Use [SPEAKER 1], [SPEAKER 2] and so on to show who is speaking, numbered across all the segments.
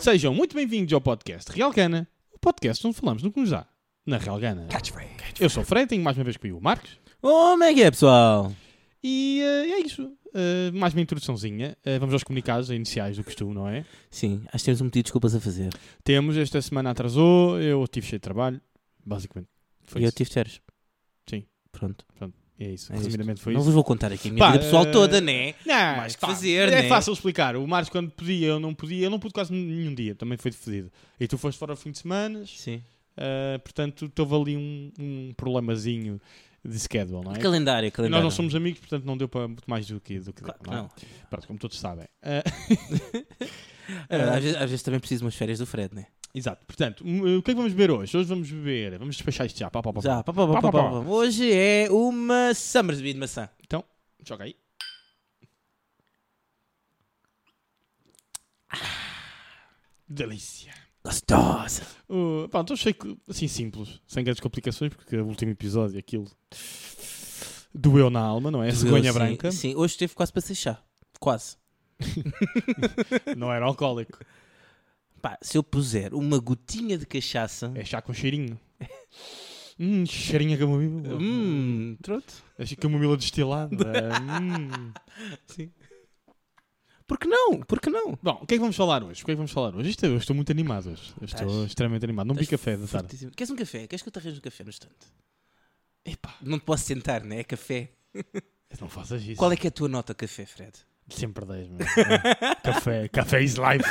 [SPEAKER 1] Sejam muito bem-vindos ao podcast Real Gana, o podcast onde falamos no que nos dá na Real Gana. Eu sou o Fred, tenho mais uma vez comigo o Marcos
[SPEAKER 2] Como é que é, pessoal?
[SPEAKER 1] e eh, é isso. Eh, mais uma introduçãozinha. Eh, vamos aos comunicados iniciais do costume, não é?
[SPEAKER 2] Sim, acho que temos um pedido de desculpas a fazer.
[SPEAKER 1] Temos, esta semana atrasou, eu estive cheio de trabalho, basicamente. Foi
[SPEAKER 2] e eu
[SPEAKER 1] isso.
[SPEAKER 2] tive férias.
[SPEAKER 1] Sim.
[SPEAKER 2] Pronto.
[SPEAKER 1] É isso.
[SPEAKER 2] É isto.
[SPEAKER 1] Resumidamente foi
[SPEAKER 2] não
[SPEAKER 1] isso.
[SPEAKER 2] vos vou contar aqui a minha
[SPEAKER 1] Pá,
[SPEAKER 2] vida pessoal
[SPEAKER 1] eh,
[SPEAKER 2] toda, né?
[SPEAKER 1] Não,
[SPEAKER 2] mais que
[SPEAKER 1] pá,
[SPEAKER 2] fazer,
[SPEAKER 1] É
[SPEAKER 2] né?
[SPEAKER 1] fácil explicar. O Marcos, quando podia, eu não podia. Eu não pude quase nenhum dia. Também foi fedido. E tu foste fora ao fim de semana.
[SPEAKER 2] Sim.
[SPEAKER 1] ah, portanto, teve ali um, um problemazinho de schedule, não é?
[SPEAKER 2] Calendário,
[SPEAKER 1] E
[SPEAKER 2] calendário.
[SPEAKER 1] nós não somos amigos, portanto não deu para muito mais do que do que deu,
[SPEAKER 2] Claro que
[SPEAKER 1] não é?
[SPEAKER 2] não.
[SPEAKER 1] Pronto, como todos sabem. Ah, Eh,
[SPEAKER 2] Ah, Às, vezes, às vezes também preciso de umas férias do Fred, né?
[SPEAKER 1] exato. Portanto, hum, o que é que vamos beber hoje? Hoje vamos beber. Vamos despachar isto já. Pá, pá, pá, pá.
[SPEAKER 2] Já, pá, pá, pá,
[SPEAKER 1] Pá, pá,
[SPEAKER 2] pá,
[SPEAKER 1] pá.
[SPEAKER 2] pá, pá. Hoje é uma Summersby de maçã.
[SPEAKER 1] Joga aí. Ah, Delícia.
[SPEAKER 2] Gostosa.
[SPEAKER 1] Uh, pá, então achei que, assim, simples, sem grandes complicações, porque o último episódio, aquilo doeu na alma, não é? A cegonha
[SPEAKER 2] Eu, sim,
[SPEAKER 1] branca,
[SPEAKER 2] Sim, hoje esteve quase para ser chá. Quase.
[SPEAKER 1] não era alcoólico.
[SPEAKER 2] Pá, se eu puser uma gotinha de cachaça.
[SPEAKER 1] É chá com cheirinho. Hum, cheirinho a camomila.
[SPEAKER 2] Hum, pronto.
[SPEAKER 1] Acho que camomila destilada. hum.
[SPEAKER 2] Sim. Por que não? Por que não?
[SPEAKER 1] Bom, o que é que vamos falar hoje? O que é que vamos falar hoje? Isto, eu estou muito animado hoje. Eu estou
[SPEAKER 2] Estás-
[SPEAKER 1] extremamente animado. Não
[SPEAKER 2] estás
[SPEAKER 1] vi café da tarde.
[SPEAKER 2] Fortíssimo. Queres um café? Queres que eu te arranje um café no instante?
[SPEAKER 1] Epá,
[SPEAKER 2] Não te posso sentar, né? É café.
[SPEAKER 1] não faças isso.
[SPEAKER 2] Qual é que é a tua nota café, Fred?
[SPEAKER 1] Sempre 10, meu. É. café, café is life.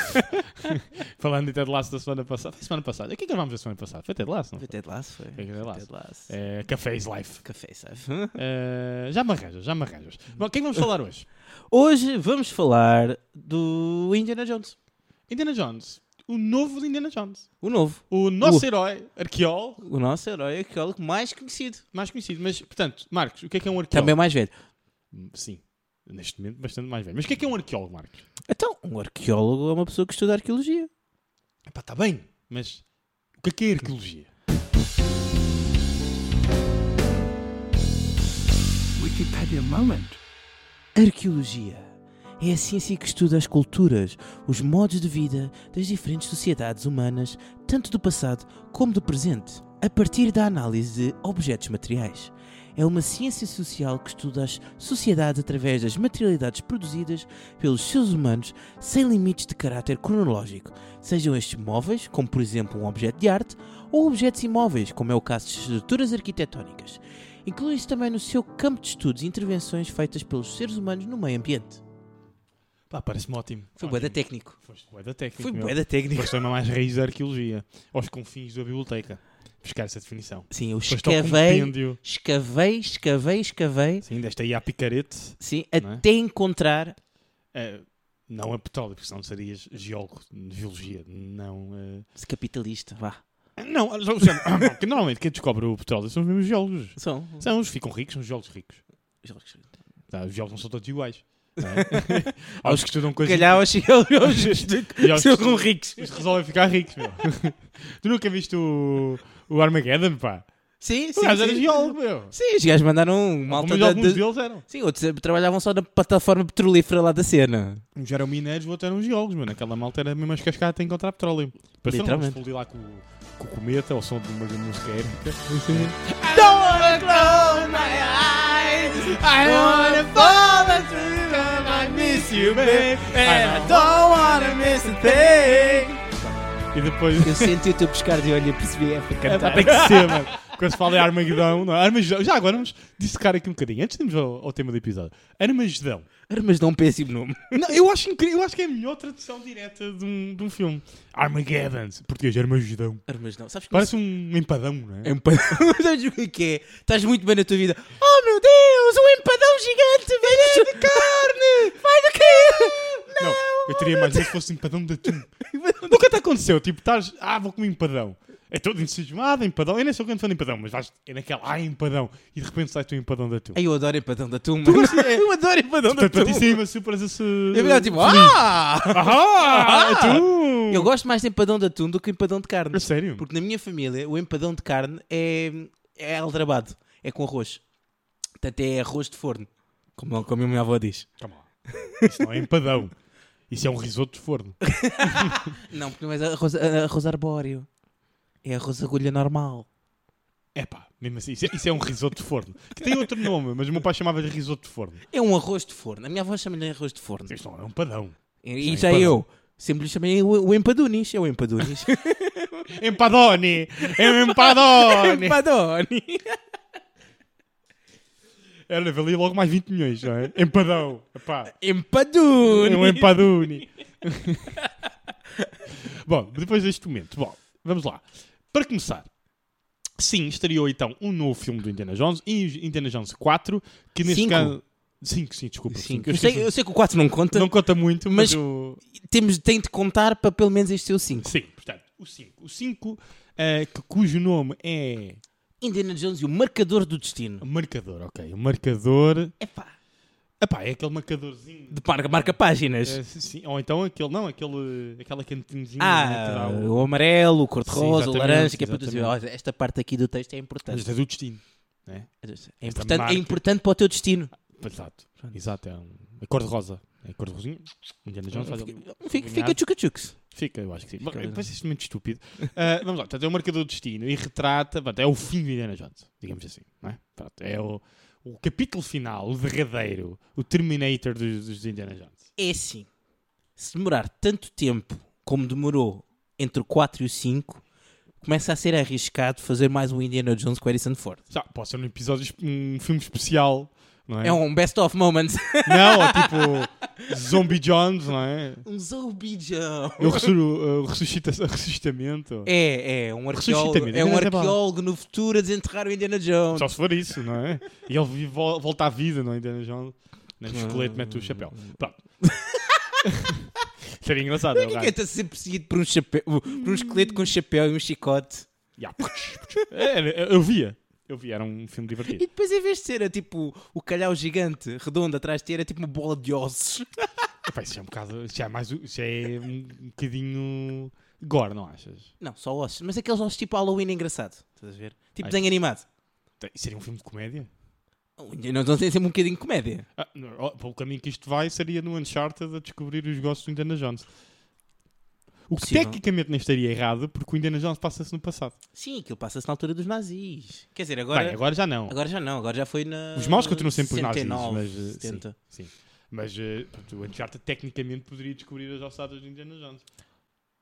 [SPEAKER 1] Falando de Ted Lasso da semana passada. Foi semana passada. O que é que gravámos a semana passada? Foi Ted Lasso, não foi?
[SPEAKER 2] Foi Ted Lasso, foi?
[SPEAKER 1] Foi Ted Lasso.
[SPEAKER 2] Ted Lasso.
[SPEAKER 1] É, café is life.
[SPEAKER 2] Café, sabe?
[SPEAKER 1] Eh, já me arranjas, já me arranjas. Bom, o que é que vamos falar hoje?
[SPEAKER 2] Hoje vamos falar do Indiana Jones.
[SPEAKER 1] Indiana Jones. O novo de Indiana Jones.
[SPEAKER 2] O novo.
[SPEAKER 1] O nosso
[SPEAKER 2] O-
[SPEAKER 1] herói, arqueólogo,
[SPEAKER 2] O nosso herói arqueólogo mais conhecido.
[SPEAKER 1] mais conhecido. Mas, portanto, Marcos, o que é que é um arqueólogo?
[SPEAKER 2] Também mais velho.
[SPEAKER 1] Hum, Sim, neste momento bastante mais velho. Mas o que é que é um arqueólogo, Marcos?
[SPEAKER 2] Então, um arqueólogo é uma pessoa que estuda arqueologia.
[SPEAKER 1] Epá, está bem, mas o que é que é arqueologia?
[SPEAKER 3] Wikipedia moment.
[SPEAKER 2] Arqueologia é a ciência que estuda as culturas, os modos de vida das diferentes sociedades humanas, tanto do passado como do presente, a partir da análise de objetos materiais. É uma ciência social que estuda as sociedades através das materialidades produzidas pelos seres humanos sem limites de caráter cronológico, sejam estes móveis, como por exemplo um objeto de arte, ou objetos imóveis, como é o caso de estruturas arquitetónicas inclui-se também no seu campo de estudos intervenções feitas pelos seres humanos no meio ambiente.
[SPEAKER 1] Pá, parece-me ótimo.
[SPEAKER 2] Foi
[SPEAKER 1] Ótimo.
[SPEAKER 2] boeda técnico.
[SPEAKER 1] Foste bué da técnica.
[SPEAKER 2] Foi
[SPEAKER 1] meu.
[SPEAKER 2] boeda técnico.
[SPEAKER 1] Foste uma mais raiz da arqueologia. Aos confins da biblioteca. Buscar essa definição.
[SPEAKER 2] Sim, eu
[SPEAKER 1] Foste ao
[SPEAKER 2] escavei,
[SPEAKER 1] compêndio.
[SPEAKER 2] escavei, escavei, escavei,
[SPEAKER 1] Sim, desta aí à picarete.
[SPEAKER 2] sim,
[SPEAKER 1] Não é?
[SPEAKER 2] até encontrar.
[SPEAKER 1] Eh, não a petróleo, porque senão serias geólogo de geologia. Não... eh,
[SPEAKER 2] Se capitalista, vá.
[SPEAKER 1] Não, olha, só o género. Ah, não, que normalmente quem descobre o petróleo são os mesmos geólogos.
[SPEAKER 2] São.
[SPEAKER 1] São os que ficam ricos, são os geólogos ricos. Tá, os geólogos não são todos iguais. não é? Há os que estudam coisas
[SPEAKER 2] Calhau, acho que
[SPEAKER 1] E aos
[SPEAKER 2] eles
[SPEAKER 1] é. que
[SPEAKER 2] são com
[SPEAKER 1] estudam-
[SPEAKER 2] ricos.
[SPEAKER 1] Os que resolvem ficar ricos, meu. tu nunca viste o, o Armageddon, pá?
[SPEAKER 2] Sim,
[SPEAKER 1] O
[SPEAKER 2] sim.
[SPEAKER 1] gajo era
[SPEAKER 2] sim.
[SPEAKER 1] geólogo, meu.
[SPEAKER 2] Sim, os gajos mandaram um
[SPEAKER 1] Pelo
[SPEAKER 2] malta
[SPEAKER 1] menos
[SPEAKER 2] da,
[SPEAKER 1] alguns
[SPEAKER 2] da...
[SPEAKER 1] deles eram.
[SPEAKER 2] Sim, outros trabalhavam só na plataforma petrolífera lá da cena.
[SPEAKER 1] Uns eram mineiros, outros eram geólogos, meu. Naquela malta era mesmo as cascadas a encontrar petróleo. Depois foram
[SPEAKER 2] Literalmente.
[SPEAKER 1] explodir lá com, o- com o cometa, ao som de uma música épica. E depois...
[SPEAKER 2] Eu senti o teu pescar de olho e percebi é para
[SPEAKER 1] É, pá,
[SPEAKER 2] cantar.
[SPEAKER 1] tem que ser, mano. Quando se fala em Armagedão, não, é? Armagedão. Já agora vamos dissecar aqui um bocadinho. Antes de irmos ao, ao tema do episódio. Armagedão.
[SPEAKER 2] Mas dá um péssimo nome.
[SPEAKER 1] Não, eu acho incrível, eu acho que é a melhor tradução direta de um, de um filme. Armageddon. Português, Armagedão.
[SPEAKER 2] Armas não. Sabes que
[SPEAKER 1] Parece um empadão, não é?
[SPEAKER 2] É um empadão. Sabes o que é que é? Estás muito bem na tua vida. Oh meu Deus, um empadão gigante, velho de carne! Vai do quê?
[SPEAKER 1] Não, eu teria mais medo se fosse empadão de atum. Nunca te aconteceu, tipo, estás, ah, vou comer empadão. é todo entusiasmado, empadão. Eu nem sou grande fã de empadão, mas vais é naquela, ah, empadão. E de repente sai tu empadão da tua.
[SPEAKER 2] Ai, eu adoro empadão da turma.
[SPEAKER 1] é.
[SPEAKER 2] eu adoro empadão da
[SPEAKER 1] Portanto, para ti sim,
[SPEAKER 2] turma.
[SPEAKER 1] uma surpresa se...
[SPEAKER 2] É melhor tipo, ah!
[SPEAKER 1] Ah,
[SPEAKER 2] Ah!
[SPEAKER 1] tu!
[SPEAKER 2] Eu gosto mais de empadão de atum do que empadão de carne.
[SPEAKER 1] A sério?
[SPEAKER 2] Uhum. Porque na minha família, o empadão de carne é, é aldrabado. É com arroz. Portanto, é arroz de forno. Como, como a minha avó diz.
[SPEAKER 1] Calma lá. Isso não é empadão. Isso é um risoto de forno.
[SPEAKER 2] Não, porque não é arroz, arroz arbóreo. É arroz agulha normal.
[SPEAKER 1] É pá, mesmo assim, isso é, isso é um risoto de forno. Que tem outro nome, mas o meu pai chamava-lhe risoto de forno.
[SPEAKER 2] É um arroz de forno. A minha avó chama-lhe arroz de forno.
[SPEAKER 1] Isto não é um padão.
[SPEAKER 2] E,
[SPEAKER 1] Sim,
[SPEAKER 2] e já
[SPEAKER 1] empadão.
[SPEAKER 2] eu. Sempre lhe chamei o, o empadunis. É o empadunis.
[SPEAKER 1] Empadone! É um empadone!
[SPEAKER 2] Empadoni.
[SPEAKER 1] Era, valia logo mais 20 milhões, não é? Empadão! Epá. É um
[SPEAKER 2] Empaduni.
[SPEAKER 1] empadune. bom, depois deste momento, bom, vamos lá. Para começar, sim, estreou então um novo filme do Indiana Jones, In- Indiana Jones 4, que neste
[SPEAKER 2] Cinco.
[SPEAKER 1] caso. 5, sim, desculpa. cinco,
[SPEAKER 2] Eu,
[SPEAKER 1] eu
[SPEAKER 2] sei,
[SPEAKER 1] esqueci.
[SPEAKER 2] eu sei que o 4 não conta.
[SPEAKER 1] Não conta muito, mas.
[SPEAKER 2] Mas-
[SPEAKER 1] o-
[SPEAKER 2] Temos, tem de contar para pelo menos este ser o 5.
[SPEAKER 1] Sim, portanto, o 5. O 5, que, cujo nome é.
[SPEAKER 2] Indiana Jones e o marcador do destino.
[SPEAKER 1] Marcador, ok. O marcador.
[SPEAKER 2] Epá.
[SPEAKER 1] Epá, é aquele marcadorzinho.
[SPEAKER 2] De marca, marca páginas.
[SPEAKER 1] É, sim, ou então aquele. Não, aquele, aquela cantinzinha. né, que dá
[SPEAKER 2] ah,
[SPEAKER 1] o-
[SPEAKER 2] o amarelo, o cor-de-rosa,
[SPEAKER 1] Sim,
[SPEAKER 2] o
[SPEAKER 1] exatamente,
[SPEAKER 2] laranja, que é para tu dizer,
[SPEAKER 1] exatamente.
[SPEAKER 2] "Olha, esta parte aqui do texto é importante.
[SPEAKER 1] Mas é do destino.
[SPEAKER 2] É importante,
[SPEAKER 1] marca. Ah,
[SPEAKER 2] é importante para o teu destino.
[SPEAKER 1] Exato. Exato, é um. É cor de rosa. É cor de rosinha. Indiana Jones faz um-
[SPEAKER 2] Ah, Fica,
[SPEAKER 1] combinado.
[SPEAKER 2] fica tchuca-tchucs.
[SPEAKER 1] Fica, eu acho que sim. Bom,
[SPEAKER 2] Fica-
[SPEAKER 1] Depois isto é muito estúpido. Ah, vamos lá, portanto, é o marcador do destino e retrata. pronto, é o fim de Indiana Jones, digamos assim. Não é Pronto, é o, o capítulo final, o derradeiro, o Terminator dos, dos Indiana Jones.
[SPEAKER 2] É assim. Se demorar tanto tempo como demorou entre o 4 e o 5, começa a ser arriscado fazer mais um Indiana Jones com Harrison Ford.
[SPEAKER 1] Já, pode ser um episódio, es- um filme especial, não é?
[SPEAKER 2] É um best of moments.
[SPEAKER 1] Não, ou tipo Zombie Jones, não é?
[SPEAKER 2] um zoubijão.
[SPEAKER 1] Eu ressuru, uh, ressuscita, ressuscitamento.
[SPEAKER 2] É, é um arqueólogo,
[SPEAKER 1] Ressuscita-me,
[SPEAKER 2] é um
[SPEAKER 1] Indiana Jones.
[SPEAKER 2] arqueólogo no futuro a desenterrar o Indiana Jones.
[SPEAKER 1] Só se for isso, não é? E ele vi- vol- volta à vida, não é? Indiana Jones. Não é? O esqueleto mete o chapéu. Pronto. Seria engraçado. é o
[SPEAKER 2] Porquê que
[SPEAKER 1] gajo.
[SPEAKER 2] é a ser perseguido por um, chapéu, por um esqueleto com um chapéu e um chicote?
[SPEAKER 1] Ya, putz, putz. É, era- eu via. Eu via, era um filme
[SPEAKER 2] E
[SPEAKER 1] divertido.
[SPEAKER 2] depois, em vez de ser a, tipo o calhau gigante redondo atrás de ti, era tipo uma bola de ossos.
[SPEAKER 1] Epá, isso é um bocado. Isso é, mais, o- isso é um bocadinho. gore, não achas?
[SPEAKER 2] Não, só ossos. Mas aqueles ossos tipo Halloween engraçado. Estás a ver? Tipo
[SPEAKER 1] Ai.
[SPEAKER 2] desenho animado.
[SPEAKER 1] Tem- Seria um filme de comédia?
[SPEAKER 2] O Indiana Jones tem sempre um bocadinho de comédia.
[SPEAKER 1] Ah, não, oh, pelo caminho que isto vai, seria no Uncharted a descobrir os gostos do Indiana Jones. O que
[SPEAKER 2] Possível.
[SPEAKER 1] tecnicamente não estaria errado, porque o Indiana Jones passa-se no passado.
[SPEAKER 2] Sim, aquilo passa-se na altura dos nazis. Quer dizer,
[SPEAKER 1] Agora,
[SPEAKER 2] agora, é-
[SPEAKER 1] Bem, agora já não.
[SPEAKER 2] agora já não. Agora já foi na.
[SPEAKER 1] Os maus continuam sempre os nazis,
[SPEAKER 2] 69,
[SPEAKER 1] mas, eh,
[SPEAKER 2] 70.
[SPEAKER 1] Sim. Mas eh, pronto, o Uncharted tecnicamente poderia descobrir as ossadas de Indiana Jones.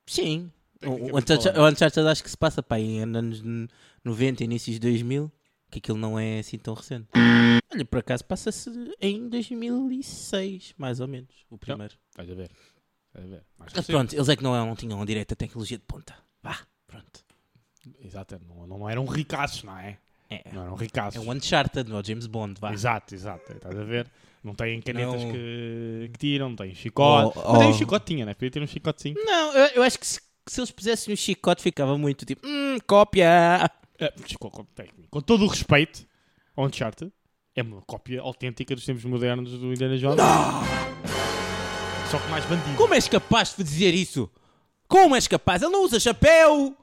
[SPEAKER 2] Sim. O
[SPEAKER 1] Tecnicamente
[SPEAKER 2] o Uncharted,
[SPEAKER 1] falando.
[SPEAKER 2] o Uncharted acho que se passa para em anos 90, inícios de 2000, que aquilo não é assim tão recente. Olha, por acaso passa-se em 2006, mais ou menos, o primeiro.
[SPEAKER 1] Estás a ver? Estás a ver? Mais
[SPEAKER 2] Ah,
[SPEAKER 1] recente.
[SPEAKER 2] pronto, eles é que não, não tinham direito a tecnologia de ponta. Vá, pronto.
[SPEAKER 1] Exato, não, não eram ricaços, não é?
[SPEAKER 2] É,
[SPEAKER 1] Não eram ricaços.
[SPEAKER 2] é o Uncharted, não é o James Bond, vá.
[SPEAKER 1] Exato, exato. Estás a ver? Não têm canetas
[SPEAKER 2] Não.
[SPEAKER 1] Que, que tiram, não têm chicote.
[SPEAKER 2] Oh,
[SPEAKER 1] Mas aí
[SPEAKER 2] oh.
[SPEAKER 1] o chicote tinha, né? Podia ter um chicotezinho.
[SPEAKER 2] Não, eu, eu acho que se, que se eles pusessem um chicote ficava muito tipo, hum, cópia.
[SPEAKER 1] Ah, chico- com, bem, com todo o respeito, ao Uncharted é uma cópia autêntica dos tempos modernos do Indiana Jones. Só que mais bandido.
[SPEAKER 2] Como és capaz de dizer isso? Como és capaz? Ele não usa chapéu!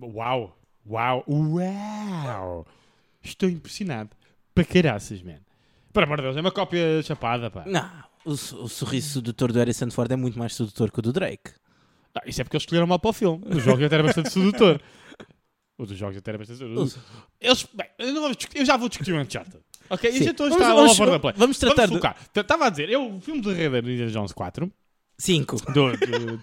[SPEAKER 1] Uau! Uau! Uau! Estou impressionado. Para caraças, man. Para amor de Deus, é uma cópia chapada, pá.
[SPEAKER 2] Não, o, su- o sorriso sedutor do Harrison Ford é muito mais sedutor que o do Drake.
[SPEAKER 1] Ah, isso é porque eles escolheram mal para o filme. O jogo até era bastante sedutor. O dos jogos até era bastante sedutor. Eles, bem, eu, não vou discutir- eu já vou discutir o Uncharted. Ok?
[SPEAKER 2] Sim.
[SPEAKER 1] Isso então
[SPEAKER 2] Vamos-
[SPEAKER 1] está all
[SPEAKER 2] vamos-
[SPEAKER 1] over the place.
[SPEAKER 2] vamos tratar do-
[SPEAKER 1] Vamos focar. Estava a dizer, eu, o filme de Raider do Indiana Jones 4,
[SPEAKER 2] 5.
[SPEAKER 1] do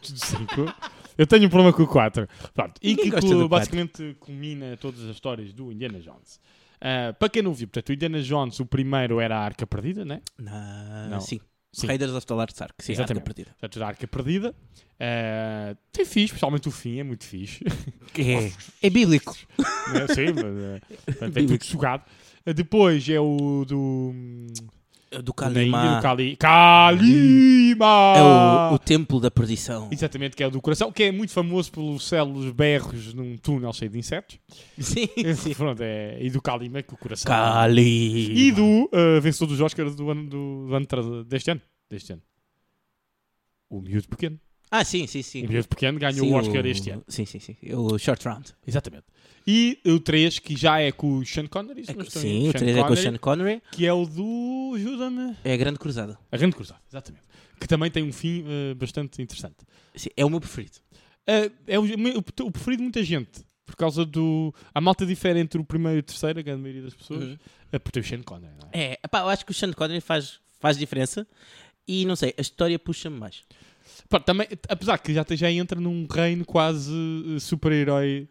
[SPEAKER 1] 5, eu tenho um problema com o 4. Pronto, e
[SPEAKER 2] Ninguém
[SPEAKER 1] que
[SPEAKER 2] gosta
[SPEAKER 1] co-
[SPEAKER 2] do quatro.
[SPEAKER 1] basicamente culmina todas as histórias do Indiana Jones. Ah, para quem não viu, portanto, o Indiana Jones, o primeiro era a Arca Perdida, né? Não.
[SPEAKER 2] Não, Ah, sim.
[SPEAKER 1] Sim.
[SPEAKER 2] Raiders of the Lost Ark.
[SPEAKER 1] Exatamente.
[SPEAKER 2] Sim, Exatamente. perdida.
[SPEAKER 1] Portanto, a Arca Perdida. Ah, tem fixe, especialmente o fim, é muito fixe.
[SPEAKER 2] É, é bíblico.
[SPEAKER 1] ah, né? Sim, mas, eh, portanto, é tudo sugado. Eh, Depois é o do. hum,
[SPEAKER 2] do
[SPEAKER 1] Na Índia,
[SPEAKER 2] Kalima.
[SPEAKER 1] do Kali... Kalima!
[SPEAKER 2] É o, o templo da perdição.
[SPEAKER 1] Exatamente, que é o do coração, que é muito famoso pelos células berros num túnel cheio de insetos.
[SPEAKER 2] Sim, sim.
[SPEAKER 1] Pronto, é, e do Kalima, que o coração.
[SPEAKER 2] Kali.
[SPEAKER 1] E do uh, vencedor dos Oscars do ano, do, do ano tra- deste ano. Deste ano. O Miúdo Pequeno.
[SPEAKER 2] Ah, sim, sim, sim.
[SPEAKER 1] O Miúdo Pequeno ganhou
[SPEAKER 2] Sim,
[SPEAKER 1] o Oscar este ano.
[SPEAKER 2] Sim, sim, sim. O Short Round.
[SPEAKER 1] Exatamente. E o 3, que já é com o Sean Connery. se
[SPEAKER 2] É
[SPEAKER 1] não
[SPEAKER 2] com-
[SPEAKER 1] estou em-
[SPEAKER 2] sim, o 3 é com o Sean Connery.
[SPEAKER 1] Que é o do. Ajuda-me.
[SPEAKER 2] É a grande cruzada.
[SPEAKER 1] A Grande Cruzada, exatamente. Que também tem um fim uh, bastante interessante.
[SPEAKER 2] Sim, é o meu preferido.
[SPEAKER 1] Uh, é o, o- o preferido de muita gente. Por causa do. A malta difere entre o primeiro e o terceiro, a grande maioria das pessoas.
[SPEAKER 2] Uhum.
[SPEAKER 1] Uh, por ter o Sean Connery, não é?
[SPEAKER 2] É, epá, eu acho que o Sean Connery faz, faz diferença. E não sei, a história puxa-me mais.
[SPEAKER 1] Pá, também, apesar que já, te- já entra num reino quase eh, super-herói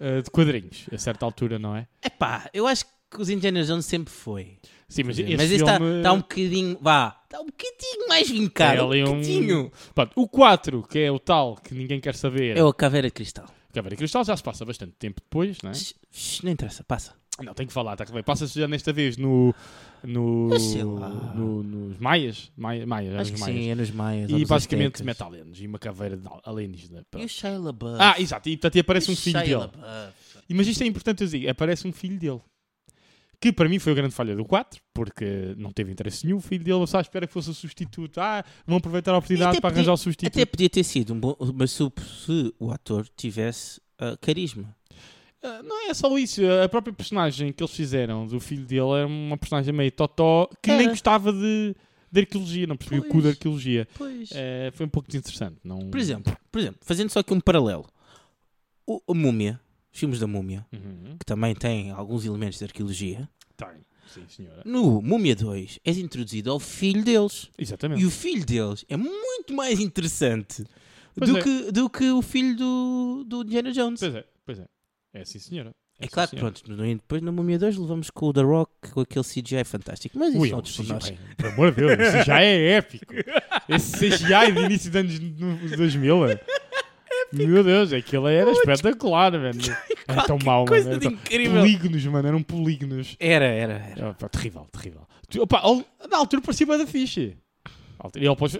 [SPEAKER 1] eh, de quadrinhos, a certa altura, não é?
[SPEAKER 2] Epá, eu acho que os Indiana Jones sempre foi.
[SPEAKER 1] Sim, mas, esse
[SPEAKER 2] Mas
[SPEAKER 1] filme,
[SPEAKER 2] isso está tá um bocadinho. Vá, está um bocadinho mais vincado.
[SPEAKER 1] É
[SPEAKER 2] um
[SPEAKER 1] ali um-
[SPEAKER 2] bocadinho.
[SPEAKER 1] pronto, o 4, que é o tal que ninguém quer saber,
[SPEAKER 2] É o Caveira de Cristal.
[SPEAKER 1] Caveira de Cristal, já se passa bastante tempo depois, não é?
[SPEAKER 2] Shh, shh, não interessa, passa.
[SPEAKER 1] Não, tenho que falar, tá que bem. Passa-se já nesta vez no... no,
[SPEAKER 2] Mas sei lá.
[SPEAKER 1] no- nos Maias, Maia, Maia, eram
[SPEAKER 2] acho que
[SPEAKER 1] os Maias.
[SPEAKER 2] sim, é nos Maias. ou
[SPEAKER 1] E
[SPEAKER 2] nos
[SPEAKER 1] basicamente
[SPEAKER 2] Aztecas.
[SPEAKER 1] mete alienos e uma caveira de al- alienígena.
[SPEAKER 2] E o
[SPEAKER 1] pronto.
[SPEAKER 2] Shia LaBeouf.
[SPEAKER 1] Ah, exato, e portanto e aparece
[SPEAKER 2] E o
[SPEAKER 1] um filho
[SPEAKER 2] Shia
[SPEAKER 1] dele.
[SPEAKER 2] LaBeouf.
[SPEAKER 1] E, Mas isto é importante eu dizer, aparece um filho dele. Que para mim foi a grande falha do 4, porque não teve interesse nenhum. O filho dele só espera que fosse o substituto. Ah, vão aproveitar a oportunidade
[SPEAKER 2] Até
[SPEAKER 1] para
[SPEAKER 2] podia-
[SPEAKER 1] arranjar o substituto.
[SPEAKER 2] Até podia ter sido um bom. Mas se, o- se o ator tivesse ah, carisma.
[SPEAKER 1] Ah, não é só isso. A própria personagem que eles fizeram do filho dele era uma personagem meio totó que nem
[SPEAKER 2] Era.
[SPEAKER 1] gostava de, de arqueologia. Não percebia o cu
[SPEAKER 2] Pois.
[SPEAKER 1] da arqueologia.
[SPEAKER 2] Pois.
[SPEAKER 1] Eh, foi um pouco desinteressante. Não...
[SPEAKER 2] Por exemplo, por exemplo, fazendo só aqui um paralelo. O, a Múmia, os filmes da Múmia,
[SPEAKER 1] Uhum.
[SPEAKER 2] que também tem alguns elementos de arqueologia,
[SPEAKER 1] Tem. Sim, senhora.
[SPEAKER 2] no Múmia 2 és introduzido ao filho deles.
[SPEAKER 1] Exatamente.
[SPEAKER 2] E o filho deles é muito mais interessante
[SPEAKER 1] Pois
[SPEAKER 2] do,
[SPEAKER 1] é.
[SPEAKER 2] que, do que o filho do, do Indiana Jones.
[SPEAKER 1] Pois é, pois é. É sim, senhora.
[SPEAKER 2] É
[SPEAKER 1] sim,
[SPEAKER 2] claro que
[SPEAKER 1] senhora.
[SPEAKER 2] pronto, no- depois no Múmia 2 levamos com o The Rock, com aquele CGI fantástico. Mas isso
[SPEAKER 1] Ui,
[SPEAKER 2] são
[SPEAKER 1] é um
[SPEAKER 2] outros pormenores.
[SPEAKER 1] CGI, Pelo amor de Deus, isso já é épico. Esse CGI de início dos anos no- 2000, mano. Meu Deus, aquilo era espetacular, velho. Era tão mau, mano.
[SPEAKER 2] Coisa
[SPEAKER 1] Era
[SPEAKER 2] de
[SPEAKER 1] tão...
[SPEAKER 2] incrível.
[SPEAKER 1] Polígonos, mano, eram polígonos.
[SPEAKER 2] Era, era, era.
[SPEAKER 1] Era, pá, terrível, terrível. Tu- Opa, ao- na altura parecia bem da ficha.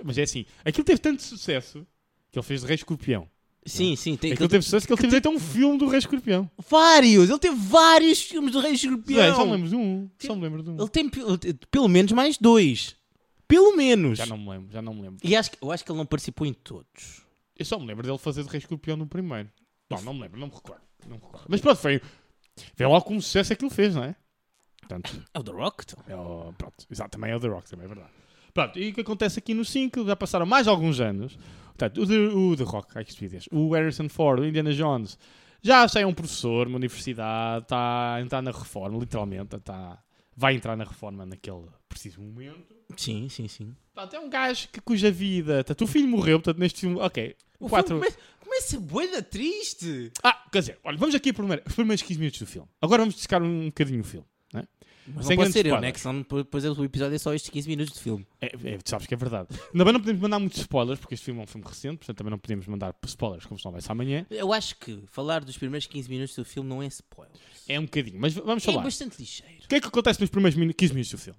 [SPEAKER 1] Mas é assim, aquilo teve tanto sucesso que ele fez de Rei Escorpião.
[SPEAKER 2] Sim, sim. Tem,
[SPEAKER 1] Aquilo teve sucesso É. que ele teve direito a um filme do Rei Escorpião.
[SPEAKER 2] Vários! Ele teve vários filmes do Rei
[SPEAKER 1] Zé, Só me
[SPEAKER 2] Escorpião.
[SPEAKER 1] lembro de um. Só me lembro de um.
[SPEAKER 2] Ele tem pe- ele tem pelo menos mais dois. Pelo menos.
[SPEAKER 1] Já não me lembro, já não me lembro.
[SPEAKER 2] E acho que, eu acho que ele não participou em todos.
[SPEAKER 1] Eu só me lembro dele fazer de Rei Escorpião no primeiro. Não, não me lembro, não me recordo. Não me recordo. Mas pronto, foi. Vê lá como sucesso é que ele fez, não é? Portanto,
[SPEAKER 2] É o The Rock? Então.
[SPEAKER 1] é o- pronto, exato, também é o The Rock, também é verdade. Pronto, e o que acontece aqui no 5, já passaram mais alguns anos. Portanto, o The, o The Rock, ai que estupidez, o Harrison Ford, o Indiana Jones, já sai um professor, uma universidade, está a entrar na reforma, literalmente, está, vai entrar na reforma naquele preciso momento.
[SPEAKER 2] Sim, sim, sim.
[SPEAKER 1] Portanto, é um gajo que, cuja vida, portanto, o filho morreu, portanto, neste filme, ok,
[SPEAKER 2] O
[SPEAKER 1] quatro-
[SPEAKER 2] filme começa, começa boeda triste.
[SPEAKER 1] Ah, quer dizer, olha, vamos aqui primeiro, os primeiros 15 minutos do filme. Agora vamos dissecar um bocadinho o filme.
[SPEAKER 2] Mas
[SPEAKER 1] Sem
[SPEAKER 2] não pode
[SPEAKER 1] grandes
[SPEAKER 2] ser eu,
[SPEAKER 1] spoilers.
[SPEAKER 2] né? Que senão depois o episódio é só estes 15 minutos de filme.
[SPEAKER 1] É, é, tu sabes que é verdade. Ainda bem não podemos mandar muitos spoilers, porque este filme é um filme recente, portanto também não podemos mandar spoilers, como se não vai ser amanhã.
[SPEAKER 2] Eu acho que falar dos primeiros 15 minutos do filme não é spoiler.
[SPEAKER 1] É um bocadinho, mas v- vamos
[SPEAKER 2] É
[SPEAKER 1] falar.
[SPEAKER 2] bastante ligeiro.
[SPEAKER 1] O que é que acontece nos primeiros minu- 15 minutos do filme?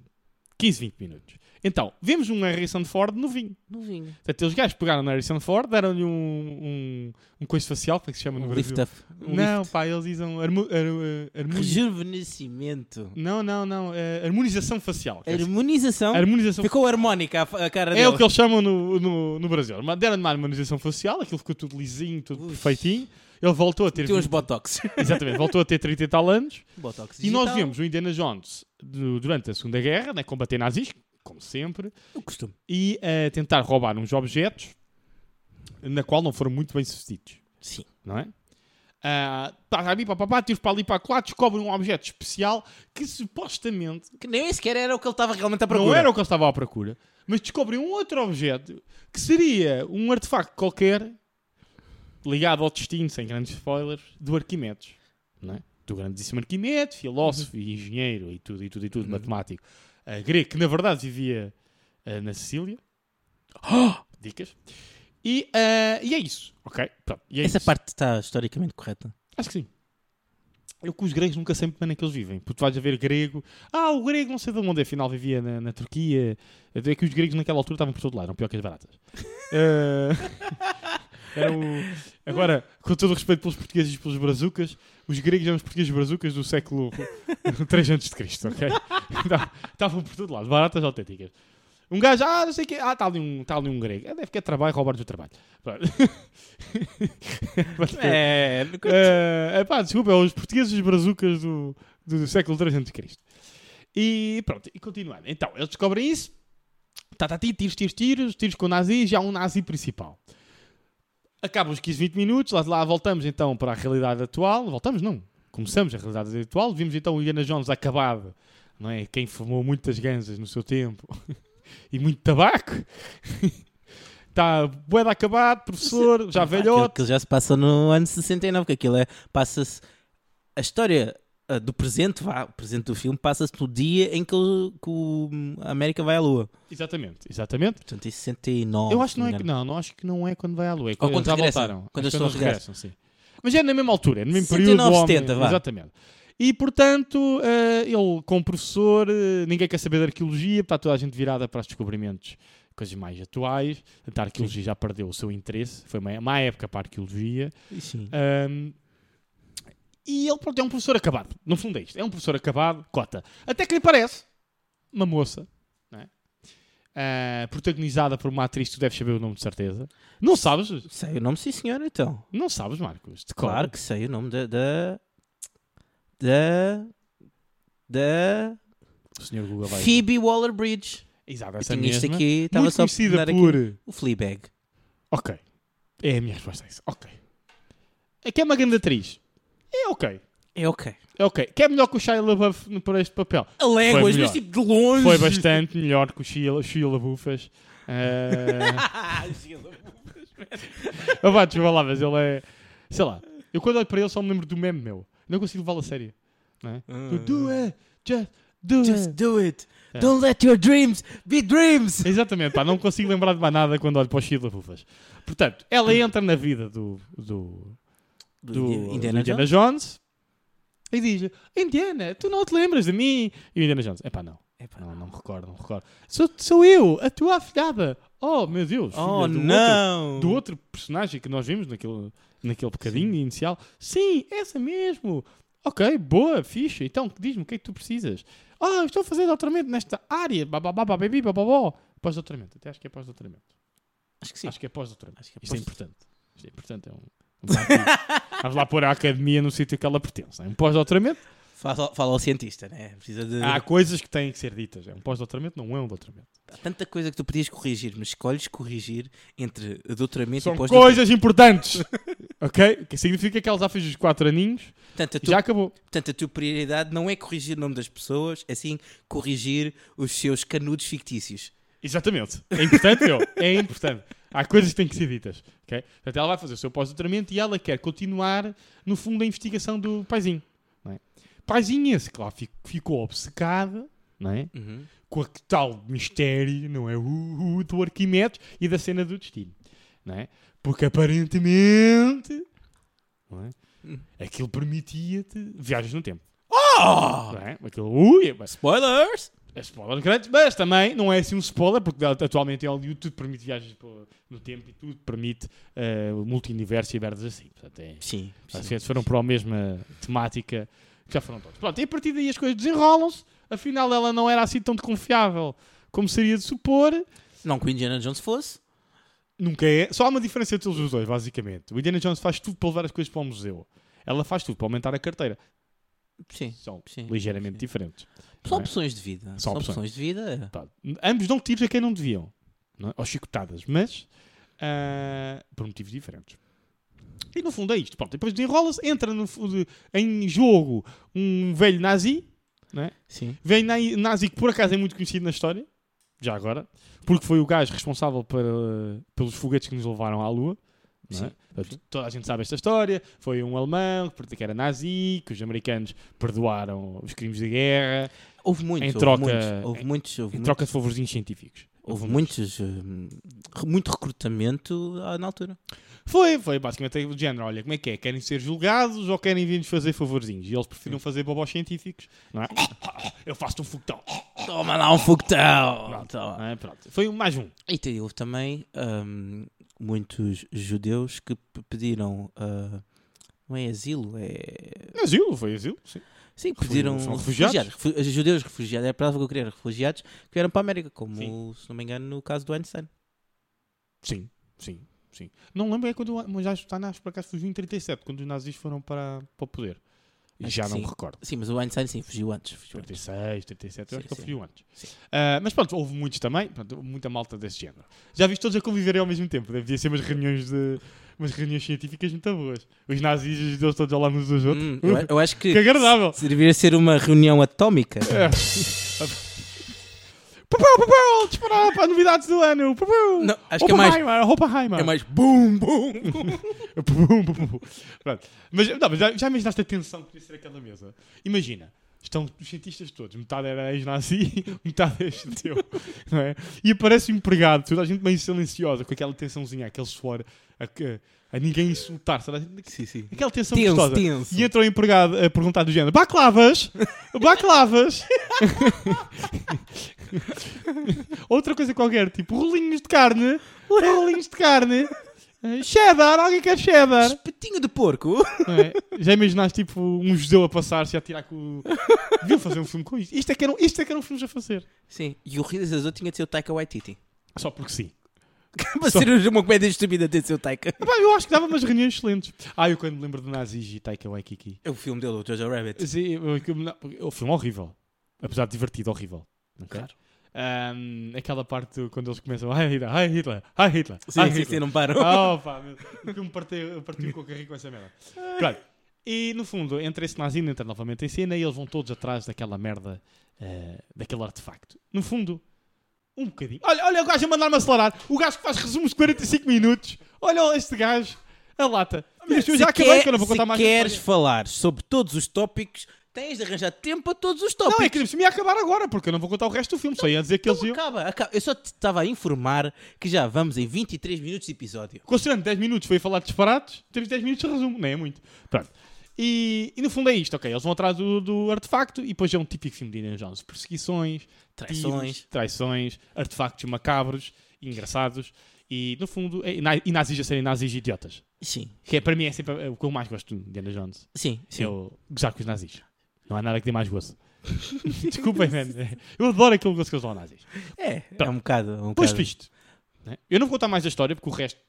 [SPEAKER 1] 15, 20 minutos. Então, vemos um Harrison Ford novinho.
[SPEAKER 2] Não vinho.
[SPEAKER 1] Portanto, os gajos pegaram no Harrison Ford, deram-lhe um, um, um coice facial, como é que se chama no
[SPEAKER 2] Um
[SPEAKER 1] Brasil?
[SPEAKER 2] lift up. Um
[SPEAKER 1] não,
[SPEAKER 2] lift.
[SPEAKER 1] pá, eles dizem harmo- har- eh, harmoni-
[SPEAKER 2] Rejuvenescimento.
[SPEAKER 1] Não, não, não. eh, harmonização facial. Quer dizer,
[SPEAKER 2] Harmonização.
[SPEAKER 1] Harmonização
[SPEAKER 2] Ficou harmónica a fa- a cara
[SPEAKER 1] É
[SPEAKER 2] dele.
[SPEAKER 1] o que eles chamam no, no, no Brasil. Uma- Deram-lhe uma harmonização facial, aquilo ficou tudo lisinho, tudo
[SPEAKER 2] Ui.
[SPEAKER 1] perfeitinho. Ele voltou a ter.
[SPEAKER 2] Tem uns
[SPEAKER 1] 20
[SPEAKER 2] botox.
[SPEAKER 1] Exatamente, voltou a ter 30 e tal anos.
[SPEAKER 2] botox
[SPEAKER 1] E nós
[SPEAKER 2] digital.
[SPEAKER 1] vemos o Indiana Jones du- durante a Segunda Guerra, né, combater nazis, como sempre,
[SPEAKER 2] O costume.
[SPEAKER 1] e eh, tentar roubar uns objetos, na qual não foram muito bem sucedidos,
[SPEAKER 2] Sim.
[SPEAKER 1] não é? Ah, pá, pá, pá, pá, pá, tiros para ali para lá, descobrem um objeto especial que supostamente
[SPEAKER 2] Que nem sequer era o que ele estava realmente a
[SPEAKER 1] Não
[SPEAKER 2] procurar.
[SPEAKER 1] era o que eu estava à procura, mas descobri um outro objeto que seria um artefacto qualquer ligado ao destino, sem grandes spoilers, do Arquimedes. Não é? Do grandíssimo Arquimedes, filósofo e engenheiro e tudo, e tudo, e tudo, matemático eh, grego, que na verdade vivia eh, na Sicília. Dicas. E, eh, e é isso, ok? Pronto, e é
[SPEAKER 2] Essa
[SPEAKER 1] isso.
[SPEAKER 2] parte está historicamente correta.
[SPEAKER 1] Acho que sim. Eu que os gregos nunca sei muito bem onde é que eles vivem. Porque tu vais a ver grego. Ah, o grego não sei de onde, afinal vivia na, na Turquia. É que os gregos naquela altura estavam por todo lado, eram pior que as baratas. Eh, era o- Agora, com todo o respeito pelos portugueses e pelos brazucas, os gregos eram os portugueses brazucas do século 3 a.C., ok? Tá- Estavam por todo lado, baratas autênticas. Um gajo, ah, não sei o quê, ah, está ali, um, tá ali um grego. Ah, deve que é trabalho, roubar-lhes o trabalho. Pronto.
[SPEAKER 2] É,
[SPEAKER 1] É, pá, desculpa, é os portugueses e os brazucas do, do, século III a.C. E pronto, e continuando. Então, eles descobrem isso. Tá, tá, ti, tiros, tiros, tiros, tiros com nazis, já há um nazi principal. Acabam os 15, 20 minutos, lá, lá voltamos então para a realidade atual. Voltamos, não. Começamos a realidade atual. Vimos então o Indiana Jones acabado, não é? Quem fumou muitas ganzas no seu tempo e muito tabaco. Está bué de acabado, professor, já
[SPEAKER 2] Aquilo,
[SPEAKER 1] velhote.
[SPEAKER 2] aquilo já se passa no ano 69, que aquilo é. Passa-se. A história ah, do presente, vá, o presente do filme, passa-se no dia em que, o- que o- a América vai à Lua.
[SPEAKER 1] Exatamente, exatamente.
[SPEAKER 2] Portanto, em 69.
[SPEAKER 1] Eu acho que não
[SPEAKER 2] se
[SPEAKER 1] é
[SPEAKER 2] me
[SPEAKER 1] que
[SPEAKER 2] engano.
[SPEAKER 1] não, não acho que não é quando vai à lua. É
[SPEAKER 2] né? quando
[SPEAKER 1] eles já
[SPEAKER 2] regressam,
[SPEAKER 1] voltaram.
[SPEAKER 2] quando
[SPEAKER 1] Acho
[SPEAKER 2] as
[SPEAKER 1] que
[SPEAKER 2] pessoas
[SPEAKER 1] eles sim. Mas é na mesma altura, é no mesmo período.
[SPEAKER 2] 69,
[SPEAKER 1] do homem.
[SPEAKER 2] 70, vá.
[SPEAKER 1] Exatamente. E portanto, eh, ele, como professor, eh, ninguém quer saber de arqueologia, está toda a gente virada para os descobrimentos, coisas mais atuais. Portanto, A arqueologia já perdeu o seu interesse, foi uma má época para a arqueologia.
[SPEAKER 2] Sim.
[SPEAKER 1] Ahm, e ele, pronto, é um professor acabado. No fundo é isto. É um professor acabado, cota. Até que lhe parece uma moça, não é? Ah, protagonizada por uma atriz que tu deves saber o nome de certeza. Não sabes?
[SPEAKER 2] Sei o nome, sim, senhor, então.
[SPEAKER 1] Não sabes, Marcos. De cor.
[SPEAKER 2] Claro, que sei o nome da. da. da. da
[SPEAKER 1] O senhor Google vai...
[SPEAKER 2] Phoebe Waller Bridge.
[SPEAKER 1] Exato,
[SPEAKER 2] Eu
[SPEAKER 1] essa
[SPEAKER 2] tinha isto
[SPEAKER 1] mesma.
[SPEAKER 2] aqui, estava
[SPEAKER 1] Muito
[SPEAKER 2] só a
[SPEAKER 1] conhecida
[SPEAKER 2] dar aqui.
[SPEAKER 1] por...
[SPEAKER 2] O Fleabag.
[SPEAKER 1] Ok. É a minha resposta a isso. Ok. É que é uma grande atriz. É ok.
[SPEAKER 2] É ok.
[SPEAKER 1] É ok. Que é melhor que o Shia LaBeouf no- para este papel.
[SPEAKER 2] A léguas,
[SPEAKER 1] melhor.
[SPEAKER 2] mas tipo de longe.
[SPEAKER 1] Foi bastante melhor que o Sheila, Sheila Bufas. é. Ah, vá, desculpa lá, mas ele é. Sei lá, eu quando olho para ele só me lembro do meme meu. Não consigo levá-lo a sério. Não é? Do, do it, just do
[SPEAKER 2] Just
[SPEAKER 1] it.
[SPEAKER 2] do it.
[SPEAKER 1] É.
[SPEAKER 2] Don't let your dreams be dreams.
[SPEAKER 1] Exatamente, pá, não consigo lembrar de mais nada quando olho para o Sheila Bufas. Portanto, ela entra na vida do, do, do, do Indiana, Jones. e diz: Indiana, tu não te lembras de mim? E o Indiana Jones: Epá, não.
[SPEAKER 2] Epá,
[SPEAKER 1] Não, não me recordo, não me recordo. Sou, sou eu, a tua afilhada. Oh, meu Deus.
[SPEAKER 2] Oh,
[SPEAKER 1] filha do
[SPEAKER 2] não.
[SPEAKER 1] Outro, do outro personagem que nós vimos naquele, naquele bocadinho inicial. Sim, essa mesmo. Ok, boa, fixe. Então, diz-me o que é que tu precisas. Ah, estou a fazer doutoramento nesta área. Bababá, baby, bababó. Pós-doutoramento. Até acho que é pós-doutoramento.
[SPEAKER 2] Acho que sim.
[SPEAKER 1] Acho que é pós-doutoramento.
[SPEAKER 2] Acho que é
[SPEAKER 1] Isto é
[SPEAKER 2] pós-
[SPEAKER 1] importante. Isto é importante. É um... um- Vamos lá pôr a academia no sítio que ela pertence. É um pós-doutoramento.
[SPEAKER 2] Fala, ao- fala ao cientista, né? Precisa de.
[SPEAKER 1] Há coisas que têm que ser ditas. É um pós-doutoramento, não é um doutoramento.
[SPEAKER 2] Há tanta coisa que tu podias corrigir, mas escolhes corrigir entre doutoramento
[SPEAKER 1] São
[SPEAKER 2] e pós
[SPEAKER 1] coisas importantes. ok? Que significa que ela já fez os quatro aninhos
[SPEAKER 2] Portanto, a
[SPEAKER 1] e
[SPEAKER 2] tua-
[SPEAKER 1] já acabou.
[SPEAKER 2] portanto, a tua prioridade não é corrigir o nome das pessoas, é sim corrigir os seus canudos fictícios.
[SPEAKER 1] Exatamente. É importante, meu. É importante. Há coisas que têm que ser ditas. ok? Portanto, ela vai fazer o seu pós-doutoramento e ela quer continuar, no fundo, a investigação do paizinho. Não é? Paizinho esse, claro, fi- ficou obcecado não é?
[SPEAKER 2] Uhum.
[SPEAKER 1] com aquele tal mistério, não é? Uh, uh, do Arquimedes e da cena do destino. Não é? Porque aparentemente não é? aquilo permitia-te viagens no tempo.
[SPEAKER 2] Oh!
[SPEAKER 1] Não é? Aquilo, ui, é-
[SPEAKER 2] Spoilers!
[SPEAKER 1] é spoiler grande, mas também não é assim um spoiler, porque atualmente em Hollywood tudo permite viagens pô- no tempo e tudo permite eh, o multiverso e merdas assim. Portanto, é,
[SPEAKER 2] Sim. sim.
[SPEAKER 1] as vezes foram para a mesma temática que já foram todos. Pronto, e a partir daí as coisas desenrolam-se. Afinal, ela não era assim tão desconfiável como seria de supor.
[SPEAKER 2] Não que o Indiana Jones fosse.
[SPEAKER 1] Nunca é. Só há uma diferença entre eles os dois, basicamente. O Indiana Jones faz tudo para levar as coisas para o museu. Ela faz tudo para aumentar a carteira.
[SPEAKER 2] Sim.
[SPEAKER 1] São
[SPEAKER 2] Sim,
[SPEAKER 1] ligeiramente
[SPEAKER 2] sim.
[SPEAKER 1] diferentes. Não
[SPEAKER 2] São
[SPEAKER 1] é?
[SPEAKER 2] opções de vida.
[SPEAKER 1] São
[SPEAKER 2] São
[SPEAKER 1] opções.
[SPEAKER 2] opções de vida.
[SPEAKER 1] Pá, ambos dão tiros a quem não deviam, não é? ou chicotadas, mas ah, por motivos diferentes. E no fundo é isto. Pronto, depois desenrola-se, entra no fundo- em jogo um velho nazi,
[SPEAKER 2] Sim.
[SPEAKER 1] velho na- nazi que por acaso é muito conhecido na história, já agora, porque foi o gajo responsável para- pelos foguetes que nos levaram à Lua. não é?
[SPEAKER 2] Sim.
[SPEAKER 1] Portanto, Toda a gente sabe esta história. Foi um alemão que que era nazi, que os americanos perdoaram os crimes de guerra
[SPEAKER 2] Houve muitos.
[SPEAKER 1] Em
[SPEAKER 2] houve
[SPEAKER 1] troca-
[SPEAKER 2] muitos, Houve muitos. Houve
[SPEAKER 1] em
[SPEAKER 2] muitos.
[SPEAKER 1] troca de favorzinhos científicos.
[SPEAKER 2] Houve muitos, hum, re- muito recrutamento ah, na altura.
[SPEAKER 1] Foi, foi basicamente do género. Olha, como é que é? Querem ser julgados ou querem vir-nos fazer favorzinhos? E eles preferiram fazer bobos científicos, não é? Eu faço um foguetão.
[SPEAKER 2] Toma lá um foguetão!
[SPEAKER 1] Pronto,
[SPEAKER 2] Toma.
[SPEAKER 1] não é? Pronto. Foi um mais um.
[SPEAKER 2] E te- houve também hum, muitos judeus que p- pediram. ah, não é asilo, é.
[SPEAKER 1] Asilo, foi asilo, sim.
[SPEAKER 2] Sim, que
[SPEAKER 1] Refugi-
[SPEAKER 2] pediram.
[SPEAKER 1] são refugiados?
[SPEAKER 2] refugi- judeus refugiados, era a palavra que eu queria, era refugiados que vieram para a América, como,
[SPEAKER 1] Sim.
[SPEAKER 2] se não me engano, no caso do Einstein.
[SPEAKER 1] Sim, sim, sim. Não lembro é quando o Moisés Tanás por acaso fugiu em 37, quando os nazis foram para, para o poder. E
[SPEAKER 2] Acho
[SPEAKER 1] já
[SPEAKER 2] que
[SPEAKER 1] não
[SPEAKER 2] sim.
[SPEAKER 1] me recordo.
[SPEAKER 2] Sim, mas o Einstein sim, fugiu antes. Fugiu antes.
[SPEAKER 1] 36, 37, eu acho
[SPEAKER 2] Sim,
[SPEAKER 1] que ele
[SPEAKER 2] sim.
[SPEAKER 1] fugiu antes.
[SPEAKER 2] Sim.
[SPEAKER 1] Ah, mas pronto, houve muitos também, pronto, houve muita malta desse género. Já viste todos a conviverem ao mesmo tempo, devia ser umas reuniões de umas reuniões científicas muito boas. Os nazis e os judeus todos ao lado uns dos outros.
[SPEAKER 2] Hum, eu, a- eu acho que.
[SPEAKER 1] Que agradável. É.
[SPEAKER 2] se- Deveria ser uma reunião atómica.
[SPEAKER 1] Papau, papau, disparar para as novidades do ano. Papau.
[SPEAKER 2] Hum. Não, acho que é mais.
[SPEAKER 1] Oppenheimer, Oppenheimer.
[SPEAKER 2] É mais. Bum, bum!
[SPEAKER 1] Pum, pum, pum, pum. Pronto. Mas, não, mas já, já imaginaste a tensão que podia ser aquela mesa? Imagina, estão os cientistas todos, metade era ex-nazi, metade é judeu, não é? E aparece o empregado, toda a gente meio silenciosa, com aquela tensãozinha, aquele suor, a, que- a ninguém insultar, sabe?
[SPEAKER 2] Sim, sim.
[SPEAKER 1] Aquela tensão
[SPEAKER 2] Tenso,
[SPEAKER 1] gostosa.
[SPEAKER 2] tenso.
[SPEAKER 1] E entra o empregado a perguntar do género: Baclavas! Baclavas! Outra coisa qualquer, tipo rolinhos de carne! Rolinhos de carne! Eh, Cheddar! Alguém quer cheddar?
[SPEAKER 2] Espetinho de porco!
[SPEAKER 1] Não é? Já imaginaste tipo um judeu a passar-se e a tirar com. o- Deviam fazer um filme com isto. Isto é que eram, isto é que eram filmes a fazer.
[SPEAKER 2] Sim, e o realizador tinha de ser o Taika Waititi.
[SPEAKER 1] Só porque sim.
[SPEAKER 2] Para
[SPEAKER 1] Só-
[SPEAKER 2] ser uma comédia estúpida, tem de ser o Taika.
[SPEAKER 1] Epá, eu acho que dava umas reuniões excelentes. Ah, eu quando me lembro de Nazis e Taika Waikiki.
[SPEAKER 2] É o filme dele, o Jojo Rabbit.
[SPEAKER 1] Sim, eu- eu- não, porque o filme é horrível. Apesar de divertido, horrível. ok?
[SPEAKER 2] Claro.
[SPEAKER 1] Ahm, aquela parte do- quando eles começam Ai Hitler, ai Hitler, ai Hitler,
[SPEAKER 2] Sim,
[SPEAKER 1] ai
[SPEAKER 2] sim,
[SPEAKER 1] Hitler."
[SPEAKER 2] sim, não param.
[SPEAKER 1] Oh pá, meu, o que me partiu, partiu com o carrinho com essa merda. Pronto. E no fundo, entra esse nazi, entra novamente em cena e eles vão todos atrás daquela merda, eh, daquele artefacto. No fundo, um bocadinho. Olha, olha o gajo a mandar-me acelerar. O gajo que faz resumos de 45 minutos. Olha este gajo, a lata. E eu já acabei, que eu não vou contar
[SPEAKER 2] se
[SPEAKER 1] mais.
[SPEAKER 2] queres
[SPEAKER 1] história.
[SPEAKER 2] falar sobre todos os tópicos, tens de arranjar tempo para todos os tópicos.
[SPEAKER 1] Não, é que se me ia acabar agora, porque eu não vou contar o resto do filme, só ia dizer que eles
[SPEAKER 2] Então
[SPEAKER 1] iam.
[SPEAKER 2] acaba, acaba. Eu só te estava a informar que já vamos em 23 minutos de episódio.
[SPEAKER 1] Considerando 10 minutos foi a falar de disparates, temos 10 minutos de resumo, não é muito. Pronto. E, e no fundo é isto, ok? Eles vão atrás do, do artefacto e depois é um típico filme de Indiana Jones. Perseguições,
[SPEAKER 2] Traições.
[SPEAKER 1] tiros, traições, artefactos macabros e engraçados. E no fundo, é, e na- e nazis a serem nazis idiotas.
[SPEAKER 2] Sim,
[SPEAKER 1] Que é, para mim é sempre é o que eu mais gosto de Indiana Jones.
[SPEAKER 2] sim, sim.
[SPEAKER 1] Eu gozar com os nazis. Não há nada que dê mais gozo. Desculpem, man. Eu adoro aquele gozo que eles dão aos nazis.
[SPEAKER 2] É, é
[SPEAKER 1] Tá.
[SPEAKER 2] um bocado. Um
[SPEAKER 1] Posto
[SPEAKER 2] bocado.
[SPEAKER 1] isto, né? eu não vou contar mais a história porque o resto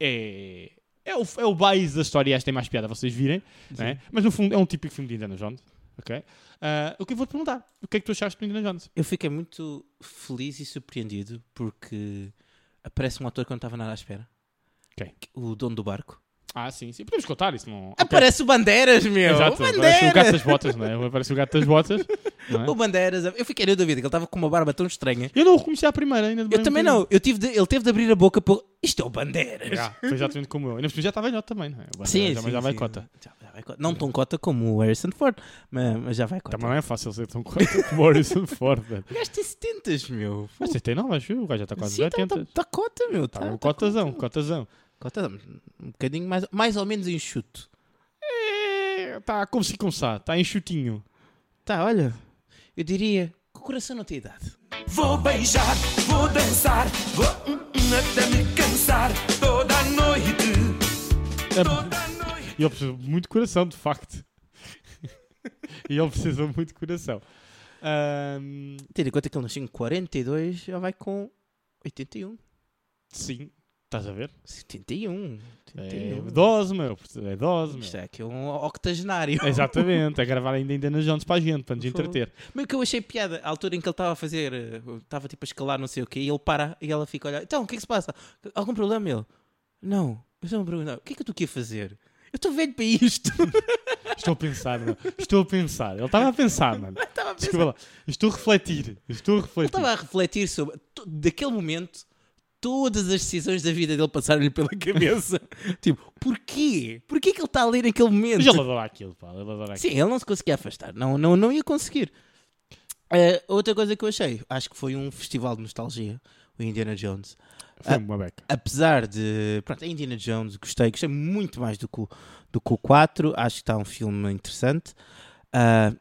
[SPEAKER 1] é. É o, é o base da história e esta é mais piada, vocês virem. Né? Mas no fundo é um típico filme de Indiana Jones. ok? Ah, o que eu vou te perguntar? O que é que tu achaste do Indiana Jones?
[SPEAKER 2] Eu fiquei muito feliz e surpreendido porque aparece um ator que eu não estava nada à espera.
[SPEAKER 1] Quem?
[SPEAKER 2] O dono do barco.
[SPEAKER 1] Ah, sim, sim. Podemos contar isso, não. é? ok.
[SPEAKER 2] Aparece o Bandeiras, meu!
[SPEAKER 1] Exato, aparece
[SPEAKER 2] o
[SPEAKER 1] o gato
[SPEAKER 2] Bandeiras!
[SPEAKER 1] das botas, não é? Aparece o gato das botas. não é?
[SPEAKER 2] O Bandeiras. Eu fiquei na dúvida que ele estava com uma barba tão estranha.
[SPEAKER 1] Eu não o reconheci à primeira, ainda demorei
[SPEAKER 2] Eu
[SPEAKER 1] um
[SPEAKER 2] também
[SPEAKER 1] bocadinho.
[SPEAKER 2] não. Eu tive de- ele teve de abrir a boca para. Isto é o Bandeiras!
[SPEAKER 1] Já, foi exatamente como eu. Ainda por cima já está velhote também, não é? O
[SPEAKER 2] Sim,
[SPEAKER 1] já,
[SPEAKER 2] sim,
[SPEAKER 1] já vai
[SPEAKER 2] sim.
[SPEAKER 1] cota.
[SPEAKER 2] Já- já vai cota. Não tão cota como o Harrison Ford, mas, mas já vai cota.
[SPEAKER 1] Também não é fácil ser tão cota como o Harrison Ford. né?
[SPEAKER 2] O gajo tem 70, meu.
[SPEAKER 1] Mas 69, acho eu. O gajo já está quase
[SPEAKER 2] Sim,
[SPEAKER 1] nos
[SPEAKER 2] tá,
[SPEAKER 1] 80.
[SPEAKER 2] tá, tá cota, meu. Tá,
[SPEAKER 1] Tá, um
[SPEAKER 2] tá
[SPEAKER 1] cotazão, cotazão.
[SPEAKER 2] cota. Um bocadinho mais, mais ou menos enxuto.
[SPEAKER 1] Está É, tá como se começar, está enxutinho.
[SPEAKER 2] Tá, olha. Eu diria que o coração não tem idade.
[SPEAKER 4] Vou beijar, vou dançar, vou hum, hum, até me cansar toda a noite. Toda a noite.
[SPEAKER 1] É E ele precisa muito de coração, de facto. e ele precisa muito de coração. Ahm,
[SPEAKER 2] Tendo em conta que ele nasceu em 42, já vai com 81.
[SPEAKER 1] sim, estás a ver?
[SPEAKER 2] 71.
[SPEAKER 1] É
[SPEAKER 2] 81.
[SPEAKER 1] dose, meu. É dose,
[SPEAKER 2] Isto
[SPEAKER 1] meu.
[SPEAKER 2] é aqui um octogenário.
[SPEAKER 1] Exatamente, a gravar ainda Indiana Jones para a gente, para nos
[SPEAKER 2] Fogo.
[SPEAKER 1] entreter.
[SPEAKER 2] Mas o que eu achei piada, a altura em que ele estava a fazer, eh, estava tipo a escalar não sei o quê, e ele para e ela fica a olhar, então, o que é que se passa? Algum problema? Ele, não, eu só me perguntar, o que é que eu estou aqui a fazer? Eu estou velho para isto.
[SPEAKER 1] Estou a pensar, meu. Estou a pensar. Ele estava a pensar, mano.
[SPEAKER 2] Estava a pensar-
[SPEAKER 1] Desculpa lá. Estou a refletir. Estou a
[SPEAKER 2] Ele
[SPEAKER 1] refletir.
[SPEAKER 2] estava a refletir sobre, to- daquele momento, todas as decisões da vida dele passaram-lhe pela cabeça. tipo, porquê? Porquê que ele está a ler naquele momento?
[SPEAKER 1] Mas ele adora aquilo, pá. Ele adora aquilo.
[SPEAKER 2] Sim, ele não se conseguia afastar, não, não, não ia conseguir. Eh, outra coisa que eu achei, acho que foi um festival de nostalgia, o Indiana Jones.
[SPEAKER 1] Foi
[SPEAKER 2] Ah.
[SPEAKER 1] uma beca.
[SPEAKER 2] Apesar de. Pronto, a Indiana Jones gostei, gostei muito mais do que, o- do que o 4. Acho que está um filme interessante. Ah,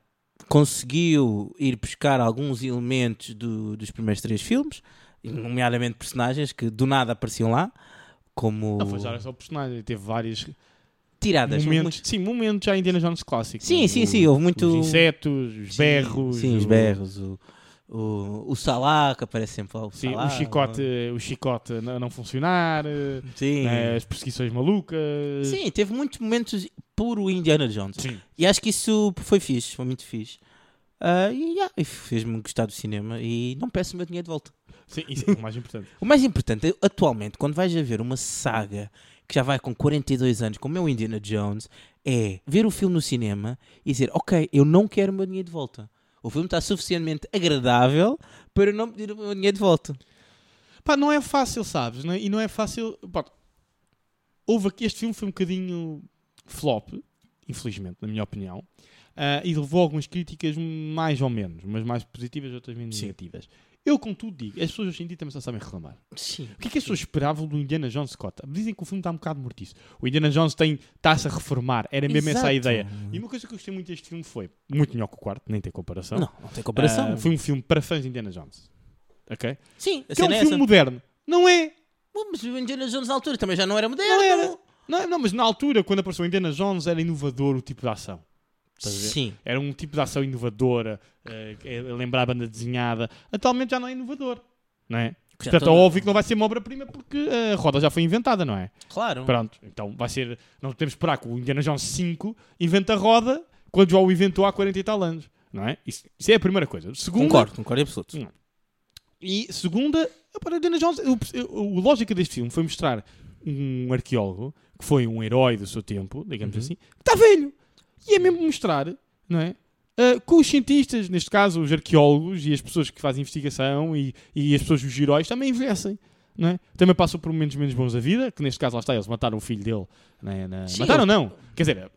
[SPEAKER 2] conseguiu ir buscar alguns elementos do- dos primeiros três filmes, nomeadamente personagens que do nada apareciam lá, como
[SPEAKER 1] Não foi só só o personagem, teve vários
[SPEAKER 2] tiradas.
[SPEAKER 1] momentos. Sim, momentos já Indiana Jones clássico.
[SPEAKER 2] Sim, sim, sim, houve muito.
[SPEAKER 1] Os insetos, os
[SPEAKER 2] Sim,
[SPEAKER 1] berros.
[SPEAKER 2] Sim, os
[SPEAKER 1] o-
[SPEAKER 2] berros. O, o, o Salah, que aparece sempre lá. O,
[SPEAKER 1] Sim,
[SPEAKER 2] Salah,
[SPEAKER 1] o chicote, o chicote a não funcionar, eh,
[SPEAKER 2] Sim.
[SPEAKER 1] né, as perseguições malucas.
[SPEAKER 2] Sim, teve muitos momentos puro Indiana Jones.
[SPEAKER 1] Sim.
[SPEAKER 2] E acho que isso foi fixe, foi muito fixe. Ah, e yeah, e fez-me gostar do cinema e não peço o meu dinheiro de volta.
[SPEAKER 1] Sim, isso é o mais importante.
[SPEAKER 2] O mais importante, é, atualmente, quando vais a ver uma saga que já vai com 42 anos, como é o Indiana Jones, é ver o filme no cinema e dizer, ok, eu não quero o meu dinheiro de volta. O filme está suficientemente agradável para eu não pedir o meu dinheiro de volta.
[SPEAKER 1] Pá, não é fácil, sabes? né? E não é fácil. Pá, houve aqui, este filme foi um bocadinho flop, infelizmente, na minha opinião. ah, e levou algumas críticas mais ou menos, umas mais positivas, outras menos
[SPEAKER 2] Sim.
[SPEAKER 1] negativas. Eu, contudo, digo, as pessoas hoje em dia também só sabem reclamar.
[SPEAKER 2] Sim.
[SPEAKER 1] O que é que as pessoas esperavam do Indiana Jones Scott? Dizem que o filme está um bocado mortiço. O Indiana Jones tem- está-se a reformar. Era É mesmo essa a
[SPEAKER 2] Exato. Uhum.
[SPEAKER 1] ideia. E uma coisa que eu gostei muito deste filme foi, muito melhor que o quarto, nem tem comparação.
[SPEAKER 2] Não, não tem comparação.
[SPEAKER 1] Ah, foi um filme para fãs de Indiana Jones. Ok?
[SPEAKER 2] Sim, a
[SPEAKER 1] Que é um
[SPEAKER 2] cena é
[SPEAKER 1] filme
[SPEAKER 2] essa.
[SPEAKER 1] moderno. Não é.
[SPEAKER 2] Bom, Mas o Indiana Jones na altura também já não era moderno.
[SPEAKER 1] Não era. Não, é- não, mas na altura, quando apareceu o Indiana Jones, era inovador o tipo de ação. Estás a ver?
[SPEAKER 2] Sim.
[SPEAKER 1] Era um tipo de ação inovadora, eh, é lembrar a banda desenhada. Atualmente já não é inovador. Não é?
[SPEAKER 2] Já
[SPEAKER 1] Portanto, é
[SPEAKER 2] toda-
[SPEAKER 1] óbvio que não vai ser uma obra-prima porque eh, a roda já foi inventada, não é?
[SPEAKER 2] Claro.
[SPEAKER 1] Pronto, então vai ser. Não podemos esperar que o Indiana Jones 5 invente a roda quando já o inventou há 40 e tal anos, não é? Isso, isso é a primeira coisa. Segunda,
[SPEAKER 2] Concordo, concordo em absoluto.
[SPEAKER 1] E segunda, para o Indiana Jones, eu- eu- a lógica deste filme foi mostrar um arqueólogo que foi um herói do seu tempo, digamos
[SPEAKER 2] Uhum.
[SPEAKER 1] assim, que está velho. E é mesmo mostrar, não é? Ah, com os cientistas, neste caso os arqueólogos e as pessoas que fazem investigação e, e as pessoas, os heróis, também envelhecem. Não é? Também passam por momentos menos bons da vida, que neste caso lá está, eles mataram o filho dele. não é? Na-
[SPEAKER 2] Sim,
[SPEAKER 1] mataram,
[SPEAKER 2] eles-
[SPEAKER 1] não. Quer dizer,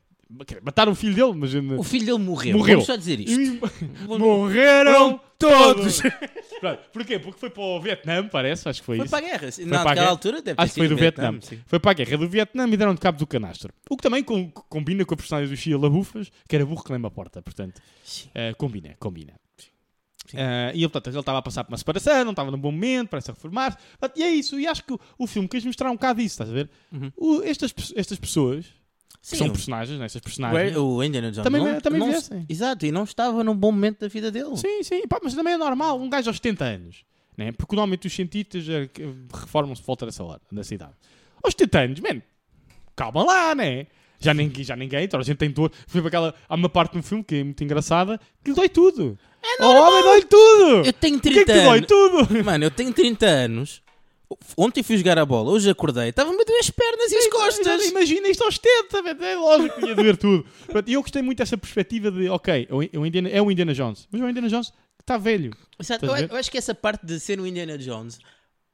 [SPEAKER 1] quer dizer, mataram o filho dele, mas.
[SPEAKER 2] O filho dele morreu.
[SPEAKER 1] Morreu.
[SPEAKER 2] Vamos só dizer isto.
[SPEAKER 1] Morreram
[SPEAKER 2] todos.
[SPEAKER 1] Pronto, Porquê? Porque foi para o Vietnã, parece, acho que foi,
[SPEAKER 2] Foi
[SPEAKER 1] isso.
[SPEAKER 2] para a guerra. Não,
[SPEAKER 1] para a
[SPEAKER 2] naquela
[SPEAKER 1] guerra.
[SPEAKER 2] altura deve ter
[SPEAKER 1] Acho que foi
[SPEAKER 2] sido
[SPEAKER 1] do Vietnã.
[SPEAKER 2] sim.
[SPEAKER 1] Foi para a guerra do Vietnã e deram de cabo do canastro. O que também com- combina com a personagem do Chia Labufas, que era burro que lembra a porta, portanto.
[SPEAKER 2] Sim.
[SPEAKER 1] eh, combina, combina.
[SPEAKER 2] Sim.
[SPEAKER 1] Eh, e ele, portanto, ele estava a passar por uma separação, não estava num bom momento, parece a reformar-se. Portanto, E é isso, e acho que o, o filme quis mostrar um bocado isso, estás a ver?
[SPEAKER 2] Uhum.
[SPEAKER 1] O- estas, pe- estas pessoas, que
[SPEAKER 2] Sim,
[SPEAKER 1] são
[SPEAKER 2] o-
[SPEAKER 1] personagens, né? estas personagens,
[SPEAKER 2] Where- O Indiana Jones
[SPEAKER 1] Também- é
[SPEAKER 2] não,
[SPEAKER 1] também
[SPEAKER 2] não,
[SPEAKER 1] viessem.
[SPEAKER 2] Exato, e não estava num bom momento da vida dele.
[SPEAKER 1] Sim, sim, pá, mas também é normal, um gajo aos 70 anos, né? porque normalmente os cientistas eh, que- reformam-se volta dessa hora, dessa idade. Aos 70 anos, mano, calma lá, né? Já ninguém, já ninguém, toda a gente tem dor. Foi aquela, há uma parte no filme que é muito engraçada, que lhe dói tudo. É o homem dói tudo!
[SPEAKER 2] Eu tenho
[SPEAKER 1] O que é
[SPEAKER 2] 30
[SPEAKER 1] que te dói
[SPEAKER 2] anos.
[SPEAKER 1] tudo?
[SPEAKER 2] Mano, eu tenho 30 anos. Ontem fui jogar a bola, hoje acordei. Estava-me a doer as pernas e as
[SPEAKER 1] Exato,
[SPEAKER 2] costas.
[SPEAKER 1] Imagina isto aos 70, mano, é lógico que ia doer tudo. Pronto, E eu gostei muito dessa perspectiva de, ok, é o- é o Indiana, é o Indiana Jones, mas é o Indiana Jones que está velho. Estás
[SPEAKER 2] Exato,
[SPEAKER 1] a
[SPEAKER 2] eu,
[SPEAKER 1] ver?
[SPEAKER 2] eu acho que essa parte de ser o Indiana Jones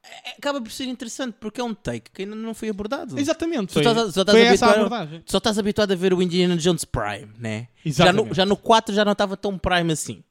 [SPEAKER 2] é- é- acaba por ser interessante porque é um take que ainda não foi abordado.
[SPEAKER 1] Exatamente,
[SPEAKER 2] Hum. Tu
[SPEAKER 1] foi,
[SPEAKER 2] estás a- só estás
[SPEAKER 1] foi essa a
[SPEAKER 2] habituado-
[SPEAKER 1] abordagem.
[SPEAKER 2] Só estás habituado a ver o Indiana Jones Prime, né? Já
[SPEAKER 1] Exatamente.
[SPEAKER 2] no, já no 4 já não estava tão Prime assim.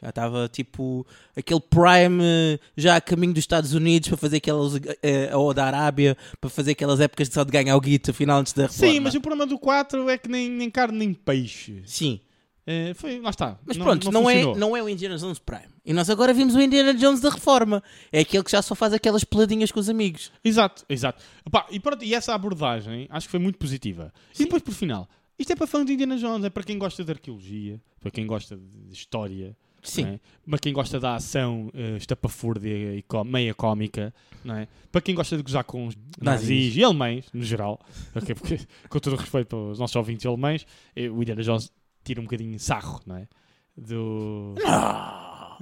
[SPEAKER 2] Já estava tipo aquele Prime eh, já a caminho dos Estados Unidos para fazer aquelas. eh, ou da Arábia, para fazer aquelas épocas de só de ganhar o guito, afinal antes da reforma.
[SPEAKER 1] Sim, mas o problema do 4 é que nem, nem carne nem peixe.
[SPEAKER 2] Sim.
[SPEAKER 1] É, foi, lá está.
[SPEAKER 2] Mas pronto, não, é,
[SPEAKER 1] funcionou.
[SPEAKER 2] não é o Indiana Jones Prime. E nós agora vimos o Indiana Jones da reforma. É aquele que já só faz aquelas peladinhas com os amigos.
[SPEAKER 1] Exato, exato. Epá, e, pronto, e essa abordagem acho que foi muito positiva. E depois, por final, isto é para fãs de Indiana Jones, é para quem gosta de arqueologia, para quem gosta de história,
[SPEAKER 2] Sim.
[SPEAKER 1] não é? para quem gosta da ação eh, estapafúrdia e có- meia cómica, não é? para quem gosta de gozar com os nazis,
[SPEAKER 2] Nazis.
[SPEAKER 1] e alemães, no geral, ok? porque com todo o respeito para os nossos ouvintes alemães, eh, o Indiana Jones tira um bocadinho sarro, não é? Do...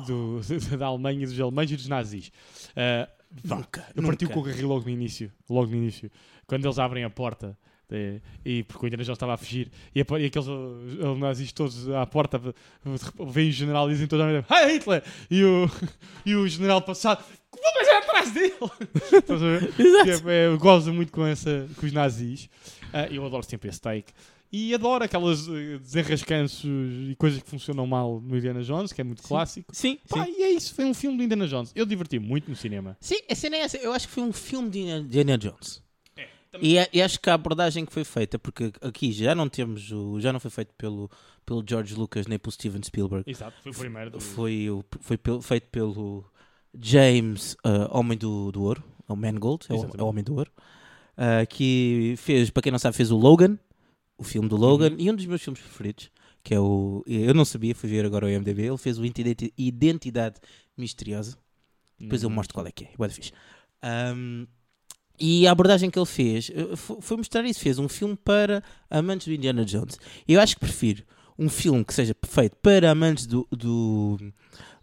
[SPEAKER 1] do- da Alemanha, dos alemães e dos nazis. Ah, vá,
[SPEAKER 2] Nunca,
[SPEAKER 1] eu parti o
[SPEAKER 2] nunca.
[SPEAKER 1] carril logo no início, logo no início, quando eles abrem a porta. eh, E porque o Indiana Jones estava a fugir, e, apa- e aqueles ah, nazis todos à porta v- v- vem o general e dizem toda a maneira: Hi Hitler! E o, e o general passado, mas é atrás dele! Estás a ver?
[SPEAKER 2] Exato.
[SPEAKER 1] Que é- é, eu gosto muito com, essa, com os nazis, Ah, eu adoro sempre esse take. E adoro aquelas eh, desenrascanços e coisas que funcionam mal no Indiana Jones, que é muito clássico.
[SPEAKER 2] Sim,
[SPEAKER 1] Pá, e é isso, foi um filme do Indiana Jones. Eu diverti muito no cinema.
[SPEAKER 2] Sim, a cena é essa. Eu acho que foi um filme de Indiana- de Indiana Jones. E, a- e acho que a abordagem que foi feita, porque aqui já não temos o. Já não foi feito pelo, pelo George Lucas nem pelo Steven Spielberg.
[SPEAKER 1] Exato, foi o primeiro do...
[SPEAKER 2] Foi, o- foi pelo- feito pelo James, ah, Homem do, do Ouro, é o Mangold, é o,
[SPEAKER 1] Exatamente.
[SPEAKER 2] é o Homem do Ouro, ah, que fez, para quem não sabe, fez o Logan, o filme do Logan, e um dos meus filmes preferidos, que é o. Eu não sabia, fui ver agora o IMDb, ele fez o Identidade, Identidade Misteriosa. Depois
[SPEAKER 1] Uhum.
[SPEAKER 2] eu mostro qual é que é. Bué da fixe. Ahm, e a abordagem que ele fez eh, fo- foi mostrar isso. Fez um filme para amantes do Indiana Jones. Eu acho que prefiro um filme que seja feito para amantes do, do,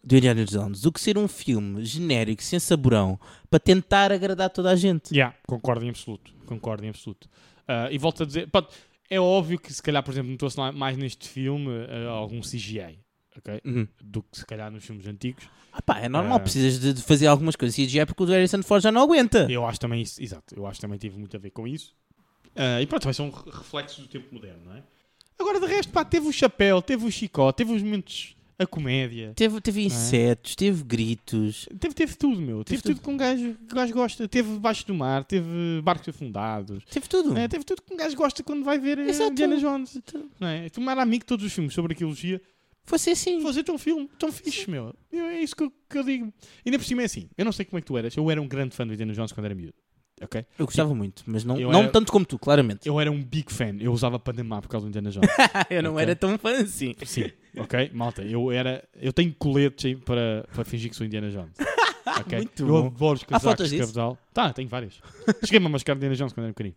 [SPEAKER 2] do Indiana Jones do que ser um filme genérico, sem saborão, para tentar agradar toda a gente.
[SPEAKER 1] Hum. Yeah, concordo em absoluto. Concordo em absoluto. Ah, e volto a dizer, pá, é óbvio que se calhar, por exemplo, notou-se lá- mais neste filme ah, algum CGI, ok?
[SPEAKER 2] Uhum.
[SPEAKER 1] Do que se calhar nos filmes antigos.
[SPEAKER 2] Ah pá, é normal,
[SPEAKER 1] Ah.
[SPEAKER 2] precisas de, de fazer algumas coisas. E já é porque o Harrison Ford já não aguenta.
[SPEAKER 1] Eu acho também isso, exato, eu acho que também tive muito a ver com isso. Ah, e pronto, também são re- reflexos do tempo moderno, não é? Agora, de resto, pá, teve o chapéu, teve o chicó, teve os momentos, a comédia,
[SPEAKER 2] Teve, teve insetos, teve gritos.
[SPEAKER 1] teve, teve tudo, meu. Teve,
[SPEAKER 2] Teve
[SPEAKER 1] tudo que um gajo, que um gajo gosta. Teve baixo do mar, teve barcos afundados,
[SPEAKER 2] Teve tudo.
[SPEAKER 1] É, teve tudo que um gajo gosta quando vai ver eh,
[SPEAKER 2] Exato.
[SPEAKER 1] Indiana Jones. Não é? Tu era amigo de todos os filmes sobre arqueologia.
[SPEAKER 2] Fosse assim.
[SPEAKER 1] Fazer tão filme, tão fixe, meu. Eu- é isso que eu, que eu digo. Ainda por cima é assim. Eu não sei como é que tu eras. Eu era um grande fã do Indiana Jones quando era miúdo. Ok?
[SPEAKER 2] Eu gostava muito, mas não,
[SPEAKER 1] Eu
[SPEAKER 2] não
[SPEAKER 1] era-
[SPEAKER 2] tanto como tu, claramente.
[SPEAKER 1] Eu era um big fan. Eu usava Panamá por causa do Indiana Jones.
[SPEAKER 2] Eu não
[SPEAKER 1] Ok.
[SPEAKER 2] era tão fã assim.
[SPEAKER 1] Sim. Ok? Malta, eu era. Eu tenho coletes aí para, para fingir que sou Indiana Jones. Ok?
[SPEAKER 2] Muito
[SPEAKER 1] eu
[SPEAKER 2] bom.
[SPEAKER 1] adoro os
[SPEAKER 2] fotos
[SPEAKER 1] casacos de
[SPEAKER 2] disso?
[SPEAKER 1] cabedal. Tá, tenho várias. Cheguei-me a mascar Indiana Jones quando era pequenino.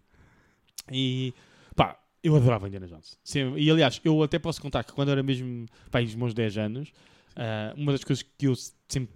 [SPEAKER 1] E pá, eu adorava Indiana Jones. Sim, e aliás, eu até posso contar que quando era mesmo pá, aí os meus 10 anos, ah, uma das coisas que eu sempre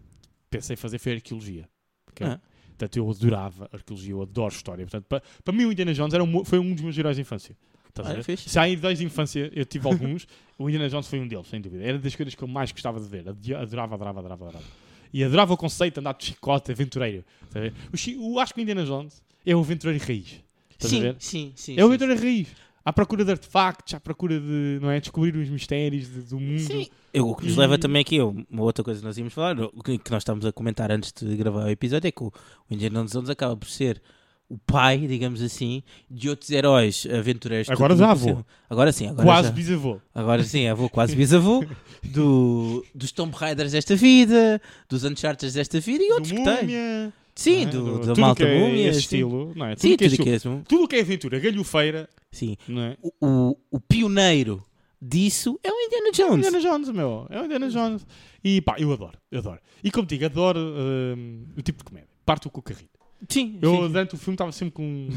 [SPEAKER 1] pensei fazer foi arqueologia. ok?
[SPEAKER 2] Ah.
[SPEAKER 1] Portanto, eu adorava arqueologia, eu adoro história. Portanto, pa- para, mim o Indiana Jones era um, foi um dos meus heróis de infância. Estás a
[SPEAKER 2] Ah,
[SPEAKER 1] ver?
[SPEAKER 2] fixe.
[SPEAKER 1] Se há heróis de infância, eu tive alguns, o Indiana Jones foi um deles, sem dúvida. Era das coisas que eu mais gostava de ver. Adi- Adorava, adorava, adorava, adorava. E adorava o conceito de andar de chicote, aventureiro. Estás a ver? O, chi- o- acho que o Indiana Jones é o aventureiro raiz. Estás a ver?
[SPEAKER 2] Sim, sim, sim.
[SPEAKER 1] É o
[SPEAKER 2] sim.
[SPEAKER 1] Vitor Raiz. À procura de artefactos, à procura de não é, descobrir os mistérios de- do mundo.
[SPEAKER 2] Sim. Eu- o que nos leva também aqui a uma outra coisa que nós íamos falar, o que que nós estamos a comentar antes de gravar o episódio, é que o, o Indiana Jones acaba por ser o pai, digamos assim, de outros heróis aventureiros. que
[SPEAKER 1] Agora
[SPEAKER 2] tudo
[SPEAKER 1] já,
[SPEAKER 2] aconteceu.
[SPEAKER 1] avô.
[SPEAKER 2] Agora sim, agora
[SPEAKER 1] Quase
[SPEAKER 2] já.
[SPEAKER 1] bisavô.
[SPEAKER 2] Agora sim, é avô, quase bisavô do, dos Tomb Raiders desta vida, dos Uncharted desta vida e
[SPEAKER 1] Do
[SPEAKER 2] outros que têm.
[SPEAKER 1] múmia, não
[SPEAKER 2] Sim,
[SPEAKER 1] é?
[SPEAKER 2] do,
[SPEAKER 1] Do-
[SPEAKER 2] da
[SPEAKER 1] tudo
[SPEAKER 2] malta
[SPEAKER 1] que é
[SPEAKER 2] múmia.
[SPEAKER 1] esse
[SPEAKER 2] sim.
[SPEAKER 1] estilo. Não é? tudo,
[SPEAKER 2] Sim, tudo
[SPEAKER 1] que
[SPEAKER 2] que
[SPEAKER 1] é,
[SPEAKER 2] é esse-
[SPEAKER 1] tudo que é aventura, galhofeira.
[SPEAKER 2] Sim.
[SPEAKER 1] Não é?
[SPEAKER 2] O, o, o pioneiro disso é o Indiana
[SPEAKER 1] É o
[SPEAKER 2] Jones.
[SPEAKER 1] Indiana Jones, meu. É o Indiana Jones. E pá, eu adoro, eu adoro. E como digo, adoro hum, o tipo de comédia. Parto com o carrinho.
[SPEAKER 2] Sim,
[SPEAKER 1] Eu
[SPEAKER 2] sim.
[SPEAKER 1] durante o filme estava sempre com,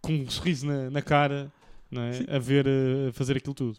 [SPEAKER 1] com um sorriso na, na cara, não é? a ver, eh, a fazer aquilo tudo.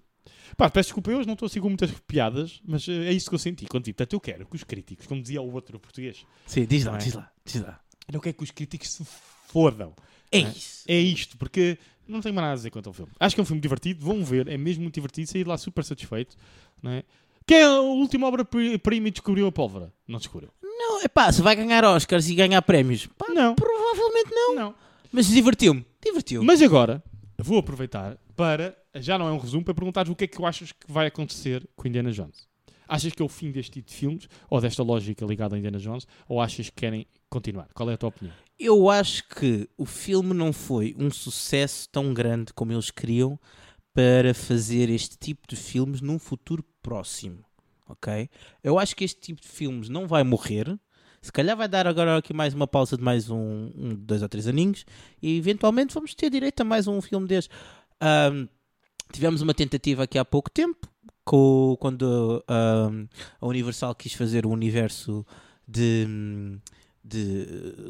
[SPEAKER 1] Pá, peço desculpa, eu hoje não estou assim com muitas piadas, mas eh, é isso que eu senti quando vi. Portanto, eu quero que os críticos, como dizia o outro português,
[SPEAKER 2] Sim, diz
[SPEAKER 1] Não
[SPEAKER 2] lá,
[SPEAKER 1] é?
[SPEAKER 2] diz lá, diz lá.
[SPEAKER 1] eu quero que os críticos se fodam.
[SPEAKER 2] É
[SPEAKER 1] Não é?
[SPEAKER 2] isso.
[SPEAKER 1] É isto, porque não tenho mais nada a dizer quanto ao filme. Acho que é um filme divertido, vão ver, é mesmo muito divertido, saí de lá super satisfeito, não é? Que é a última obra-prima e descobriu a pólvora? Não descobriu.
[SPEAKER 2] Não, é pá, se vai ganhar Oscars e ganhar prémios, pá,
[SPEAKER 1] Não,
[SPEAKER 2] provavelmente não.
[SPEAKER 1] não.
[SPEAKER 2] Mas divertiu-me, divertiu-me.
[SPEAKER 1] Mas agora vou aproveitar para, já não é um resumo, para perguntar o que é que tu achas que vai acontecer com Indiana Jones. Achas que é o fim deste tipo de filmes, ou desta lógica ligada a Indiana Jones, ou achas que querem continuar? Qual é a tua opinião?
[SPEAKER 2] Eu acho que o filme não foi um sucesso tão grande como eles queriam para fazer este tipo de filmes num futuro próximo, ok? Eu acho que este tipo de filmes não vai morrer. Se calhar vai dar agora aqui mais uma pausa de mais um, um, dois ou três aninhos e eventualmente vamos ter direito a mais um filme deste. Ahm, tivemos uma tentativa aqui há pouco tempo, co- quando ahm, a Universal quis fazer o universo de, hum, de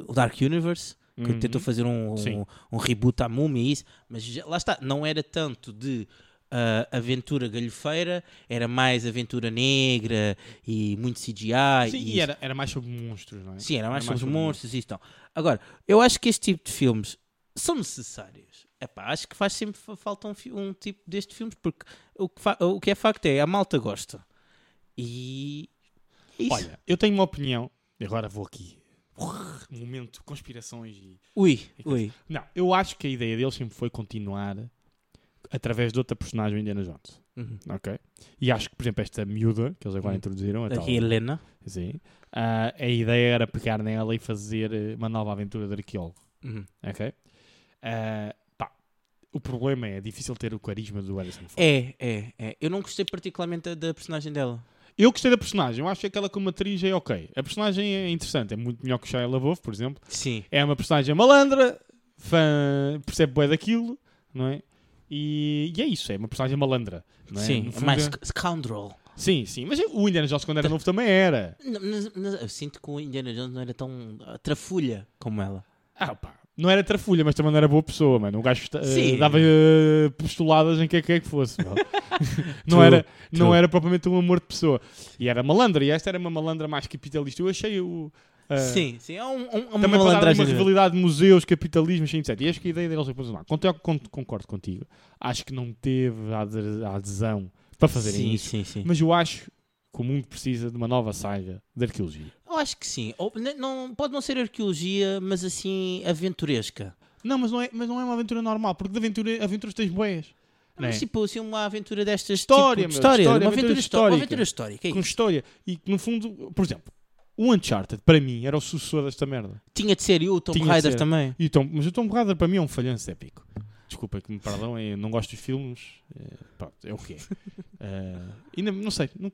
[SPEAKER 2] uh, Dark Universe, que
[SPEAKER 1] Uhum.
[SPEAKER 2] tentou fazer um,
[SPEAKER 1] Sim.
[SPEAKER 2] um, um reboot à múmia e isso, mas já- lá está, não era tanto de ah, aventura galhofeira, era mais aventura negra e muito CGI.
[SPEAKER 1] Sim,
[SPEAKER 2] e
[SPEAKER 1] e era, era mais sobre monstros, não é?
[SPEAKER 2] Sim, era mais sobre os monstros e isso. então. Agora, eu acho que este tipo de filmes são necessários. Epá, acho que faz sempre fa- falta um, fi- um tipo destes filmes, porque o que, fa- o que é facto é a malta gosta. E. é Isso.
[SPEAKER 1] Olha, eu tenho uma opinião, e agora vou aqui. um Momento, conspirações e.
[SPEAKER 2] ui, ui.
[SPEAKER 1] Não, eu acho que a ideia deles sempre foi continuar através de outra personagem do Indiana Jones.
[SPEAKER 2] Uhum.
[SPEAKER 1] Ok? E acho que, por exemplo, esta miúda, que eles agora
[SPEAKER 2] Uhum.
[SPEAKER 1] introduziram, a
[SPEAKER 2] A
[SPEAKER 1] tal-
[SPEAKER 2] Helena.
[SPEAKER 1] Sim. Ah, a ideia era pegar nela e fazer eh, uma nova aventura de arqueólogo.
[SPEAKER 2] Uhum.
[SPEAKER 1] Ok? Ah, pá, o problema é, é difícil ter o carisma do Harrison Ford.
[SPEAKER 2] É, é, é. Eu não gostei particularmente da, da personagem dela.
[SPEAKER 1] Eu gostei da personagem, eu acho que aquela como atriz é ok. A personagem é interessante, é muito melhor que o Shia LaBeouf, por exemplo.
[SPEAKER 2] Sim.
[SPEAKER 1] É uma personagem malandra, fã, percebe bué daquilo, não é? E, e é isso, é uma personagem malandra. Não é?
[SPEAKER 2] Sim,
[SPEAKER 1] No
[SPEAKER 2] é
[SPEAKER 1] fundo
[SPEAKER 2] mais
[SPEAKER 1] é-
[SPEAKER 2] sc- scoundrel.
[SPEAKER 1] Sim, sim, mas o Indiana Jones quando era novo também era.
[SPEAKER 2] N- n- n- eu sinto que o Indiana Jones não era tão ah, trafulha como ela.
[SPEAKER 1] Ah, pá. Não era trafulha, mas também não era boa pessoa, mano. O gajo eh,
[SPEAKER 2] Sim.
[SPEAKER 1] dava eh, postuladas em quem quer que fosse. meu. não,
[SPEAKER 2] True,
[SPEAKER 1] era, não
[SPEAKER 2] true.
[SPEAKER 1] era propriamente um amor de pessoa. E era malandra, e esta era uma malandra mais capitalista. Eu achei o. eh,
[SPEAKER 2] Sim, sim. É um, um,
[SPEAKER 1] Também para
[SPEAKER 2] uma
[SPEAKER 1] dar ali uma
[SPEAKER 2] malandragem. dele.
[SPEAKER 1] rivalidade de museus, capitalismo, assim, etc. E acho que a ideia deles é lá. Concordo, concordo contigo. Acho que não teve a ade- a adesão para fazerem
[SPEAKER 2] Sim,
[SPEAKER 1] isso.
[SPEAKER 2] sim, sim.
[SPEAKER 1] Mas eu acho que o mundo precisa de uma nova saga de arqueologia.
[SPEAKER 2] Eu acho que sim. Ou, ne- não, pode não ser arqueologia, mas assim, aventuresca.
[SPEAKER 1] Não, mas não é, mas não é uma aventura normal, porque de aventura, aventuras tens boias. Não é?
[SPEAKER 2] Mas tipo, assim, uma aventura destas.
[SPEAKER 1] História,
[SPEAKER 2] tipo,
[SPEAKER 1] meu,
[SPEAKER 2] história,
[SPEAKER 1] história,
[SPEAKER 2] uma
[SPEAKER 1] aventura
[SPEAKER 2] aventura histórica. Uma
[SPEAKER 1] histórica.
[SPEAKER 2] aventura histórica. é
[SPEAKER 1] Com
[SPEAKER 2] isso.
[SPEAKER 1] história. E que, no fundo, por exemplo, o Uncharted, para mim, era o sucessor desta merda.
[SPEAKER 2] Tinha de ser e o Tom
[SPEAKER 1] Tinha de
[SPEAKER 2] Raider
[SPEAKER 1] ser.
[SPEAKER 2] também.
[SPEAKER 1] E o Tom, mas o Tom Raider, para mim, é um falhanço épico. Desculpa, que me perdão, eu não gosto dos filmes. eh, pronto, é o que é. Eh, ainda, não sei, não-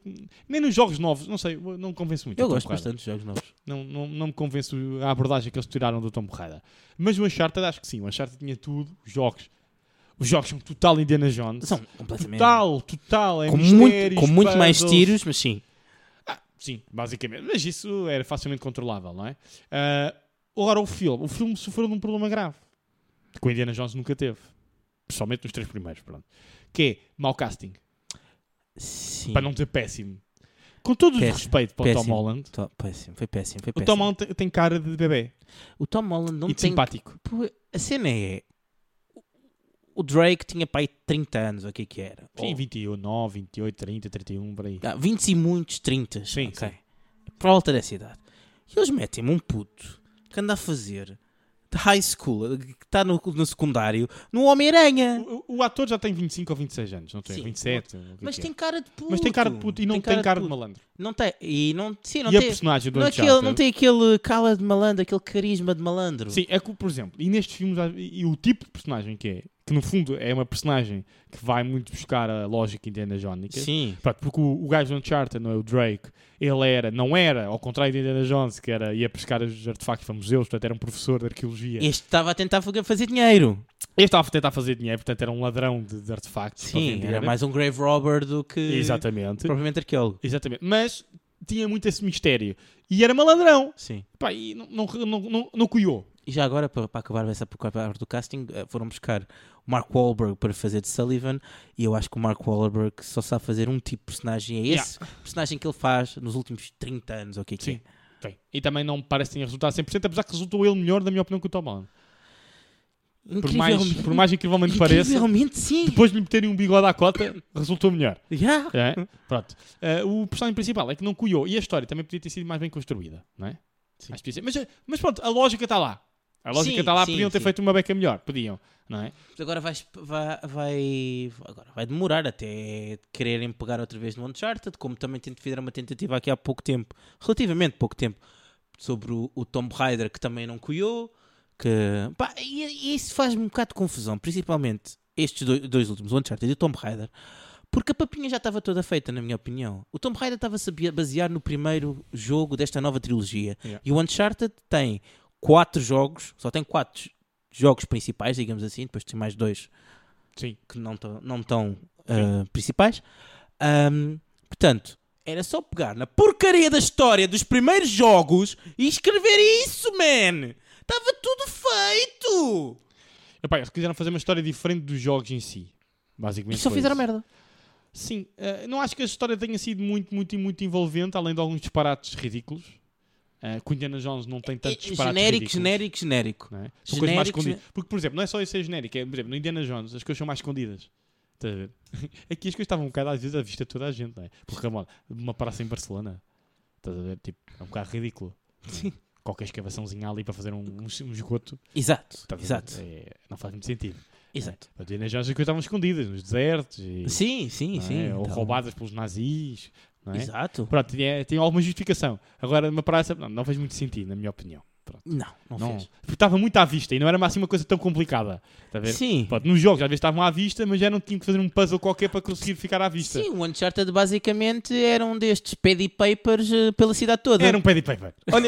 [SPEAKER 1] nem nos jogos novos, não sei, não me convence muito.
[SPEAKER 2] Eu
[SPEAKER 1] o Tom
[SPEAKER 2] gosto
[SPEAKER 1] Raider.
[SPEAKER 2] bastante dos jogos novos.
[SPEAKER 1] Não, não, não me convence a abordagem que eles tiraram do Tom Raider. Mas o Uncharted, acho que sim. O Uncharted tinha tudo, os jogos. Os jogos são total Indiana Jones.
[SPEAKER 2] São completamente.
[SPEAKER 1] Total, total. É
[SPEAKER 2] com muito,
[SPEAKER 1] mistérios,
[SPEAKER 2] com muito mais
[SPEAKER 1] puzzles.
[SPEAKER 2] tiros, mas sim.
[SPEAKER 1] Sim, basicamente. Mas isso era facilmente controlável, não é? Ah, agora, o filme. O filme sofreu de um problema grave. Que o Indiana Jones nunca teve. Pessoalmente nos três primeiros, pronto. Que é mau casting.
[SPEAKER 2] Sim.
[SPEAKER 1] Para não dizer péssimo. Com todo o
[SPEAKER 2] Péssimo,
[SPEAKER 1] respeito para o Tom
[SPEAKER 2] péssimo.
[SPEAKER 1] Holland,
[SPEAKER 2] To- Péssimo, foi péssimo, foi
[SPEAKER 1] o
[SPEAKER 2] péssimo.
[SPEAKER 1] Tom Holland tem- tem cara de bebê
[SPEAKER 2] O Tom Holland não
[SPEAKER 1] e de
[SPEAKER 2] tem.
[SPEAKER 1] simpático.
[SPEAKER 2] Pô, A cena é. o- O Drake tinha pai 30 anos, ou o que é que era?
[SPEAKER 1] Sim,
[SPEAKER 2] Ou-
[SPEAKER 1] 29, 28, 30, 31, por aí.
[SPEAKER 2] Ah, 20 e muitos, 30.
[SPEAKER 1] Sim,
[SPEAKER 2] ok. Por volta dessa idade. E eles metem-me um puto que anda a fazer de high school, que está no, no secundário, no Homem-Aranha.
[SPEAKER 1] O, o- o ator já tem 25 ou 26 anos, não tem?
[SPEAKER 2] Sim.
[SPEAKER 1] 27. o que
[SPEAKER 2] Mas
[SPEAKER 1] que é.
[SPEAKER 2] tem cara de puto.
[SPEAKER 1] Mas tem cara de puto e não tem cara, de,
[SPEAKER 2] puto.
[SPEAKER 1] malandro.
[SPEAKER 2] Não tem. E não, sim, não
[SPEAKER 1] e a
[SPEAKER 2] tem.
[SPEAKER 1] personagem do
[SPEAKER 2] Não, é
[SPEAKER 1] Uncharted...
[SPEAKER 2] aquele, não tem aquele cala de malandro, aquele carisma de malandro.
[SPEAKER 1] Sim, é que, por exemplo, e nestes filmes, há- e e o tipo de personagem que é, que no fundo é uma personagem que vai muito buscar a lógica indiana jónica.
[SPEAKER 2] Sim.
[SPEAKER 1] Pronto, porque o, o gajo do Uncharted, não é o Drake, ele era, não era, ao contrário de Indiana Jones, que era, ia buscar os artefactos para museus, portanto era um professor de arqueologia.
[SPEAKER 2] Este estava a tentar fa- fazer dinheiro.
[SPEAKER 1] Ele estava a tentar fazer dinheiro, portanto era um ladrão de, de artefactos. para
[SPEAKER 2] Sim,
[SPEAKER 1] vender.
[SPEAKER 2] era mais um grave robber do que
[SPEAKER 1] Exatamente.
[SPEAKER 2] propriamente arqueólogo.
[SPEAKER 1] Exatamente. Mas tinha muito esse mistério. E era malandrão.
[SPEAKER 2] Sim.
[SPEAKER 1] Pá, e não, não, não, não, não cuiou.
[SPEAKER 2] E já agora, para, para acabar essa parte do casting, eh, foram buscar o Mark Wahlberg para fazer de Sullivan. E eu acho que o Mark Wahlberg só sabe fazer um tipo de personagem. É esse personagem que ele faz nos últimos 30 anos, ou o que é que
[SPEAKER 1] Sim.
[SPEAKER 2] é.
[SPEAKER 1] Bem, e também não me parece que tenha resultado 100%, apesar que resultou ele melhor, na minha opinião, que o Tom Holland.
[SPEAKER 2] é
[SPEAKER 1] Por mais,
[SPEAKER 2] Incrivelmente-
[SPEAKER 1] por mais incrivelmente
[SPEAKER 2] é
[SPEAKER 1] pareça,
[SPEAKER 2] Incrivelmente, sim.
[SPEAKER 1] depois de lhe meterem um bigode à cota, resultou melhor.
[SPEAKER 2] Yeah.
[SPEAKER 1] É? Pronto. Eh, o personagem principal é que não cuiou. E a história também podia ter sido mais bem construída, não é?
[SPEAKER 2] Sim.
[SPEAKER 1] Acho que podia ser. Mas, eh, mas pronto, a lógica está lá. A lógica
[SPEAKER 2] Sim,
[SPEAKER 1] está lá,
[SPEAKER 2] sim,
[SPEAKER 1] podiam ter
[SPEAKER 2] sim.
[SPEAKER 1] feito uma beca melhor, podiam, não é?
[SPEAKER 2] Agora vais- vai, vai, agora vai demorar até quererem pegar outra vez no Uncharted, como também tent- fizeram uma tentativa aqui há pouco tempo, relativamente pouco tempo, sobre o, o Tomb Raider que também não cuiou. Que, pá, e, e isso faz-me um bocado de confusão, principalmente estes do- dois, últimos, o Uncharted e o Tomb Raider, porque a papinha já estava toda feita, na minha opinião. O Tomb Raider estava-se a bia- basear no primeiro jogo desta nova trilogia,
[SPEAKER 1] Yeah.
[SPEAKER 2] e o Uncharted tem quatro jogos, só tem quatro jogos principais, digamos assim, depois tem mais dois
[SPEAKER 1] Sim.
[SPEAKER 2] que não estão não tão, ah, principais. Ahm, portanto, era só pegar na porcaria da história dos primeiros jogos e escrever isso, man! Estava tudo feito!
[SPEAKER 1] Epá, eles quiseram fazer uma história diferente dos jogos em si.
[SPEAKER 2] E
[SPEAKER 1] Basicamente.
[SPEAKER 2] só
[SPEAKER 1] foi
[SPEAKER 2] fizeram
[SPEAKER 1] isso.
[SPEAKER 2] merda.
[SPEAKER 1] Sim, eh, não acho que a história tenha sido muito, muito, muito envolvente, além de alguns disparates ridículos. Eh, que o Indiana Jones não tem tantos
[SPEAKER 2] É- é
[SPEAKER 1] disparates
[SPEAKER 2] genérico,
[SPEAKER 1] ridículos,
[SPEAKER 2] genérico, genérico.
[SPEAKER 1] não é? São coisas mais
[SPEAKER 2] genérico,
[SPEAKER 1] escondidas. Porque, por exemplo, não é só isso ser genérico, é, por exemplo, no Indiana Jones as coisas são mais escondidas. Estás a ver? Aqui as coisas estavam um bocado às vezes à vista de toda a gente, não é? Porque, Ramon, uma praça em Barcelona, estás a ver? Tipo, é um bocado ridículo. não é?
[SPEAKER 2] Sim.
[SPEAKER 1] Qualquer escavaçãozinha ali para fazer um, um, um esgoto,
[SPEAKER 2] Exato,
[SPEAKER 1] estás a ver?
[SPEAKER 2] exato.
[SPEAKER 1] É, não faz muito sentido.
[SPEAKER 2] Exato.
[SPEAKER 1] As Indiana Jones e coisas estavam escondidas nos desertos. E,
[SPEAKER 2] Sim, sim,
[SPEAKER 1] não é?
[SPEAKER 2] sim.
[SPEAKER 1] Ou
[SPEAKER 2] então.
[SPEAKER 1] roubadas pelos nazis. Não é?
[SPEAKER 2] Exato.
[SPEAKER 1] Pronto, tinha- tem alguma justificação. Agora, uma praça, não, não fez muito sentido, na minha opinião. Pronto.
[SPEAKER 2] Não, não,
[SPEAKER 1] Não,
[SPEAKER 2] fez.
[SPEAKER 1] porque estava muito à vista e não era assim uma coisa tão complicada. Está a ver?
[SPEAKER 2] Sim.
[SPEAKER 1] Pronto, nos jogos às vezes estavam à vista, mas já não tinha que fazer um puzzle qualquer para conseguir ficar à vista.
[SPEAKER 2] Sim, o Uncharted basicamente era um destes paddy papers eh, pela cidade toda.
[SPEAKER 1] Era um paddy paper. Olha.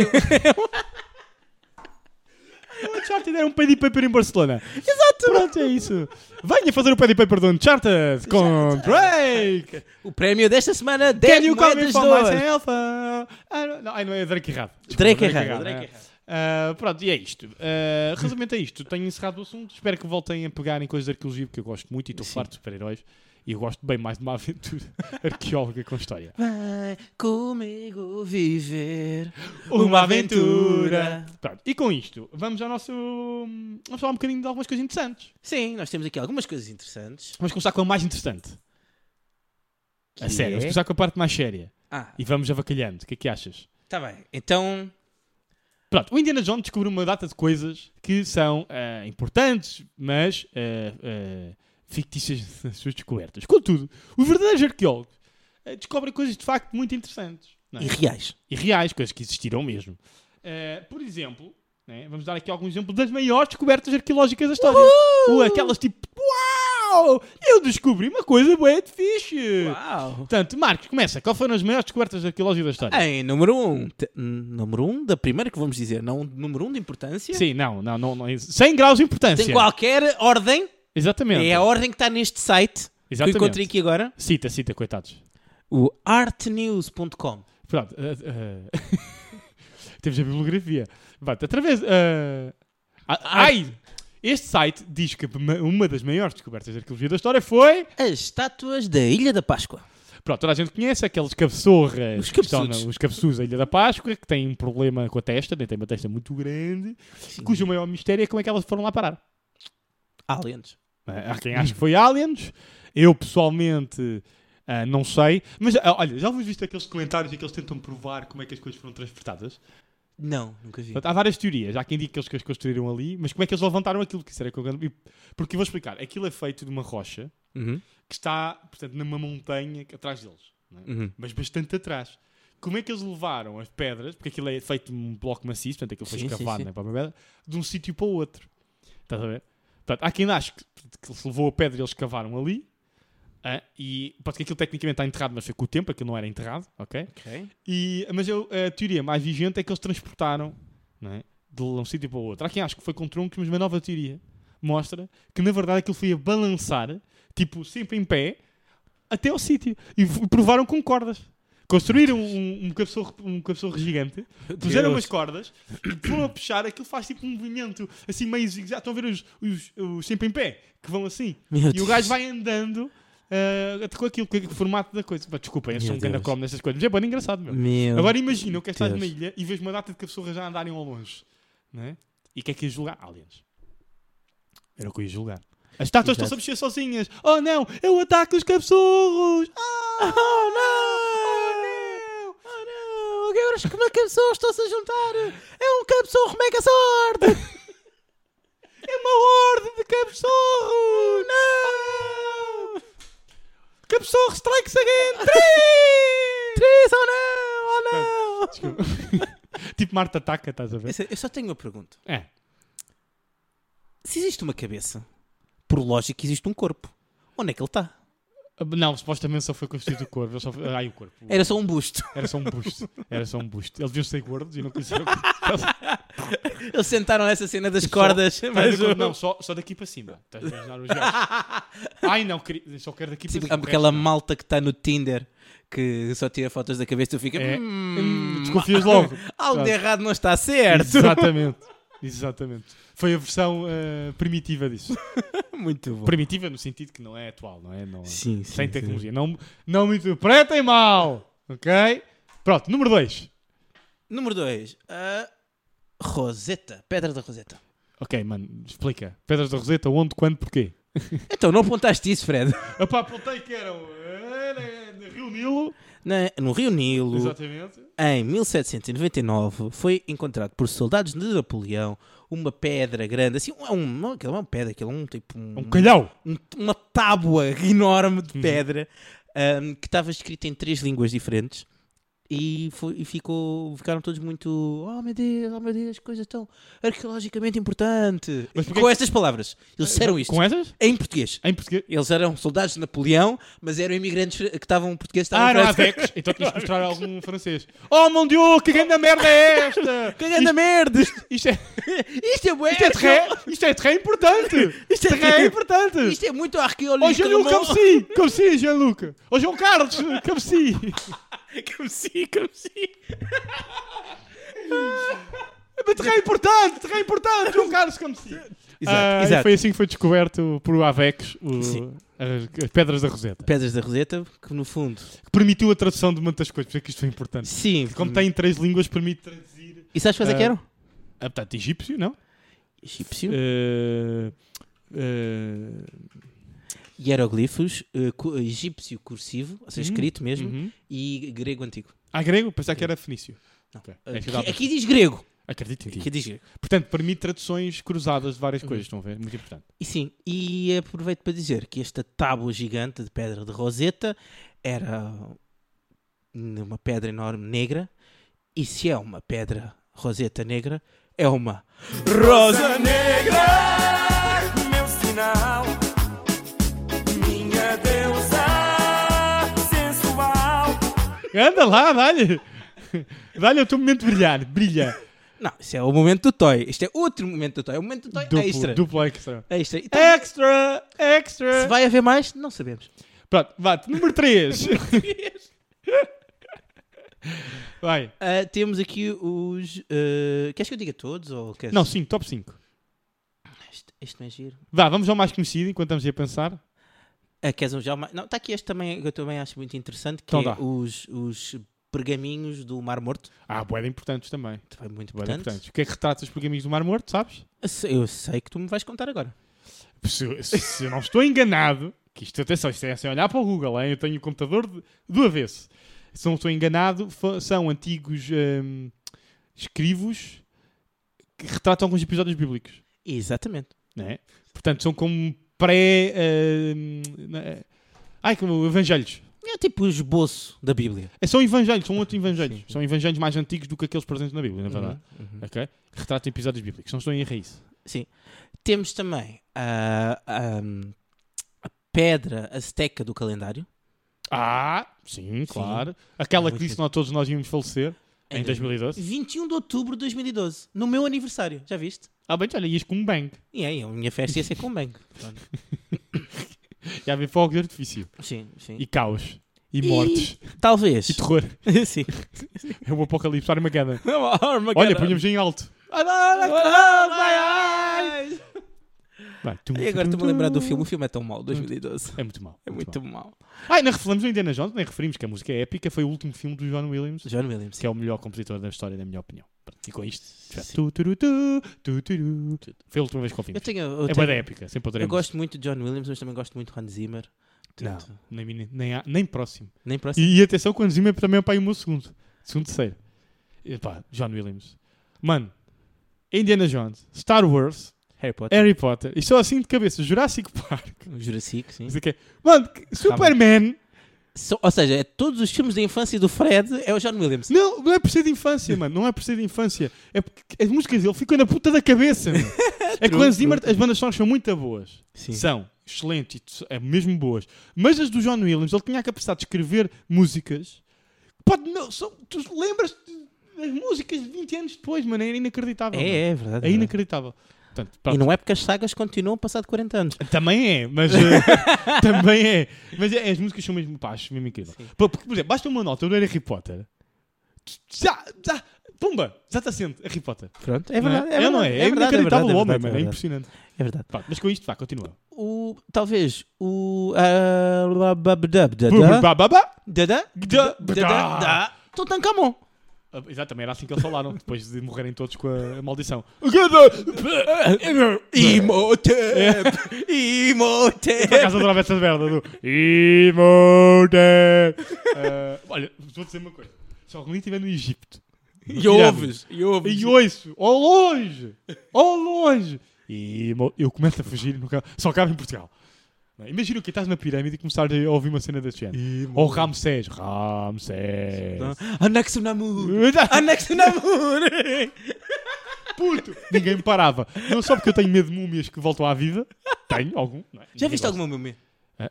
[SPEAKER 1] o Uncharted era um paddy paper em Barcelona. Exato. Pronto, é isso. Venha fazer o paddy paper do Uncharted com Drake.
[SPEAKER 2] O prémio desta semana,
[SPEAKER 1] Can
[SPEAKER 2] 10
[SPEAKER 1] you call é me
[SPEAKER 2] moedas de
[SPEAKER 1] for
[SPEAKER 2] ouro.
[SPEAKER 1] myself? Ah, não, não, ai, não é Drake errado. Desculpa,
[SPEAKER 2] Drake errado.
[SPEAKER 1] né?
[SPEAKER 2] Drake errado.
[SPEAKER 1] Ah, pronto, e é isto. Ah, resumindo a isto, tenho encerrado o assunto. Espero que voltem a pegar em coisas de arqueologia, porque eu gosto muito e estou farto de super-heróis. E eu gosto bem mais de uma aventura arqueóloga com história.
[SPEAKER 2] Vai comigo viver
[SPEAKER 1] Uma aventura. Pronto, e com isto, vamos ao nosso. Vamos falar um bocadinho de algumas coisas interessantes.
[SPEAKER 2] Sim, nós temos aqui algumas coisas interessantes.
[SPEAKER 1] Vamos começar com a mais interessante. A
[SPEAKER 2] Que
[SPEAKER 1] sério,
[SPEAKER 2] é?
[SPEAKER 1] vamos começar com a parte mais séria.
[SPEAKER 2] Ah,
[SPEAKER 1] E vamos avacalhando. O que é que achas?
[SPEAKER 2] tá bem. Então,
[SPEAKER 1] Pronto, o Indiana Jones descobriu uma data de coisas que são ah, importantes, mas ah, ah, fictícias nas suas descobertas. Contudo, os verdadeiros arqueólogos ah, descobrem coisas de facto muito interessantes. não é?
[SPEAKER 2] e reais.
[SPEAKER 1] e reais, coisas que existiram mesmo. Eh, por exemplo, né, vamos dar aqui algum exemplo das maiores descobertas arqueológicas da história. Ou aquelas tipo, uau, eu descobri uma coisa bué de fixe.
[SPEAKER 2] Uau!
[SPEAKER 1] Portanto, Marcos, começa. Qual foram as maiores descobertas arqueológicas da história?
[SPEAKER 2] Em número 1, um, te- hum, número 1 um da primeira que vamos dizer, não número 1 um de importância.
[SPEAKER 1] Sim, não, não, não, não. 100 graus de importância.
[SPEAKER 2] Tem qualquer ordem,
[SPEAKER 1] Exatamente.
[SPEAKER 2] é a ordem que está neste site
[SPEAKER 1] Exatamente.
[SPEAKER 2] que eu encontrei aqui agora,
[SPEAKER 1] Cita, cita, coitados.
[SPEAKER 2] o artnews.com.
[SPEAKER 1] Pronto. eh, eh, Temos a bibliografia. Pronto, através. eh, a- Ai! Este site diz que ma- uma das maiores descobertas de arqueologia da história foi.
[SPEAKER 2] As estátuas da Ilha da Páscoa.
[SPEAKER 1] Pronto, toda a gente conhece aqueles cabeçorras.
[SPEAKER 2] Os
[SPEAKER 1] que estão
[SPEAKER 2] cabeçudos.
[SPEAKER 1] na- Os cabeçudos da Ilha da Páscoa, que têm um problema com a testa, né, têm uma testa muito grande, cujo maior mistério é como é que elas foram lá parar.
[SPEAKER 2] Aliens.
[SPEAKER 1] Ah, Há quem acha que foi aliens, eu pessoalmente ah, não sei, mas ah, olha, já vos visto aqueles comentários em que eles tentam provar como é que as coisas foram transportadas?
[SPEAKER 2] Não, nunca vi.
[SPEAKER 1] Portanto, há várias teorias. Há quem diga que eles que as construíram ali, mas como é que eles levantaram aquilo? Que isso era que eu... e- Porque eu vou explicar. Aquilo é feito de uma rocha
[SPEAKER 2] Uhum.
[SPEAKER 1] que está, portanto, numa montanha que- atrás deles. não é?
[SPEAKER 2] Uhum.
[SPEAKER 1] Mas bastante atrás. Como é que eles levaram as pedras, porque aquilo é feito de um bloco maciço, portanto, aquilo foi
[SPEAKER 2] Sim, sim,
[SPEAKER 1] escavado
[SPEAKER 2] sim.
[SPEAKER 1] né, para uma pedra, de um sítio para o outro. Estás a ver? Portanto, há quem acha que, que se levou a pedra e eles cavaram ali. ah, e pode que aquilo tecnicamente está enterrado, mas foi com o tempo, aquilo não era enterrado, ok?
[SPEAKER 2] Ok.
[SPEAKER 1] E, mas eu- a teoria mais vigente é que eles transportaram não é? de um sítio para o outro. Há quem acha que foi com troncos, mas uma nova teoria mostra que na verdade aquilo foi a balançar, tipo, sempre em pé, até ao sítio. E f- provaram com cordas. Construíram um, um, cabeçorro, um cabeçorro gigante, puseram
[SPEAKER 2] Deus.
[SPEAKER 1] umas cordas e foram a puxar. Aquilo faz tipo um movimento assim meio zigzag. Estão a ver os, os- os sempre em pé que vão assim?
[SPEAKER 2] Meu
[SPEAKER 1] e o
[SPEAKER 2] Deus.
[SPEAKER 1] gajo vai andando ah, até com aquilo, com o formato da coisa. Pá, Desculpa, eu sou
[SPEAKER 2] Meu
[SPEAKER 1] um grande
[SPEAKER 2] Deus.
[SPEAKER 1] como nessas coisas, mas é bem engraçado, meu.
[SPEAKER 2] Meu
[SPEAKER 1] Agora imagina que estás
[SPEAKER 2] Deus.
[SPEAKER 1] numa ilha e vês uma data de cabeçorras já andarem ao longe. Não é? E o que é que ias julgar? Aliens. Era o que eu ia julgar. As estátuas estão-se a mexer sozinhas. Oh não, eu ataco os cabeçorros. Ah, não.
[SPEAKER 2] Oh não, agora os cabeçorros estão-se a juntar. É um cabeçorro mega sorte.
[SPEAKER 1] É uma ordem de cabeçorros. Não. Cabeçorro strikes again. Três.
[SPEAKER 2] Três, oh não, oh não.
[SPEAKER 1] Desculpa. tipo Marta ataca, estás a ver?
[SPEAKER 2] Eu só tenho uma pergunta.
[SPEAKER 1] É.
[SPEAKER 2] Se existe uma cabeça, por lógico existe um corpo. Onde é que ele está?
[SPEAKER 1] Não, supostamente só foi construído o corpo. Só foi... Ai, o corpo.
[SPEAKER 2] Era só um busto.
[SPEAKER 1] Era só um busto. Era só um busto. Eles deviam ser gordos e não conheceram.
[SPEAKER 2] Eles sentaram nessa cena das cordas. mas o-
[SPEAKER 1] Não, só, só daqui para cima. Estás a imaginar os gajos. Ai não, queria- só quero daqui para
[SPEAKER 2] Tipo,
[SPEAKER 1] cima. o
[SPEAKER 2] aquela
[SPEAKER 1] resto não.
[SPEAKER 2] malta que está no Tinder que só tira fotos da cabeça e tu fica.
[SPEAKER 1] É.
[SPEAKER 2] "Hum,
[SPEAKER 1] Desconfias logo.
[SPEAKER 2] Algo de
[SPEAKER 1] Exato.
[SPEAKER 2] errado não está certo.
[SPEAKER 1] Exatamente. Exatamente. Foi a versão eh, primitiva disso.
[SPEAKER 2] Muito bom.
[SPEAKER 1] Primitiva no sentido que não é atual, não é? Não,
[SPEAKER 2] Sim,
[SPEAKER 1] sem
[SPEAKER 2] sim,
[SPEAKER 1] tecnologia. Não, não me interpretem mal. Ok? Pronto, número 2.
[SPEAKER 2] Número 2. Roseta. Pedra da Roseta.
[SPEAKER 1] Ok, mano, explica. Pedras da Roseta, onde, quando, porquê?
[SPEAKER 2] Então, não apontaste isso, Fred?
[SPEAKER 1] Epá, apontei que eram. Era Rio Nilo.
[SPEAKER 2] Na- no Rio Nilo,
[SPEAKER 1] Exatamente.
[SPEAKER 2] em 1799, foi encontrado por soldados de Napoleão uma pedra grande, assim, um- é um, não, aquilo é uma pedra, aquilo é um tipo um,
[SPEAKER 1] Um calhau.
[SPEAKER 2] um- uma tábua enorme
[SPEAKER 1] Uhum.
[SPEAKER 2] de pedra ahm, que estava escrita em três línguas diferentes e, foi- e ficou, ficaram todos muito oh meu Deus, oh meu Deus, coisa tão arqueologicamente importante
[SPEAKER 1] Mas porquê
[SPEAKER 2] com
[SPEAKER 1] que- Ah,
[SPEAKER 2] estas palavras, eles disseram isto
[SPEAKER 1] Com essas?
[SPEAKER 2] em português
[SPEAKER 1] Em português?
[SPEAKER 2] eles eram soldados de Napoleão, mas eram imigrantes fr- que estavam portugueses. que estavam
[SPEAKER 1] Ah, não há
[SPEAKER 2] franceses.
[SPEAKER 1] becos. Então tinhas que mostrar algum francês. Oh, mon Dieu, que grande merda é esta?
[SPEAKER 2] Que grande merda!
[SPEAKER 1] Isto é,
[SPEAKER 2] Isto é bué!
[SPEAKER 1] isto é terré, isto é terré importante.
[SPEAKER 2] Isto é
[SPEAKER 1] Terré
[SPEAKER 2] terré.
[SPEAKER 1] importante.
[SPEAKER 2] Isto é muito
[SPEAKER 1] Oh,
[SPEAKER 2] arqueológico!
[SPEAKER 1] Jean-Luc,
[SPEAKER 2] alemão.
[SPEAKER 1] como si? Como si, Jean-Luc? Oh, João Carlos, como si?
[SPEAKER 2] Como sim, como sim!
[SPEAKER 1] Mas terré É importante, terré importante, João Carlos, como si?
[SPEAKER 2] Exato,
[SPEAKER 1] Ah, e
[SPEAKER 2] exato.
[SPEAKER 1] Foi assim que foi descoberto por Avex o-
[SPEAKER 2] Sim.
[SPEAKER 1] as, as pedras da Roseta.
[SPEAKER 2] Pedras da Roseta, que no fundo.
[SPEAKER 1] Que permitiu a tradução de muitas coisas, por isso é que isto foi importante.
[SPEAKER 2] Sim.
[SPEAKER 1] Como tem três línguas, permite traduzir.
[SPEAKER 2] E sabes quais é que
[SPEAKER 1] Ah.
[SPEAKER 2] eram?
[SPEAKER 1] Ah, portanto, egípcio, não?
[SPEAKER 2] Egípcio,
[SPEAKER 1] Eh, eh,
[SPEAKER 2] hieroglifos, eh, cu- egípcio cursivo, ou seja,
[SPEAKER 1] Uhum.
[SPEAKER 2] escrito mesmo,
[SPEAKER 1] uhum.
[SPEAKER 2] e grego antigo.
[SPEAKER 1] Ah, grego? Pensava que era fenício.
[SPEAKER 2] Não.
[SPEAKER 1] Ok. É
[SPEAKER 2] Aqui,
[SPEAKER 1] que dá pra-
[SPEAKER 2] aqui diz grego.
[SPEAKER 1] Acredito em ti.
[SPEAKER 2] Aqui diz grego. Uhum.
[SPEAKER 1] Portanto, permite traduções cruzadas de várias coisas, estão a ver? Muito importante.
[SPEAKER 2] E sim, e aproveito para dizer que esta tábua gigante de pedra de Roseta era uma pedra enorme negra, e se é uma pedra Roseta negra, é uma
[SPEAKER 4] Rosa Negra, meu sinal, minha deusa sensual.
[SPEAKER 1] Anda lá, dá-lhe! Dá-lhe o teu momento de brilhar, brilha!
[SPEAKER 2] Não, isso é o momento do Toy. Este é outro momento do Toy. É o momento do Toy
[SPEAKER 1] Duplo,
[SPEAKER 2] extra.
[SPEAKER 1] duplo extra.
[SPEAKER 2] Extra. Então,
[SPEAKER 1] Extra! Extra!
[SPEAKER 2] se vai haver mais, não sabemos.
[SPEAKER 1] Pronto, vá, número 3. vai.
[SPEAKER 2] Ah, temos aqui os. ah, queres que eu diga todos? Ou queres...
[SPEAKER 1] Não, 5, top 5.
[SPEAKER 2] Este, este não é giro.
[SPEAKER 1] Vá, vamos ao mais conhecido enquanto estamos aí a pensar.
[SPEAKER 2] Ah, queres um já mais? Não, está aqui este também que eu também acho muito interessante, que
[SPEAKER 1] Então
[SPEAKER 2] é
[SPEAKER 1] dá.
[SPEAKER 2] os, os pergaminhos do Mar Morto.
[SPEAKER 1] Ah, boeda importantes também.
[SPEAKER 2] Também muito
[SPEAKER 1] Boeda
[SPEAKER 2] importante.
[SPEAKER 1] importantes. O que é que retratas os pergaminhos do Mar Morto, sabes?
[SPEAKER 2] Se- Eu sei que tu me vais contar agora.
[SPEAKER 1] Se, se- se eu não estou enganado, que isto, atenção, isto é sem olhar para o Google, hein? eu tenho o computador de- do avesso. Se não estou enganado, fo- são antigos hum, escrivos que retratam alguns episódios bíblicos.
[SPEAKER 2] Exatamente.
[SPEAKER 1] Né? Portanto, são como pré... hum, né? ai, como evangelhos.
[SPEAKER 2] É tipo o esboço da Bíblia.
[SPEAKER 1] É, São evangelhos, são outros evangelhos.
[SPEAKER 2] Sim, sim.
[SPEAKER 1] São evangelhos mais antigos do que aqueles presentes na Bíblia, na verdade.
[SPEAKER 2] Uhum, uhum.
[SPEAKER 1] Ok? Que Retratam episódios bíblicos, não estou em erro é isso.
[SPEAKER 2] Sim. Temos também ah, ahm, a pedra azteca do calendário.
[SPEAKER 1] Ah, sim, claro. Aquela
[SPEAKER 2] Muito
[SPEAKER 1] que disse que nós todos nós íamos falecer em 2012.
[SPEAKER 2] 21 de outubro de 2012, no meu aniversário, já viste?
[SPEAKER 1] Ah, bem, olha, ias com um bang.
[SPEAKER 2] E aí, a minha festa ia ser com bang. Pronto.
[SPEAKER 1] Já havia fogos de artifício.
[SPEAKER 2] Sim, sim.
[SPEAKER 1] E caos. E, mortes.
[SPEAKER 2] Talvez.
[SPEAKER 1] E terror.
[SPEAKER 2] sim.
[SPEAKER 1] É o apocalipse Armageddon.
[SPEAKER 2] É
[SPEAKER 1] Olha,
[SPEAKER 2] Olha,
[SPEAKER 1] punhamos em alto. Vai, tum,
[SPEAKER 2] E agora
[SPEAKER 1] tum,
[SPEAKER 2] estou-me a
[SPEAKER 1] tum.
[SPEAKER 2] lembrar do filme. O filme é tão mau, 2012.
[SPEAKER 1] É muito mal.
[SPEAKER 2] É muito mau.
[SPEAKER 1] Ah, e não referimos no Indiana Jones, nem referimos que a música é épica. Foi o último filme do John Williams,
[SPEAKER 2] John Williams.
[SPEAKER 1] que é o melhor compositor da história, na minha opinião. Pronto, E com isto, já.
[SPEAKER 2] Sim.
[SPEAKER 1] Tu, tu, tu, tu, tu, tu. Foi a última vez que
[SPEAKER 2] Eu
[SPEAKER 1] ouvimos.
[SPEAKER 2] tenho. eu
[SPEAKER 1] É
[SPEAKER 2] tenho-
[SPEAKER 1] boa da épica, sempre outra
[SPEAKER 2] Eu gosto muito de John Williams, mas também gosto muito de Hans Zimmer.
[SPEAKER 1] Não,
[SPEAKER 2] Portanto,
[SPEAKER 1] nem, nem, nem, há- nem próximo.
[SPEAKER 2] Nem próximo.
[SPEAKER 1] E, e atenção, quando Zimmer também é para aí o meu segundo. Segundo, terceiro. E, pá, John Williams. Mano, Indiana Jones, Star Wars,
[SPEAKER 2] Harry Potter.
[SPEAKER 1] Harry Potter. E só assim de cabeça, Jurassic Park.
[SPEAKER 2] O Jurassic, sim.
[SPEAKER 1] Não sei o quê. Mano, que- Superman.
[SPEAKER 2] So- ou seja, é todos os filmes da infância do Fred é o John Williams.
[SPEAKER 1] Não, não é por ser de infância, mano. Não é por ser de infância. É porque as músicas dele ficam na puta da cabeça, meu. É que o
[SPEAKER 2] True,
[SPEAKER 1] Hans Zimmer, as bandas sonoras são muito boas.
[SPEAKER 2] Sim.
[SPEAKER 1] são excelentes e t- é mesmo boas. Mas as do John Williams, ele tinha a capacidade de escrever músicas. Pá, não, são, tu lembras das músicas de 20 anos depois, mano? É inacreditável. mano.
[SPEAKER 2] É, é verdade.
[SPEAKER 1] É inacreditável. Portanto, pronto.
[SPEAKER 2] E não é porque as sagas continuam passado 40 anos.
[SPEAKER 1] Também é, mas eh, também é. Mas é, as músicas são mesmo pá, acho mesmo incrível.
[SPEAKER 2] Sim.
[SPEAKER 1] Pá, Porque, por exemplo, basta uma nota do Harry Potter. Já, já, pumba, já está sente Harry Potter.
[SPEAKER 2] Pronto, é
[SPEAKER 1] Não
[SPEAKER 2] verdade.
[SPEAKER 1] É, não é? É,
[SPEAKER 2] verdade,
[SPEAKER 1] inacreditável
[SPEAKER 2] verdade,
[SPEAKER 1] o homem,
[SPEAKER 2] é
[SPEAKER 1] mano. É
[SPEAKER 2] verdade,
[SPEAKER 1] impressionante.
[SPEAKER 2] É verdade.
[SPEAKER 1] Pá, mas com isto, vá, continua.
[SPEAKER 2] O, talvez o. ah, lá, ba, ba, da, da,
[SPEAKER 1] Bum,
[SPEAKER 2] da,
[SPEAKER 1] bá, bá, bá.
[SPEAKER 2] da, da,
[SPEAKER 1] Da,
[SPEAKER 2] da, da, da, Tutankhamon.
[SPEAKER 1] Ah, Exato, também era assim que eles falaram, depois de morrerem todos com a maldição.
[SPEAKER 2] Imhotep. Imhotep.
[SPEAKER 1] Por É, acaso adorava essa merda do Imhotep. Ah, olha, vou dizer uma coisa. Se algum dia estiver no Egito
[SPEAKER 5] E ouves, e ouves.
[SPEAKER 1] E ouço, ao longe, ao longe. E mo- eu começo a fugir, e nunca, só cabe em Portugal. Não é? Imagina o que estás na pirâmide e começar a ouvir uma cena desse género. Ou Ramsés, Ramsés.
[SPEAKER 5] Anexo Namur! Anexo Namur!
[SPEAKER 1] Puto, ninguém me parava. Não só porque eu tenho medo de múmias que voltam à vida. Tenho algum. não é?
[SPEAKER 2] Já
[SPEAKER 1] Ninguém
[SPEAKER 2] viste
[SPEAKER 1] gosta.
[SPEAKER 2] alguma múmia?
[SPEAKER 1] Ah,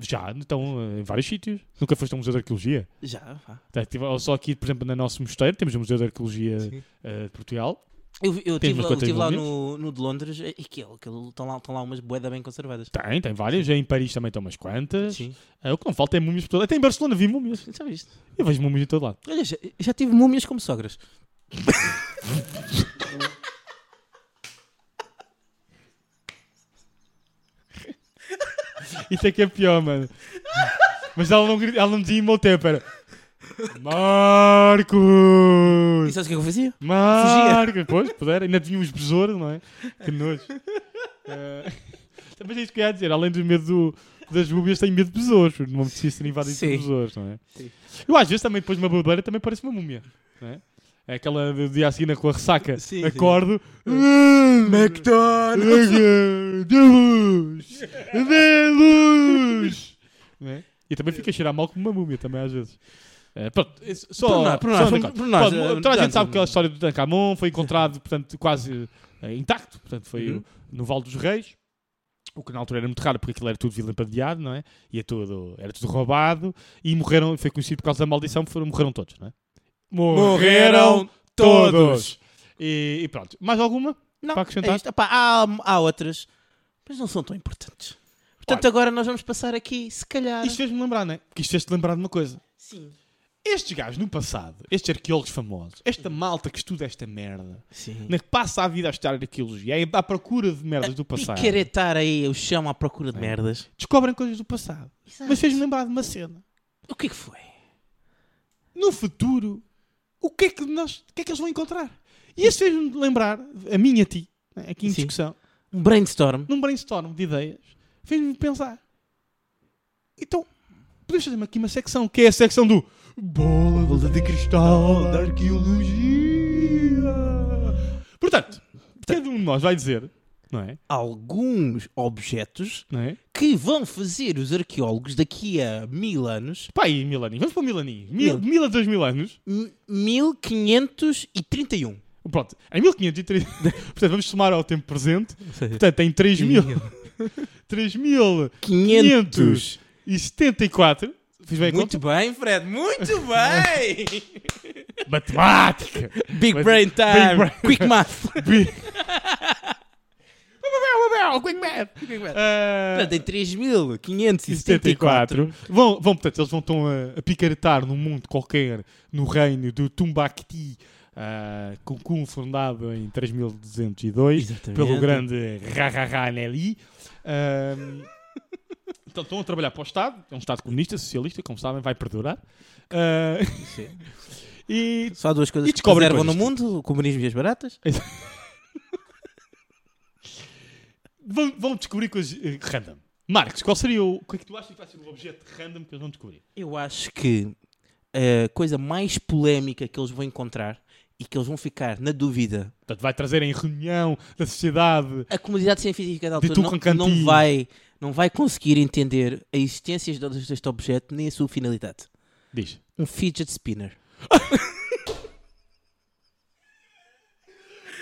[SPEAKER 1] Já, então, eh, em vários sítios. Nunca foste a um museu de arqueologia?
[SPEAKER 2] Já. vá.
[SPEAKER 1] Tá, tive- ou Só aqui, por exemplo, no nosso mosteiro, temos o Museu de Arqueologia
[SPEAKER 5] Sim.
[SPEAKER 1] eh, de Portugal.
[SPEAKER 2] Eu, eu
[SPEAKER 1] Tem
[SPEAKER 2] estive
[SPEAKER 1] umas
[SPEAKER 2] lá, eu
[SPEAKER 1] quantas
[SPEAKER 2] tive lá
[SPEAKER 1] múmias?
[SPEAKER 2] no, no de Londres é, e aquilo, aquilo, estão, lá, estão lá umas boedas bem conservadas.
[SPEAKER 1] Tem, tem várias. Em Paris também tem umas quantas.
[SPEAKER 2] Sim.
[SPEAKER 1] Ah, o que não falta é múmias por todo Até em Barcelona vi múmias.
[SPEAKER 2] Já viste?
[SPEAKER 1] Eu vejo múmias de todo lado.
[SPEAKER 2] Olha, já, já tive múmias como sogras.
[SPEAKER 1] Isso é que é pior, mano. Mas um ela não, grita- ela não dizia em meu tempo, era... Marcos!
[SPEAKER 2] E sabes o que é que eu fazia?
[SPEAKER 1] Marca! Pois, puder, ainda tinha uns besouros, não é? Que nojo. Eh, mas é isso que eu ia dizer, além do medo do- das búbias, tenho medo de besouros, porque não me apetecia ser invadido por
[SPEAKER 2] Sim.
[SPEAKER 1] besouros, não é?
[SPEAKER 5] Sim.
[SPEAKER 1] Eu às vezes também, depois de uma bobeira, também parece uma múmia, não é? É aquela do dia a seguir com a ressaca,
[SPEAKER 5] Sim, sim.
[SPEAKER 1] acordo.
[SPEAKER 2] Hum.
[SPEAKER 1] McDonald's! Dê luz! Dê luz! Não é? E também fica a cheirar mal como uma múmia, também às vezes. Eh, pronto, isso- só,
[SPEAKER 2] Por nós, por
[SPEAKER 1] só um
[SPEAKER 2] nós,
[SPEAKER 1] decote.
[SPEAKER 2] por nós,
[SPEAKER 1] Pronto,
[SPEAKER 2] eh,
[SPEAKER 1] toda a gente
[SPEAKER 2] portanto,
[SPEAKER 1] sabe que a história do Tancamon foi encontrado, portanto, quase eh, intacto. Portanto, foi
[SPEAKER 5] Uhum.
[SPEAKER 1] no Vale dos Reis. O que na altura era muito raro, porque aquilo era tudo vilampadeado, não é? E é tudo, era tudo roubado. E morreram, foi conhecido por causa da maldição, foram, morreram todos, não é?
[SPEAKER 5] Morreram todos!
[SPEAKER 1] E, e pronto. Mais alguma?
[SPEAKER 2] Não,
[SPEAKER 1] Para acrescentar?
[SPEAKER 2] é isto. Epá, há, há outras, mas não são tão importantes. Portanto, agora nós vamos passar aqui, se calhar.
[SPEAKER 1] Isto fez-me lembrar, não é? Porque isto fez-te lembrar de uma coisa.
[SPEAKER 2] Sim.
[SPEAKER 1] Estes gajos no passado, estes arqueólogos famosos, esta malta que estuda esta merda,
[SPEAKER 2] Sim.
[SPEAKER 1] na que passa a vida a estudar arqueologia, é à procura de merdas do passado.
[SPEAKER 2] Picaretar aí o chão à procura de merdas.
[SPEAKER 1] Descobrem coisas do passado.
[SPEAKER 2] Exato.
[SPEAKER 1] Mas fez-me lembrar de uma cena.
[SPEAKER 2] O que é que foi?
[SPEAKER 1] No futuro, o que é que, nós, o que, é que eles vão encontrar? E isso fez-me lembrar, a mim e a ti, né, aqui em
[SPEAKER 2] Sim.
[SPEAKER 1] discussão,
[SPEAKER 2] Um brainstorm.
[SPEAKER 1] num brainstorm de ideias, fez-me pensar. Então, podemos fazer aqui uma secção, que é a secção do Bola, de Cristal da Arqueologia. Portanto, cada um de nós vai dizer, não é?
[SPEAKER 2] Alguns objetos
[SPEAKER 1] Não é?
[SPEAKER 2] que vão fazer os arqueólogos daqui a mil anos,
[SPEAKER 1] Pá, e Milaninho, vamos para o Milaninho. Mil,
[SPEAKER 2] Mil.
[SPEAKER 1] mil a dois mil anos.
[SPEAKER 2] m- 1531.
[SPEAKER 1] Pronto, em 1530. Portanto, vamos somar ao tempo presente. Portanto, em 3000.
[SPEAKER 2] 500.
[SPEAKER 1] 3074. Fiz bem a
[SPEAKER 2] Muito
[SPEAKER 1] conta?
[SPEAKER 2] bem, Fred, muito bem!
[SPEAKER 1] Matemática!
[SPEAKER 2] Big
[SPEAKER 1] Mas-
[SPEAKER 2] brain time,
[SPEAKER 1] brain.
[SPEAKER 2] quick math.
[SPEAKER 1] Bi- Quick math. Eh, Ah,
[SPEAKER 2] Portanto, em 3574.
[SPEAKER 1] 74. Vão, vão, portanto, eles vão estão a, a picaretar num mundo qualquer no reino do Tumbacti, ah, com Kun fundado em 3202
[SPEAKER 2] Exatamente.
[SPEAKER 1] pelo grande Rarará Nelly. Ah, então estão a trabalhar para o Estado, é um Estado comunista, socialista, como sabem, vai perdurar. Ah, e
[SPEAKER 2] Só há duas coisas
[SPEAKER 1] E
[SPEAKER 2] que
[SPEAKER 1] descobrem
[SPEAKER 2] preservam no
[SPEAKER 1] coisas.
[SPEAKER 2] mundo: o comunismo e as baratas.
[SPEAKER 1] vão, vão descobrir coisas eh, random. Marcos, qual seria o. O que é que tu achas que vai ser o objeto random que eles vão descobrir?
[SPEAKER 2] Eu acho que a coisa mais polémica que eles vão encontrar e que eles vão ficar na dúvida,
[SPEAKER 1] Portanto, vai trazer em reunião da sociedade.
[SPEAKER 2] a comunidade científica da
[SPEAKER 1] De
[SPEAKER 2] altura não,
[SPEAKER 1] Tucancantinho.
[SPEAKER 2] não vai, não vai conseguir entender a existência de- deste objeto nem a sua finalidade.
[SPEAKER 1] Diz.
[SPEAKER 2] Um fidget spinner.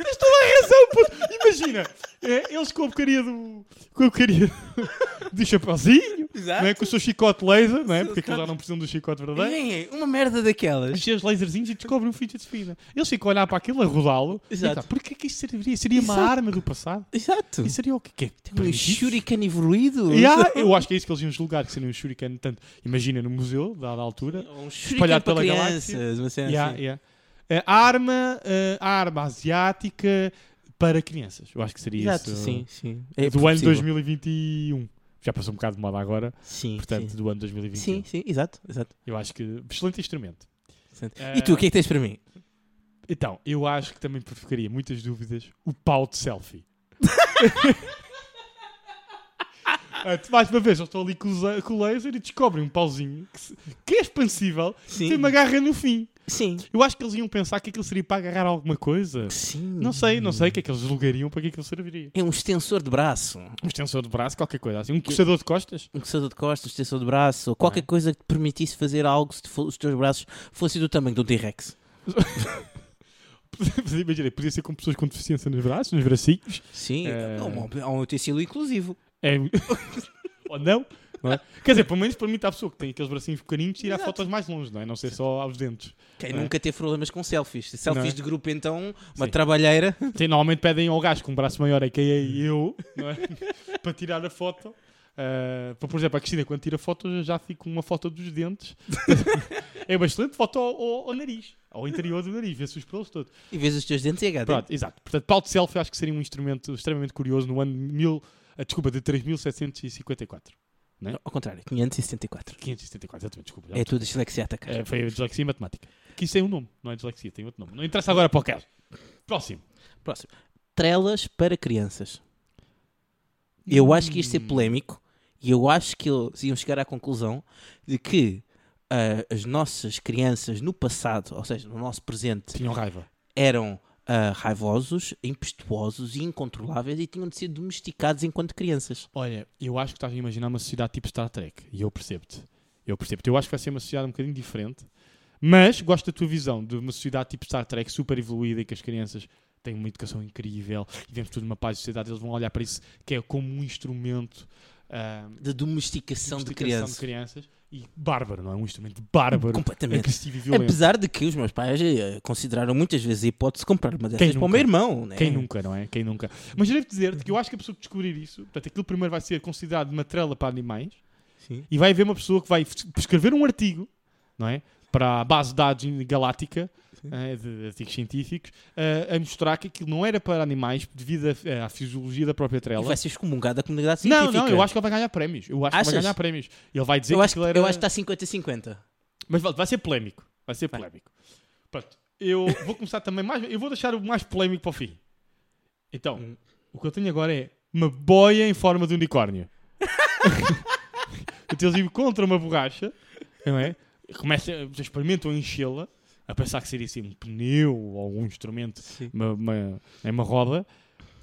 [SPEAKER 1] Tens toda a razão, puto. Imagina, é, eles com a bocaria do. Com a bocaria do chapeuzinho, não é? com o seu chicote laser, não é? porque eles já não precisam do chicote verdadeiro.
[SPEAKER 2] Bem, é. uma merda daquelas.
[SPEAKER 1] Mexer os laserzinhos e descobrem um fidget spinner. Eles ficam a olhar para aquilo, a rodá-lo. e
[SPEAKER 2] Exato.
[SPEAKER 1] pensar, Porquê é que isto serviria? Seria uma
[SPEAKER 2] Exato.
[SPEAKER 1] arma do passado?
[SPEAKER 2] Exato.
[SPEAKER 1] E seria o quê? que é?
[SPEAKER 2] Um
[SPEAKER 1] primitivo?
[SPEAKER 2] shuriken evoluído.
[SPEAKER 1] Yeah, eu acho que é isso que eles iam julgar, que seria um shuriken. Tanto, imagina no museu, dada a altura.
[SPEAKER 2] Um shuriken
[SPEAKER 1] espalhado
[SPEAKER 2] para
[SPEAKER 1] pela
[SPEAKER 2] crianças.
[SPEAKER 1] galáxia.
[SPEAKER 2] Uma cena
[SPEAKER 1] Yeah,
[SPEAKER 2] assim.
[SPEAKER 1] yeah. Eh, A arma, eh, a arma asiática para crianças. Eu acho que seria
[SPEAKER 2] Exato,
[SPEAKER 1] isso.
[SPEAKER 2] sim, sim. É
[SPEAKER 1] do ano
[SPEAKER 2] possível.
[SPEAKER 1] 2021. Já passou um bocado de moda agora,
[SPEAKER 2] Sim,
[SPEAKER 1] portanto, um.
[SPEAKER 2] sim.
[SPEAKER 1] do ano 2021.
[SPEAKER 2] Sim, sim, exato, exato.
[SPEAKER 1] Eu acho que. Excelente instrumento.
[SPEAKER 2] exato.
[SPEAKER 1] Eh,
[SPEAKER 2] E tu, o que é que tens para mim?
[SPEAKER 1] Então, eu acho que também ficaria muitas dúvidas o pau de selfie. Ah, tu- Mais uma vez, eu estou ali com o za- com o laser e descobrem um pauzinho que, se- que é expansível
[SPEAKER 2] Sim.
[SPEAKER 1] tem uma garra no fim.
[SPEAKER 2] Sim.
[SPEAKER 1] Eu acho que eles iam pensar que aquilo seria para agarrar alguma coisa.
[SPEAKER 2] Sim.
[SPEAKER 1] Não sei, não sei o que é que eles julgariam para que aquilo serviria.
[SPEAKER 2] É um extensor de braço.
[SPEAKER 1] Um extensor de braço, qualquer coisa assim. Um coçador de costas.
[SPEAKER 2] Um coçador de costas, um extensor de braço, ou
[SPEAKER 1] É.
[SPEAKER 2] qualquer coisa que te permitisse fazer algo se te fo- os teus braços fossem do tamanho de um T-Rex.
[SPEAKER 1] Imagina, podia ser com pessoas com deficiência nos braços, nos bracinhos.
[SPEAKER 2] Sim.
[SPEAKER 1] É.
[SPEAKER 2] É um, é um utensílio inclusivo.
[SPEAKER 1] É... Ou não. não é? Quer dizer, pelo menos para mim está a pessoa que tem aqueles bracinhos pequeninos tirar
[SPEAKER 2] Exato.
[SPEAKER 1] fotos mais longe, não é? Não ser só aos dentes.
[SPEAKER 2] Quem
[SPEAKER 1] É.
[SPEAKER 2] nunca teve problemas com selfies? Selfies
[SPEAKER 1] Não é?
[SPEAKER 2] de grupo, então, uma
[SPEAKER 1] Sim.
[SPEAKER 2] trabalheira.
[SPEAKER 1] Sim, normalmente pedem ao gajo com um braço maior, que é eu, não é? para tirar a foto. Ah, para, por exemplo, a Cristina, quando tira fotos, eu já fico com uma foto dos dentes. é uma excelente foto ao, ao- ao nariz, ao interior do nariz, vê-se os pelos todos.
[SPEAKER 2] E vês os teus dentes e é HD.
[SPEAKER 1] Pronto, exato. Portanto, pau de selfie acho que seria um instrumento extremamente curioso no ano de mil, ah, desculpa, de 3754.
[SPEAKER 2] Não, Ao contrário, 574.
[SPEAKER 1] 574, exatamente, desculpa. já
[SPEAKER 2] É a tua dislexia a atacar.
[SPEAKER 1] É, foi a dislexia e matemática. Que isso tem um nome, não é dislexia, tem outro nome. Não interessa agora para o caso. Próximo.
[SPEAKER 2] Próximo. Trelas para crianças. Eu acho que isto é
[SPEAKER 1] Hum.
[SPEAKER 2] polémico e eu acho que eles iam chegar à conclusão de que ah, as nossas crianças no passado, ou seja, no nosso presente,
[SPEAKER 1] Tinham raiva.
[SPEAKER 2] eram ah, raivosos, impetuosos e incontroláveis e tinham de ser domesticados enquanto crianças.
[SPEAKER 1] Olha, eu acho que estás a imaginar uma sociedade tipo Star Trek. E eu percebo-te. Eu percebo-te. Eu acho que vai ser uma sociedade um bocadinho diferente. Mas gosto da tua visão de uma sociedade tipo Star Trek super evoluída e que as crianças têm uma educação incrível e vemos tudo numa paz de sociedade. Eles vão olhar para isso que é como um instrumento. ah,
[SPEAKER 2] De domesticação,
[SPEAKER 1] de
[SPEAKER 2] de
[SPEAKER 1] criação
[SPEAKER 2] crianças.
[SPEAKER 1] de crianças e bárbaro, não é? Um instrumento bárbaro,
[SPEAKER 2] Completamente.
[SPEAKER 1] agressivo e violento.
[SPEAKER 2] Apesar de que os meus pais eh, consideraram muitas vezes a hipótese de comprar uma dessas
[SPEAKER 1] Quem
[SPEAKER 2] para o
[SPEAKER 1] nunca?
[SPEAKER 2] meu irmão. Né?
[SPEAKER 1] Quem nunca, não é? Quem nunca. Mas eu devo dizer-te que eu acho que a pessoa que descobrir isso, portanto, aquilo primeiro vai ser considerado uma trela para animais
[SPEAKER 2] Sim.
[SPEAKER 1] e vai haver uma pessoa que vai f- escrever um artigo, não é? Para a base de dados in- galáctica, eh, de artigos científicos, eh, a mostrar que aquilo não era para animais devido a- eh, à fisiologia da própria
[SPEAKER 2] E
[SPEAKER 1] trela.
[SPEAKER 2] vai ser excomungado da comunidade científica.
[SPEAKER 1] Não, não, eu acho que ele vai ganhar prémios. Eu acho que ele vai
[SPEAKER 2] Achas?
[SPEAKER 1] ganhar prémios. Ele vai dizer
[SPEAKER 2] Eu
[SPEAKER 1] que
[SPEAKER 2] acho que,
[SPEAKER 1] aquilo era...
[SPEAKER 2] eu acho que está 50-50.
[SPEAKER 1] Mas vai vai ser polémico. Vai ser
[SPEAKER 2] Vai.
[SPEAKER 1] polémico. Pronto, eu vou começar também mais. Eu vou deixar o mais polémico para o fim. Então,
[SPEAKER 2] Hum.
[SPEAKER 1] o que eu tenho agora é uma boia em forma de unicórnio. então eles iam contra uma borracha, não é? Começam, eles experimentam enchê-la, a pensar que seria assim um pneu ou um instrumento, uma, uma, é uma roda,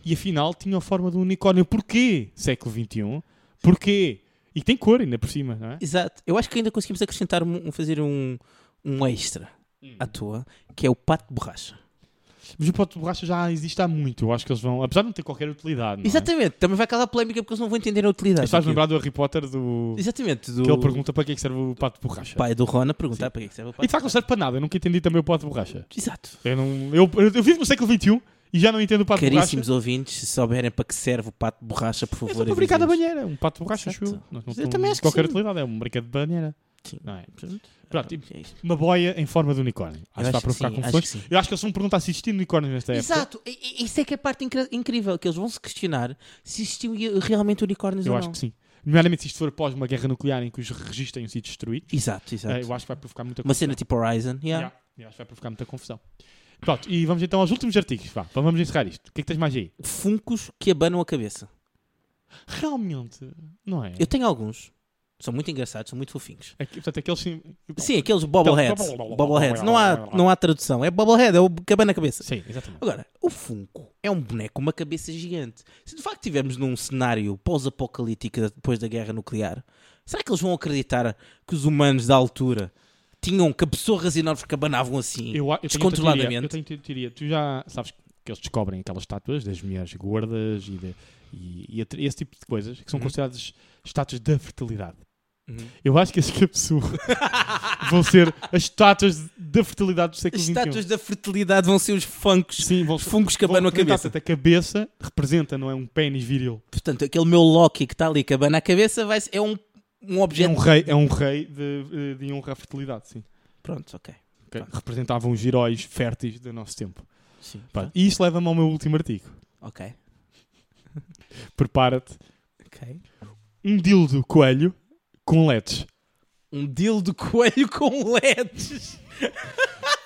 [SPEAKER 1] e afinal tinha a forma de um unicórnio. Porquê? Século XXI. Porquê? E tem cor ainda por cima, não é?
[SPEAKER 2] Exato. Eu acho que ainda conseguimos acrescentar um, um- fazer um, um extra
[SPEAKER 1] Hum.
[SPEAKER 2] à toa, que é o pato de borracha.
[SPEAKER 1] Mas o pote de borracha já existe há muito. Eu acho que eles vão. Apesar de não ter qualquer utilidade. Não é?
[SPEAKER 2] Exatamente. Também vai causar polémica porque eles não vão entender a utilidade.
[SPEAKER 1] Estás
[SPEAKER 2] daquilo.
[SPEAKER 1] lembrado do Harry Potter do.
[SPEAKER 2] Exatamente. Do
[SPEAKER 1] Que ele pergunta para que é que serve o pato de borracha.
[SPEAKER 2] o pai do Rona perguntar
[SPEAKER 1] Sim.
[SPEAKER 2] para que é que serve o
[SPEAKER 1] E
[SPEAKER 2] pato.
[SPEAKER 1] de facto não serve para nada. Eu nunca entendi também o pato de borracha.
[SPEAKER 2] Exato.
[SPEAKER 1] Eu, não... eu, eu, eu vivo no século XXI e já não entendo o pato
[SPEAKER 2] Caríssimos
[SPEAKER 1] de borracha.
[SPEAKER 2] ouvintes, se souberem para que serve o pato de borracha, por
[SPEAKER 1] É
[SPEAKER 2] favor.
[SPEAKER 1] só para brincar na
[SPEAKER 2] avisem-nos.
[SPEAKER 1] banheira. Um pato de borracha, acho eu.
[SPEAKER 2] Exato.
[SPEAKER 1] Não, não
[SPEAKER 2] Eu
[SPEAKER 1] tem
[SPEAKER 2] também acho que
[SPEAKER 1] qualquer
[SPEAKER 2] sim.
[SPEAKER 1] utilidade. É um brinquedo de banheira.
[SPEAKER 2] Sim.
[SPEAKER 1] Não é?
[SPEAKER 2] Pronto.
[SPEAKER 1] Pronto, e
[SPEAKER 2] Ah, é isto.
[SPEAKER 1] uma boia em forma de unicórnio.
[SPEAKER 2] Eu
[SPEAKER 1] Acho que está a
[SPEAKER 2] acho que
[SPEAKER 1] provocar
[SPEAKER 2] sim, acho
[SPEAKER 1] confusões.
[SPEAKER 2] que sim.
[SPEAKER 1] eu acho que eles vão perguntar se existem unicórnios nesta época.
[SPEAKER 2] Exato, E- e- isso é que é a parte incri- incrível, que eles vão se questionar se existiam i- realmente unicórnios
[SPEAKER 1] Eu
[SPEAKER 2] ou
[SPEAKER 1] acho
[SPEAKER 2] não.
[SPEAKER 1] que sim. Nomeadamente se isto for após uma guerra nuclear em que os registros tenham sido destruídos.
[SPEAKER 2] Exato,
[SPEAKER 1] eh,
[SPEAKER 2] exato.
[SPEAKER 1] Eu acho que vai provocar muita
[SPEAKER 2] Uma
[SPEAKER 1] confusão.
[SPEAKER 2] cena tipo Horizon, yeah.
[SPEAKER 1] Yeah. Eu acho que vai provocar muita confusão. Pronto, e vamos então aos últimos artigos. Vá, vá, vamos encerrar isto. O que é que tens mais aí?
[SPEAKER 2] Funcos que abanam a cabeça.
[SPEAKER 1] Realmente, não é?
[SPEAKER 2] Eu tenho alguns. São muito engraçados, são muito fofinhos.
[SPEAKER 1] Aqui, portanto, aqueles sim.
[SPEAKER 2] Sim, aqueles bobbleheads. bobbleheads. Não há, não há tradução. É bobblehead, é o cabana cabeça.
[SPEAKER 1] Sim, exatamente.
[SPEAKER 2] Agora, o Funko é um boneco com uma cabeça gigante. Se de facto estivermos num cenário pós-apocalíptico depois da guerra nuclear, será que eles vão acreditar que os humanos da altura tinham cabeçorras enormes que abanavam assim?
[SPEAKER 1] Eu, a- eu tenho outra
[SPEAKER 2] Descontroladamente.
[SPEAKER 1] teoria. Eu tenho outra teoria. Tu já sabes que eles descobrem aquelas estátuas das mulheres gordas e, de- e- e atre- esse tipo de coisas que são
[SPEAKER 2] Uhum.
[SPEAKER 1] consideradas estátuas da fertilidade.
[SPEAKER 2] Uhum.
[SPEAKER 1] Eu acho que as cabeçudas vão ser as estátuas da fertilidade do século
[SPEAKER 2] As
[SPEAKER 1] XXI.
[SPEAKER 2] estátuas da fertilidade vão ser os funkos.
[SPEAKER 1] Sim, vão
[SPEAKER 2] Os fungos que abanam a cabeça.
[SPEAKER 1] A cabeça representa, não é? Um pênis viril.
[SPEAKER 2] Portanto, aquele meu Loki que está ali que abana a cabeça vai ser- é um, um
[SPEAKER 1] É
[SPEAKER 2] objeto.
[SPEAKER 1] um rei, é um rei de, eh, de honra à fertilidade, sim.
[SPEAKER 2] Pronto, ok.
[SPEAKER 1] Que representavam os heróis férteis do nosso tempo.
[SPEAKER 2] Sim.
[SPEAKER 1] Pronto, E isso leva-me ao meu último artigo.
[SPEAKER 2] Ok.
[SPEAKER 1] Prepara-te.
[SPEAKER 2] Ok.
[SPEAKER 1] Um dildo coelho com LEDs.
[SPEAKER 2] Um dildo coelho com LEDs.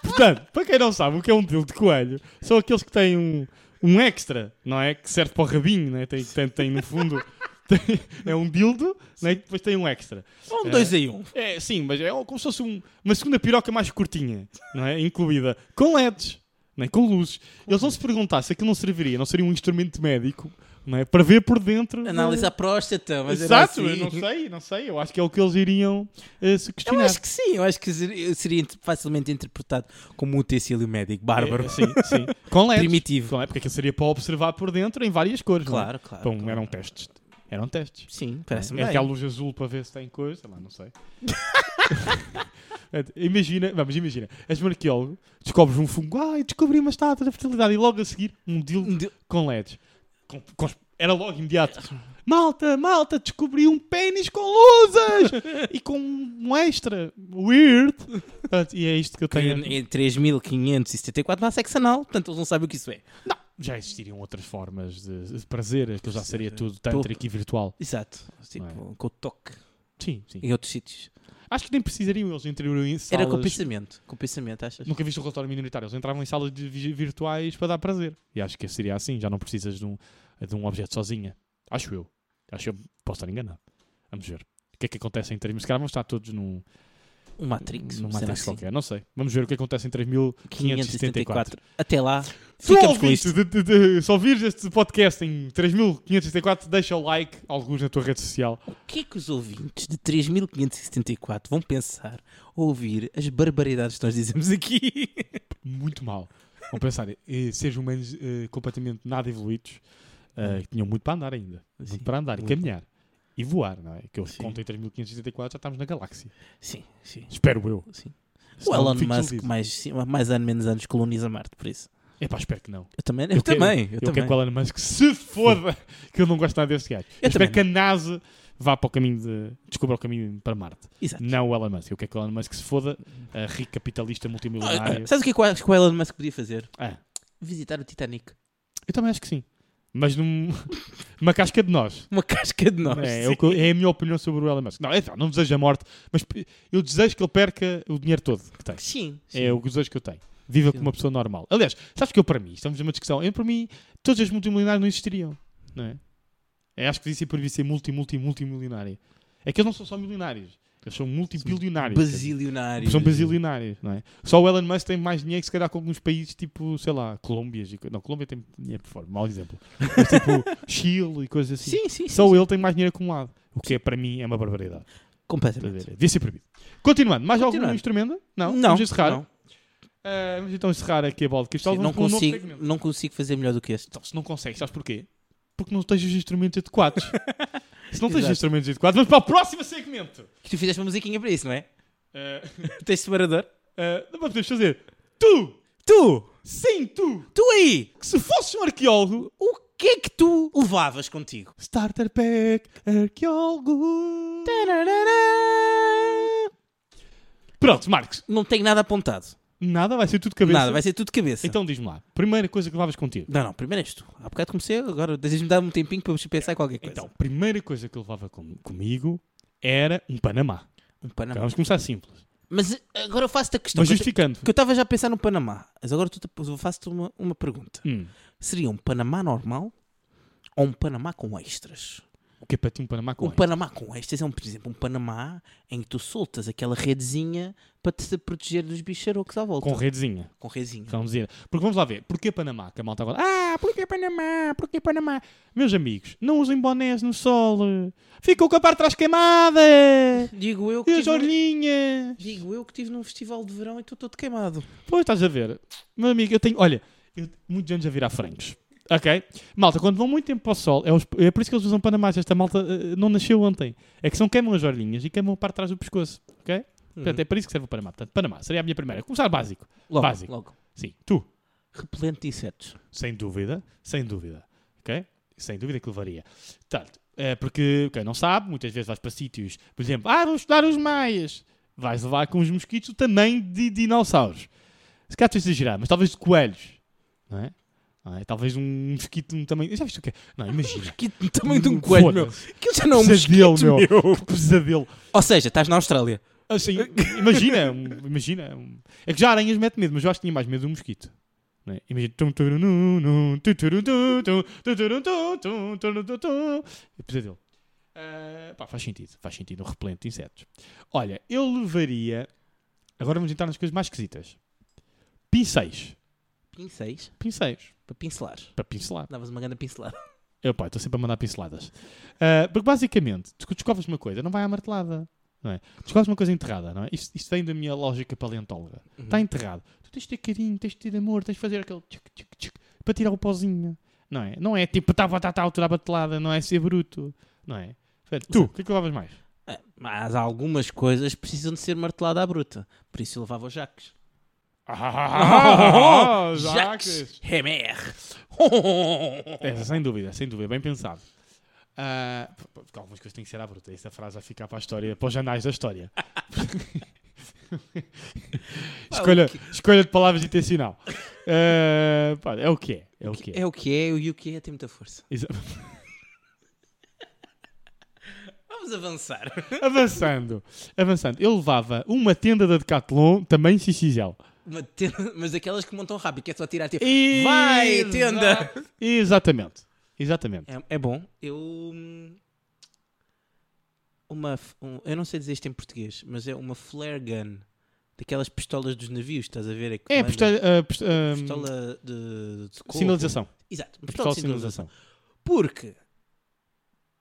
[SPEAKER 1] Portanto, para quem não sabe o que é um dildo coelho, são aqueles que têm um, um extra, não é? Que serve para o rabinho, não é? Tem, tem, tem no fundo é um dildo, né? e depois tem um extra.
[SPEAKER 5] Um 2 em 1. Um.
[SPEAKER 1] É, sim, mas é como se fosse um- uma segunda piroca mais curtinha, não é? Incluída com LEDs, não é? com luzes. Eles vão se perguntar se aquilo não serviria, não seria um instrumento médico, não é? Para ver por dentro.
[SPEAKER 2] Análise à próstata, mas era
[SPEAKER 1] Exato,
[SPEAKER 2] assim.
[SPEAKER 1] eu não sei, não sei. Eu acho que é o que eles iriam eh, se
[SPEAKER 2] Eu
[SPEAKER 1] questionar.
[SPEAKER 2] acho que sim, eu acho que ser- seria int- facilmente interpretado como um utensílio médico bárbaro.
[SPEAKER 1] É, sim, sim. Com LEDs.
[SPEAKER 2] Primitivo.
[SPEAKER 1] Com LED, porque aquilo seria para observar por dentro em várias cores. não é?
[SPEAKER 2] Claro, claro.
[SPEAKER 1] Então,
[SPEAKER 2] claro.
[SPEAKER 1] eram testes. Eram testes.
[SPEAKER 2] Sim, parece-me
[SPEAKER 1] É
[SPEAKER 2] bem.
[SPEAKER 1] aquela luz azul para ver se tem coisa, sei lá, não sei. Portanto, imagina, vamos, imagina, és um arqueólogo, descobres um fungo, ai, descobri uma estátua da fertilidade e logo a seguir um dildo
[SPEAKER 2] Um dil-
[SPEAKER 1] com LEDs. Com- com- era logo imediato. Malta, malta, descobri um pênis com luzes e com um extra. Weird. Portanto, e é isto que eu
[SPEAKER 2] Que
[SPEAKER 1] tenho.
[SPEAKER 2] Em 3.574 não há sexo anal, portanto eles não sabem o que isso é.
[SPEAKER 1] Já existiriam outras formas de, de prazer, que já seria tudo tântrico e virtual.
[SPEAKER 2] Exato. Tipo,
[SPEAKER 1] Não é?
[SPEAKER 2] com o toque
[SPEAKER 1] Sim, sim.
[SPEAKER 2] em outros sítios.
[SPEAKER 1] Acho que nem precisariam eles interioriam em
[SPEAKER 2] Era com o
[SPEAKER 1] salas-
[SPEAKER 2] pensamento. Com o pensamento, achas?
[SPEAKER 1] Nunca viste o relatório minoritário. Eles entravam em salas de vi- virtuais para dar prazer. E acho que seria assim. Já não precisas de um, de um objeto sozinha. Acho eu. Acho eu. Posso estar enganado. Vamos ver. O que é que acontece em 3 mil? Se calhar vão estar todos num,
[SPEAKER 2] Um Matrix.
[SPEAKER 1] num
[SPEAKER 2] uma cena
[SPEAKER 1] Matrix
[SPEAKER 2] assim.
[SPEAKER 1] qualquer. Não sei. Vamos ver o que acontece em 3574.
[SPEAKER 2] 574. Até lá,
[SPEAKER 1] Se
[SPEAKER 2] ficamos com
[SPEAKER 1] ouviste
[SPEAKER 2] isto.
[SPEAKER 1] de- de- de- se ouvires este podcast em 3574, deixa o like, alguns na tua rede social.
[SPEAKER 2] O que é que os ouvintes de 3.574 vão pensar ao ouvir as barbaridades que nós dizemos aqui?
[SPEAKER 1] muito mal. Vão pensar, eh, seres humanos eh, completamente nada evoluídos, eh, que tinham muito para andar ainda.
[SPEAKER 2] Sim,
[SPEAKER 1] muito para andar e
[SPEAKER 2] muito.
[SPEAKER 1] caminhar. E voar, não é? Que eu
[SPEAKER 2] Sim.
[SPEAKER 1] conto em 3574, já estamos na galáxia.
[SPEAKER 2] Sim, sim.
[SPEAKER 1] Espero eu.
[SPEAKER 2] Sim. O
[SPEAKER 1] Senão
[SPEAKER 2] Elon
[SPEAKER 1] fico
[SPEAKER 2] Musk,
[SPEAKER 1] desiludido.
[SPEAKER 2] mais, sim, mais ano menos anos, coloniza Marte, por isso.
[SPEAKER 1] É pá, espero que não.
[SPEAKER 2] Eu também, eu,
[SPEAKER 1] quero-
[SPEAKER 2] também.
[SPEAKER 1] Eu,
[SPEAKER 2] Eu, também.
[SPEAKER 1] quero que o Elon Musk se foda, que eu não gosto nada desse gajo. Eu
[SPEAKER 2] também
[SPEAKER 1] espero que a NASA vá para o caminho de. descubra o caminho para Marte.
[SPEAKER 2] Exato.
[SPEAKER 1] Não o Elon Musk. Eu quero que o Elon Musk se foda, eh, rico capitalista multimilionário.
[SPEAKER 2] Sabes o que é que eu acho que o Elon Musk podia fazer?
[SPEAKER 1] Ah.
[SPEAKER 2] Visitar o Titanic.
[SPEAKER 1] Eu também acho que sim. Mas num, numa casca de nós.
[SPEAKER 2] Uma casca de nós.
[SPEAKER 1] É, é o que eu- é a minha opinião sobre o Elon Musk. Não, é, não desejo a morte, mas p- eu desejo que ele perca o dinheiro todo que tem.
[SPEAKER 2] Sim.
[SPEAKER 1] É o desejo que eu tenho. Viva
[SPEAKER 2] Sim.
[SPEAKER 1] como uma pessoa normal. Aliás, sabes que eu, para mim, estamos numa discussão. Eu, para mim, todos os multimilionários não existiriam. Não é? Eu acho que disse por ser multi, multi, multimilionário. É que eles não são só milionários. Eles são multibilionários. tipo quer dizer,
[SPEAKER 2] Basilionário.
[SPEAKER 1] São basilionários, não é? Só o Elon Musk tem mais dinheiro que se calhar com alguns países tipo, sei lá, Colômbia. e co- Não, Colômbia tem dinheiro por fora, mau exemplo. Mas tipo, Chile e coisas assim.
[SPEAKER 2] Sim, sim, sim.
[SPEAKER 1] Só ele tem mais dinheiro acumulado. O que é, para mim, é uma barbaridade. Estás a
[SPEAKER 2] Completamente.
[SPEAKER 1] ver? Devia ser proibido. Continuando, mais algum
[SPEAKER 2] Continuando.
[SPEAKER 1] instrumento? Não,
[SPEAKER 2] Não,
[SPEAKER 1] vamos encerrar.
[SPEAKER 2] não.
[SPEAKER 1] Ah, vamos então encerrar aqui a bola de cristal.
[SPEAKER 2] Sim, não,
[SPEAKER 1] Vamos para um novo
[SPEAKER 2] consigo,
[SPEAKER 1] segmento.
[SPEAKER 2] não consigo fazer melhor do que este.
[SPEAKER 1] Então, se não consegues, sabes porquê? Porque não tens os instrumentos adequados. se não tens os
[SPEAKER 2] Exato.
[SPEAKER 1] instrumentos adequados, vamos para o próximo segmento.
[SPEAKER 2] Que tu fizeste uma musiquinha para isso, não é?
[SPEAKER 1] Ah,
[SPEAKER 2] Tens separador?
[SPEAKER 1] ah, não podemos fazer. Tu!
[SPEAKER 2] Tu!
[SPEAKER 1] Sim, tu!
[SPEAKER 2] Tu aí!
[SPEAKER 1] Que se fosses um arqueólogo...
[SPEAKER 2] O que é que tu levavas contigo?
[SPEAKER 1] Starter Pack Arqueólogo... Pronto, Marcos.
[SPEAKER 2] Não tenho nada apontado.
[SPEAKER 1] Nada, vai ser tudo cabeça.
[SPEAKER 2] Nada, vai ser tudo cabeça.
[SPEAKER 1] Então diz-me lá. Primeira coisa que levavas contigo.
[SPEAKER 2] Não, não, primeiro és tu. Há bocado comecei, agora desejas-me dar um tempinho para eu pensar em qualquer coisa.
[SPEAKER 1] Então, a primeira coisa que eu levava com- comigo era um Panamá.
[SPEAKER 2] um Panamá.
[SPEAKER 1] Vamos começar simples.
[SPEAKER 2] Mas eh, agora eu faço-te a questão.
[SPEAKER 1] Mas
[SPEAKER 2] que eu te-
[SPEAKER 1] justificando.
[SPEAKER 2] que eu estava já a pensar no Panamá. Mas agora tu te- eu faço-te uma, uma pergunta.
[SPEAKER 1] Hum,
[SPEAKER 2] Seria um Panamá normal ou um Panamá com extras?
[SPEAKER 1] o que é para ti um Panamá com
[SPEAKER 2] Um Panamá com extras é, um, por exemplo, um Panamá em que tu soltas aquela redezinha para te proteger dos bicharocos à volta.
[SPEAKER 1] Com redezinha.
[SPEAKER 2] Com redezinha.
[SPEAKER 1] Vamos dizer. Porque vamos lá ver. Porquê Panamá? Que a malta agora. Ah, porquê Panamá? Porquê Panamá? Meus amigos, não usem bonés no sol. Ficam com a parte de trás queimada.
[SPEAKER 2] Digo eu que
[SPEAKER 1] E as
[SPEAKER 2] tive num-
[SPEAKER 1] orlinhas.
[SPEAKER 2] Digo eu que estive num festival de verão e estou todo queimado.
[SPEAKER 1] Pois estás a ver. Meu amigo, eu tenho. Olha, eu muitos anos a virar frangos. Ok? Malta, quando vão muito tempo para o sol, é, os- é por isso que eles usam panamás. Esta malta eh, não nasceu ontem. É que são queimam as orelhinhas e queimam a parte de trás do pescoço. Ok? Portanto, é para isso que serve o Panamá. Portanto, Panamá seria a minha primeira. Começar básico.
[SPEAKER 2] Logo,
[SPEAKER 1] Básico.
[SPEAKER 2] logo.
[SPEAKER 1] Sim. Tu?
[SPEAKER 2] Repelente de insetos.
[SPEAKER 1] Sem dúvida. Sem dúvida. Ok? Sem dúvida que levaria. Portanto, é porque quem não sabe, muitas vezes vais para sítios, por exemplo, ah, vamos estudar os maias. Vais levar com os mosquitos o tamanho de dinossauros. Se calhar estou a exagerar, mas talvez de coelhos. Não é? Não é? Talvez um mosquito de um tamanho. Já viste o quê? Não, imagina.
[SPEAKER 2] Que tamanho de um coelho, meu.
[SPEAKER 1] Hum, Foda-se.
[SPEAKER 2] Aquilo já não é um
[SPEAKER 1] Pesadelo,
[SPEAKER 2] mosquito,
[SPEAKER 1] meu.
[SPEAKER 2] meu.
[SPEAKER 1] Que pesadelo.
[SPEAKER 2] Ou seja, estás na Austrália.
[SPEAKER 1] Assim, imagina, um- imagina. um- É que já aranhas mete medo, mas eu acho que tinha mais medo do mosquito. Não é? Imagina. tum, tururu, tum, tururu, tum, tum, tururu, tum, tum, tururu, tum, tum. É pesadelo. Ah, pá, faz sentido, faz sentido, um repelente de insetos. Olha, eu levaria. Agora vamos entrar nas coisas mais esquisitas: pincéis.
[SPEAKER 2] Pincéis
[SPEAKER 1] Pincéis,
[SPEAKER 2] para pincelar.
[SPEAKER 1] para pincelar.
[SPEAKER 2] Davas uma grande pincelada.
[SPEAKER 1] Eu, pá, estou sempre a mandar pinceladas. Ah, porque basicamente, tu descobres uma coisa, não vai à martelada. Não é? Descobres uma coisa enterrada, não é? Isto, isto vem da minha lógica paleontóloga. Está enterrado. Tu tens de ter carinho, tens de ter amor, tens de fazer aquele tchic, tchic, tchic, para tirar o pozinho. Não é? Não é tipo tá, tá, tá, toda a batelada, não é ser bruto. Não é? Portanto, tu, o que é que levavas mais?
[SPEAKER 2] Ah, Mas algumas coisas precisam de ser martelada à bruta. Por isso eu levava os jacos.
[SPEAKER 1] Ah,
[SPEAKER 2] Jacques Remer.
[SPEAKER 1] Essa, é, sem dúvida, sem dúvida, bem pensado. Ah, p- p- porque algumas coisas têm que ser à bruta. Esta frase vai ficar para a história, para os anais da história. escolha,
[SPEAKER 2] é?
[SPEAKER 1] escolha de palavras intencional. Ah, pá, é o que é. É o que é.
[SPEAKER 2] É o que é e o que é tem muita força.
[SPEAKER 1] Exa-
[SPEAKER 2] Vamos avançar.
[SPEAKER 1] Avançando, avançando. Eu levava uma tenda da Decathlon, também XXL.
[SPEAKER 2] Uma tenda- mas daquelas que montam rápido, que é só tirar tipo.
[SPEAKER 1] E-
[SPEAKER 2] Vai, tenda!
[SPEAKER 1] Exatamente. Exatamente.
[SPEAKER 2] É, é bom. Eu. hum, Uma. f- um- eu não sei dizer isto em português, mas é uma flare gun. Daquelas pistolas dos navios, estás a ver? que
[SPEAKER 1] É,
[SPEAKER 2] manda-
[SPEAKER 1] pistola, ah, pist- ah,
[SPEAKER 2] pistola de, de socorro.
[SPEAKER 1] sinalização.
[SPEAKER 2] Exato, uma
[SPEAKER 1] Pistola de sinalização.
[SPEAKER 2] Porque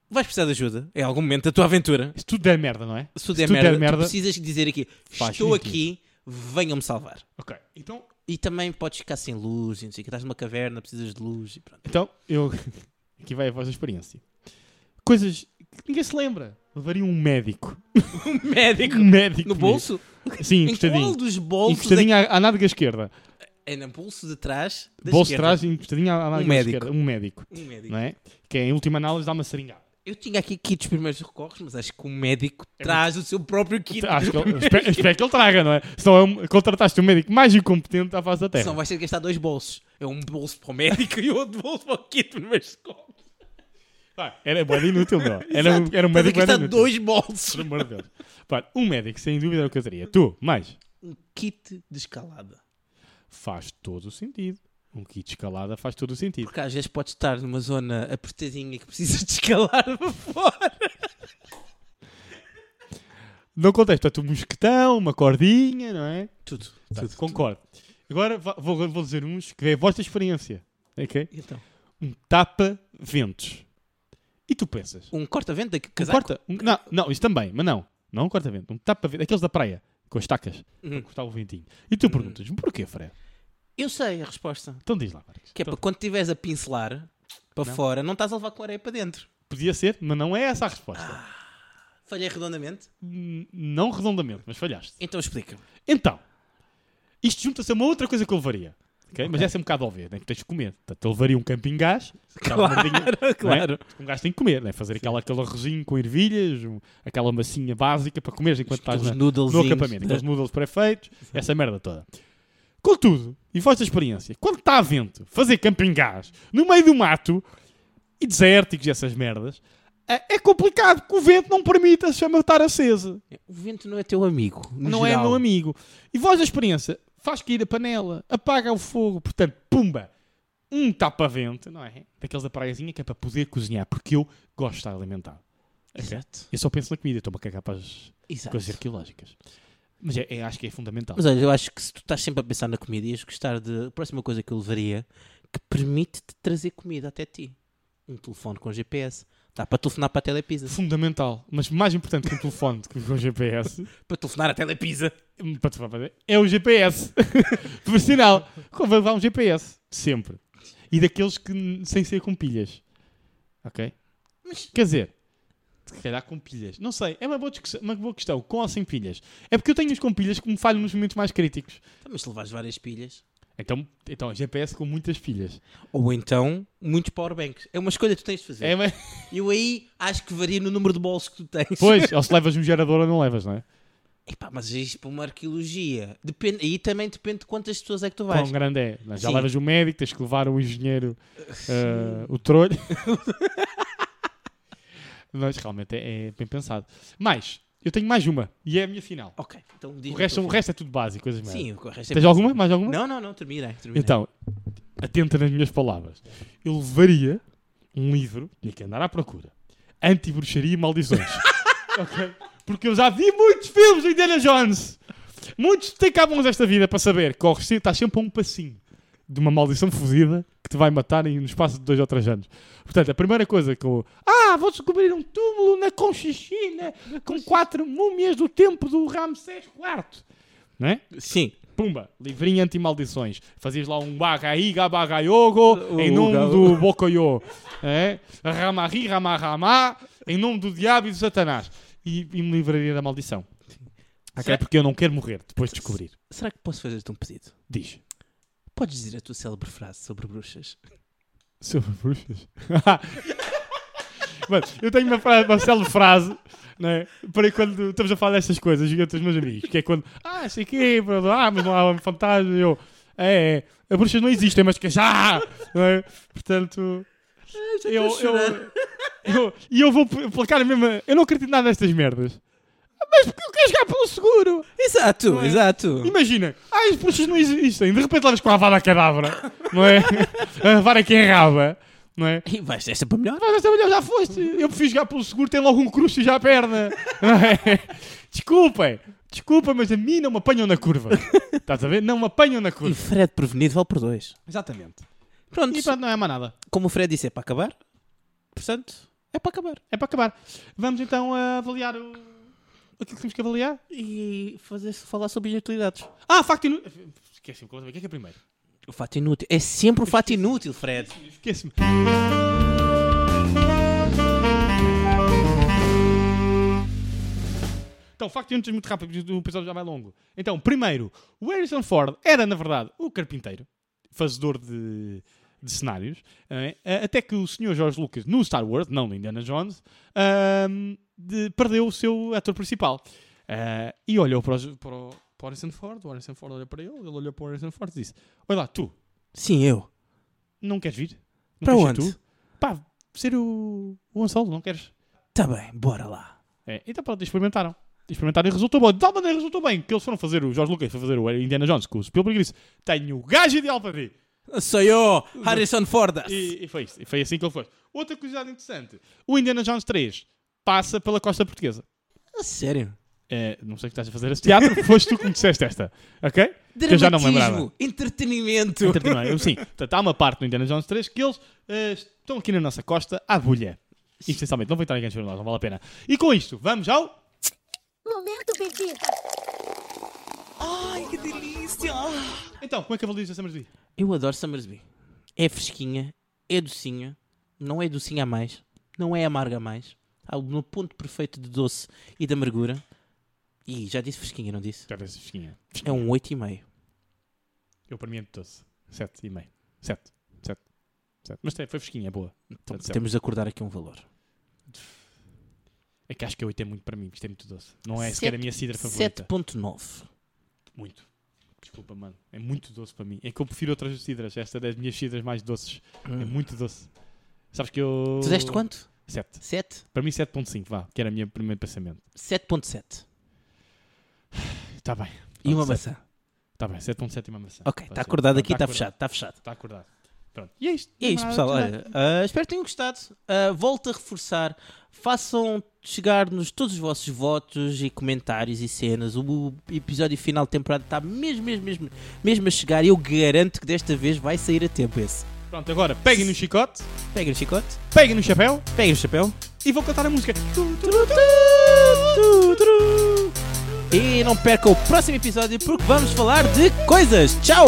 [SPEAKER 2] vais precisar de ajuda em algum momento da tua aventura.
[SPEAKER 1] Se tudo der merda, não é?
[SPEAKER 2] Se tu der,
[SPEAKER 1] tudo
[SPEAKER 2] merda,
[SPEAKER 1] der
[SPEAKER 2] tu
[SPEAKER 1] merda,
[SPEAKER 2] precisas dizer aqui:
[SPEAKER 1] faz
[SPEAKER 2] estou
[SPEAKER 1] sentido.
[SPEAKER 2] aqui, venham-me salvar.
[SPEAKER 1] Ok. Então,
[SPEAKER 2] E também podes ficar sem luz, e não sei o que, estás numa caverna, precisas de luz e pronto.
[SPEAKER 1] Então, eu. Aqui vai a voz da experiência. Coisas que ninguém se lembra. Levaria um médico.
[SPEAKER 2] Médico
[SPEAKER 1] Um médico.
[SPEAKER 2] no bolso?
[SPEAKER 1] Sim,
[SPEAKER 2] Em qual
[SPEAKER 1] encostadinho.
[SPEAKER 2] dos bolsos é
[SPEAKER 1] Encostadinho à, à nádega esquerda.
[SPEAKER 2] É no pulso de trás da
[SPEAKER 1] bolso de
[SPEAKER 2] esquerda.
[SPEAKER 1] trás, encostadinho à, à nádega
[SPEAKER 2] médico.
[SPEAKER 1] esquerda. Um médico.
[SPEAKER 2] Um médico.
[SPEAKER 1] Não é? Que é, em última análise, dá uma seringada.
[SPEAKER 2] Eu tinha aqui kits dos primeiros socorros, mas acho que o médico
[SPEAKER 1] É
[SPEAKER 2] traz o seu próprio kit.
[SPEAKER 1] Acho que ele, espero, espero que ele traga, não é? Senão é um, contrataste um médico mais incompetente à face da Terra.
[SPEAKER 2] Senão vais ter que gastar dois bolsos. É um bolso para o médico e outro bolso para o kit dos primeiros socorros.
[SPEAKER 1] Pá, Era bué de inútil, não. Era, um- era um médico
[SPEAKER 2] Estás a
[SPEAKER 1] bué de
[SPEAKER 2] gastar
[SPEAKER 1] inútil.
[SPEAKER 2] dois bolsos.
[SPEAKER 1] Por amor de Deus. Pá, um médico, sem dúvida, era o que eu teria. Tu, mais.
[SPEAKER 2] Um kit de escalada.
[SPEAKER 1] Faz todo o sentido. Um kit de escalada faz todo o sentido.
[SPEAKER 2] Porque às vezes podes estar numa zona apertadinha que precisas de escalar para fora.
[SPEAKER 1] Não conteste, portanto, um mosquetão, uma cordinha, não é?
[SPEAKER 2] Tudo. Tá.
[SPEAKER 1] Portanto, concordo. Agora va- vou, vou dizer uns que é a vossa experiência. Ok?
[SPEAKER 2] Então,
[SPEAKER 1] Um tapa-ventos. E tu pensas?
[SPEAKER 2] um corta-vento daqui.
[SPEAKER 1] Um
[SPEAKER 2] Casaco.
[SPEAKER 1] corta- um- não, não, isso também, mas não. Não um corta-vento. Um tapa-ventos. Aqueles da praia, com as tacas, para
[SPEAKER 2] Uhum.
[SPEAKER 1] cortar o ventinho. E tu perguntas-me, porquê, Fred?
[SPEAKER 2] Eu sei a resposta.
[SPEAKER 1] Então diz lá, Marcos.
[SPEAKER 2] Que é para quando estiveres a pincelar para fora, não estás a levar com a areia para Ah. dentro.
[SPEAKER 1] Podia ser, mas não é essa a resposta.
[SPEAKER 2] Falhei redondamente.
[SPEAKER 1] N- Não redondamente, mas falhaste.
[SPEAKER 2] Então explica-me.
[SPEAKER 1] Então, isto junta-se a uma outra coisa que eu levaria. ok? Mas essa é um bocado óbvia, né? que tens de comer. Portanto, eu levaria um camping gás. é claro. Um gajo tem que comer, né? fazer aquela, aquele arrozinho com ervilhas, um- aquela massinha básica para comeres enquanto estás
[SPEAKER 2] Os
[SPEAKER 1] na-
[SPEAKER 2] noodles.
[SPEAKER 1] no acampamento. Aqueles noodles pré-feitos, essa merda toda. Contudo, e vossa experiência, quando está a vento, fazer camping gás no meio do mato e desérticos e essas merdas, é é complicado, porque o vento não permite a chama estar acesa
[SPEAKER 2] O vento não é teu amigo. no
[SPEAKER 1] não é
[SPEAKER 2] geral.
[SPEAKER 1] meu amigo. E voz da experiência, faz cair a panela, apaga o fogo, portanto, pumba, um tapa-vento, não é? Daqueles da praiazinha que é para poder cozinhar, porque eu gosto de estar alimentado.
[SPEAKER 2] É Exato.
[SPEAKER 1] Eu só penso na comida, estou-me a cagar para as
[SPEAKER 2] Exato.
[SPEAKER 1] coisas arqueológicas. Mas é, é- acho que é fundamental.
[SPEAKER 2] Mas olha, eu acho que se tu estás sempre a pensar na comida, ias gostar de. A próxima coisa que eu levaria que permite-te trazer comida até ti. Um telefone com GPS. Dá para telefonar para a Telepisa.
[SPEAKER 1] Fundamental, mas mais importante que o telefone do que com o GPS
[SPEAKER 2] Para telefonar à Telepisa.
[SPEAKER 1] para te fazer, é o GPS. Por sinal, convém levar um GPS, sempre. E daqueles que n- sem ser com pilhas. Ok?
[SPEAKER 2] Mas-
[SPEAKER 1] Quer dizer, se calhar com pilhas. Não sei, é uma boa, discussão- uma boa questão, com ou sem pilhas. É porque eu tenho os com pilhas que me falham nos momentos mais críticos.
[SPEAKER 2] Então, Mas se levares várias pilhas.
[SPEAKER 1] Então, então GPS com muitas pilhas.
[SPEAKER 2] Ou então, muitos powerbanks. É uma escolha que tu tens de fazer.
[SPEAKER 1] É, mas-
[SPEAKER 2] Eu aí acho que varia no número de bolsos que tu tens.
[SPEAKER 1] pois, ou se levas um gerador ou não levas, não é?
[SPEAKER 2] Epá, mas isto para uma arqueologia. Depende, aí também depende de quantas pessoas é que tu vais.
[SPEAKER 1] Quão grande é? Não é? Já
[SPEAKER 2] Sim.
[SPEAKER 1] levas o médico, tens que levar o engenheiro, ah, o trolho. mas realmente é, é bem pensado. Mas, eu tenho mais uma, e é a minha final.
[SPEAKER 2] Ok, então diz
[SPEAKER 1] O resto, o resto é tudo básico, coisas merda.
[SPEAKER 2] Sim, o resto é
[SPEAKER 1] Tens alguma? Mais alguma?
[SPEAKER 2] Não, não, não, terminei. terminei.
[SPEAKER 1] Então, atenta nas minhas palavras. Eu levaria um livro, tinha que andar à procura, anti-bruxaria e maldições. Ok? Porque eu já vi muitos filmes do Indiana Jones. Muitos te acabam esta vida para saber que corres, sempre- estás sempre a um passinho de uma maldição fodida que te vai matar em um espaço de dois ou três anos. Portanto, a primeira coisa que eu... Ah, vou descobrir um túmulo na Conchichina com quatro múmias do tempo do Ramsés IV. Não é?
[SPEAKER 2] Sim.
[SPEAKER 1] Pumba, livrinho anti-maldições. Fazias lá um barraiga barraiogo
[SPEAKER 2] O-
[SPEAKER 1] em nome
[SPEAKER 2] o-
[SPEAKER 1] do Bocoyo. É? Ramari, ramarramá, em nome do diabo e do satanás. E, e me livraria da maldição. Até
[SPEAKER 2] Será-
[SPEAKER 1] porque eu não quero morrer depois de descobrir.
[SPEAKER 2] Será que posso fazer-te um pedido?
[SPEAKER 1] Diz.
[SPEAKER 2] Podes dizer a tua célebre frase sobre bruxas?
[SPEAKER 1] Sobre bruxas. Mano, eu tenho uma, frase, uma célebre frase, né? Para quando estamos a falar destas coisas, eu entre os meus amigos, que é quando, ah, sei quê, blá, blá, ah, mas não há um fantasma, e eu, é, é, as bruxas não existem, mas que já, não é? Portanto, eu, eu, eu- e eu vou pl- placar a mesma, eu não acredito nada nestas merdas. Mas porque eu quero jogar pelo seguro.
[SPEAKER 2] Exato,
[SPEAKER 1] é?
[SPEAKER 2] exato.
[SPEAKER 1] Imagina, ah, as bruxas não existem, de repente levas com a vara cadabra, não é? A vara que enraba, não é?
[SPEAKER 2] E vais esta para melhor?
[SPEAKER 1] Mas esta mulher já foste. Eu prefiro jogar pelo seguro, tem logo um cruxo já à perna. Não é? Desculpem, desculpem, mas a mim não me apanham na curva. Estás a ver? Não me apanham na
[SPEAKER 2] E
[SPEAKER 1] curva.
[SPEAKER 2] Fred prevenido vale por dois.
[SPEAKER 1] Exatamente.
[SPEAKER 2] Pronto,
[SPEAKER 1] E pronto, não é mais nada.
[SPEAKER 2] como o Fred disse, é para acabar. Portanto, é para acabar.
[SPEAKER 1] É para acabar. Vamos então a avaliar o... aquilo que temos que avaliar.
[SPEAKER 2] E fazer falar sobre inutilidades.
[SPEAKER 1] Ah, facto inútil. Esqueci-me, completamente. o que é que é primeiro?
[SPEAKER 2] O fato inútil. É sempre o fato inútil, Fred.
[SPEAKER 1] Esqueci-me. Então, facto de muito rápido, o episódio já vai longo. Então, primeiro, o Harrison Ford era, na verdade, o carpinteiro, fazedor de, de cenários, eh, até que o senhor George Lucas, no Star Wars, não no Indiana Jones, ahm, de- perdeu o seu ator principal. Ah, e olhou para, os, para, o, para o Harrison Ford, o Harrison Ford olhou para ele, ele olhou para o Harrison Ford e disse, olha lá, tu,
[SPEAKER 2] Sim, eu.
[SPEAKER 1] não queres vir? Não
[SPEAKER 2] Para
[SPEAKER 1] queres
[SPEAKER 2] onde?
[SPEAKER 1] ir tu? Pá, ser o, o Anselmo, não queres?
[SPEAKER 2] Tá bem, bora lá.
[SPEAKER 1] É, então pronto, experimentaram. Experimentaram e resultou bom. De tal maneira resultou bem que eles foram fazer, o Jorge Lucas foi fazer o Indiana Jones com o Spielberg e disse: Tenho o gajo ideal para ti.
[SPEAKER 2] Sou eu, Harrison Ford.
[SPEAKER 1] E, e foi isso. E foi assim que ele foi. Outra curiosidade interessante: o Indiana Jones 3 passa pela costa portuguesa.
[SPEAKER 2] A sério?
[SPEAKER 1] É, não sei o que estás a fazer esse teatro, foste tu que me disseste esta. Ok? Que eu já não me lembrava.
[SPEAKER 2] Dramatismo, entretenimento.
[SPEAKER 1] Então, primeiro, Sim, portanto, há uma parte no Indiana Jones 3 que eles eh, estão aqui na nossa costa à bulha. Essencialmente, não vou entrar em ganhos nós, não vale a pena. E com isto, vamos ao.
[SPEAKER 6] Momento bebida.
[SPEAKER 2] Ai, que delícia.
[SPEAKER 1] Então, como é que avalias essa melodia?
[SPEAKER 2] Eu adoro Summersby. É fresquinha, é docinha, não é docinha a mais, não é amarga a mais. Há no ponto perfeito de doce e de amargura. E já disse fresquinha, não disse?
[SPEAKER 1] Já disse fresquinha.
[SPEAKER 2] É um 8,5.
[SPEAKER 1] Eu para mim é de 12. 7 e meio. 7. 7. 7. Mas tem- foi fresquinha, é boa.
[SPEAKER 2] Então,
[SPEAKER 1] Portanto,
[SPEAKER 2] temos de acordar aqui um valor.
[SPEAKER 1] É que acho que 8 é muito para mim, porque isto é muito doce. Não é sequer a
[SPEAKER 2] Sete-
[SPEAKER 1] minha cidra favorita.
[SPEAKER 2] 7,9.
[SPEAKER 1] Muito. Desculpa, mano. É muito doce para mim. É que eu prefiro outras cidras. Esta é das minhas cidras mais doces. É muito doce. Sabes que eu.
[SPEAKER 2] Tu deste quanto?
[SPEAKER 1] 7.
[SPEAKER 2] 7?
[SPEAKER 1] Para mim 7.5, vá. Que era o meu primeiro pensamento.
[SPEAKER 2] 7,7.
[SPEAKER 1] Está bem.
[SPEAKER 2] E uma
[SPEAKER 1] Pronto,
[SPEAKER 2] maçã.
[SPEAKER 1] Está bem, 7.7 e uma maçã.
[SPEAKER 2] Ok,
[SPEAKER 1] Tá
[SPEAKER 2] está
[SPEAKER 1] certo.
[SPEAKER 2] acordado
[SPEAKER 1] Tá-
[SPEAKER 2] aqui,
[SPEAKER 1] tá
[SPEAKER 2] está
[SPEAKER 1] acordado.
[SPEAKER 2] fechado, está fechado.
[SPEAKER 1] Está acordado. Pronto. E é isto.
[SPEAKER 2] E é isso,
[SPEAKER 1] Não há
[SPEAKER 2] pessoal.
[SPEAKER 1] mais nada.
[SPEAKER 2] Olha, ah, espero que tenham gostado. Ah, volto a reforçar. Façam chegar-nos todos os vossos votos e comentários e cenas. O episódio final de temporada está mesmo, mesmo, mesmo, mesmo a chegar. Eu garanto que desta vez vai sair a tempo esse.
[SPEAKER 1] Pronto, agora peguem no chicote,
[SPEAKER 2] Peguem o chicote,
[SPEAKER 1] peguem no chapéu
[SPEAKER 2] peguem o chapéu
[SPEAKER 1] e vou cantar a música.
[SPEAKER 2] e não percam o próximo episódio porque vamos falar de coisas. Tchau!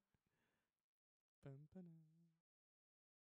[SPEAKER 1] Pam, panam.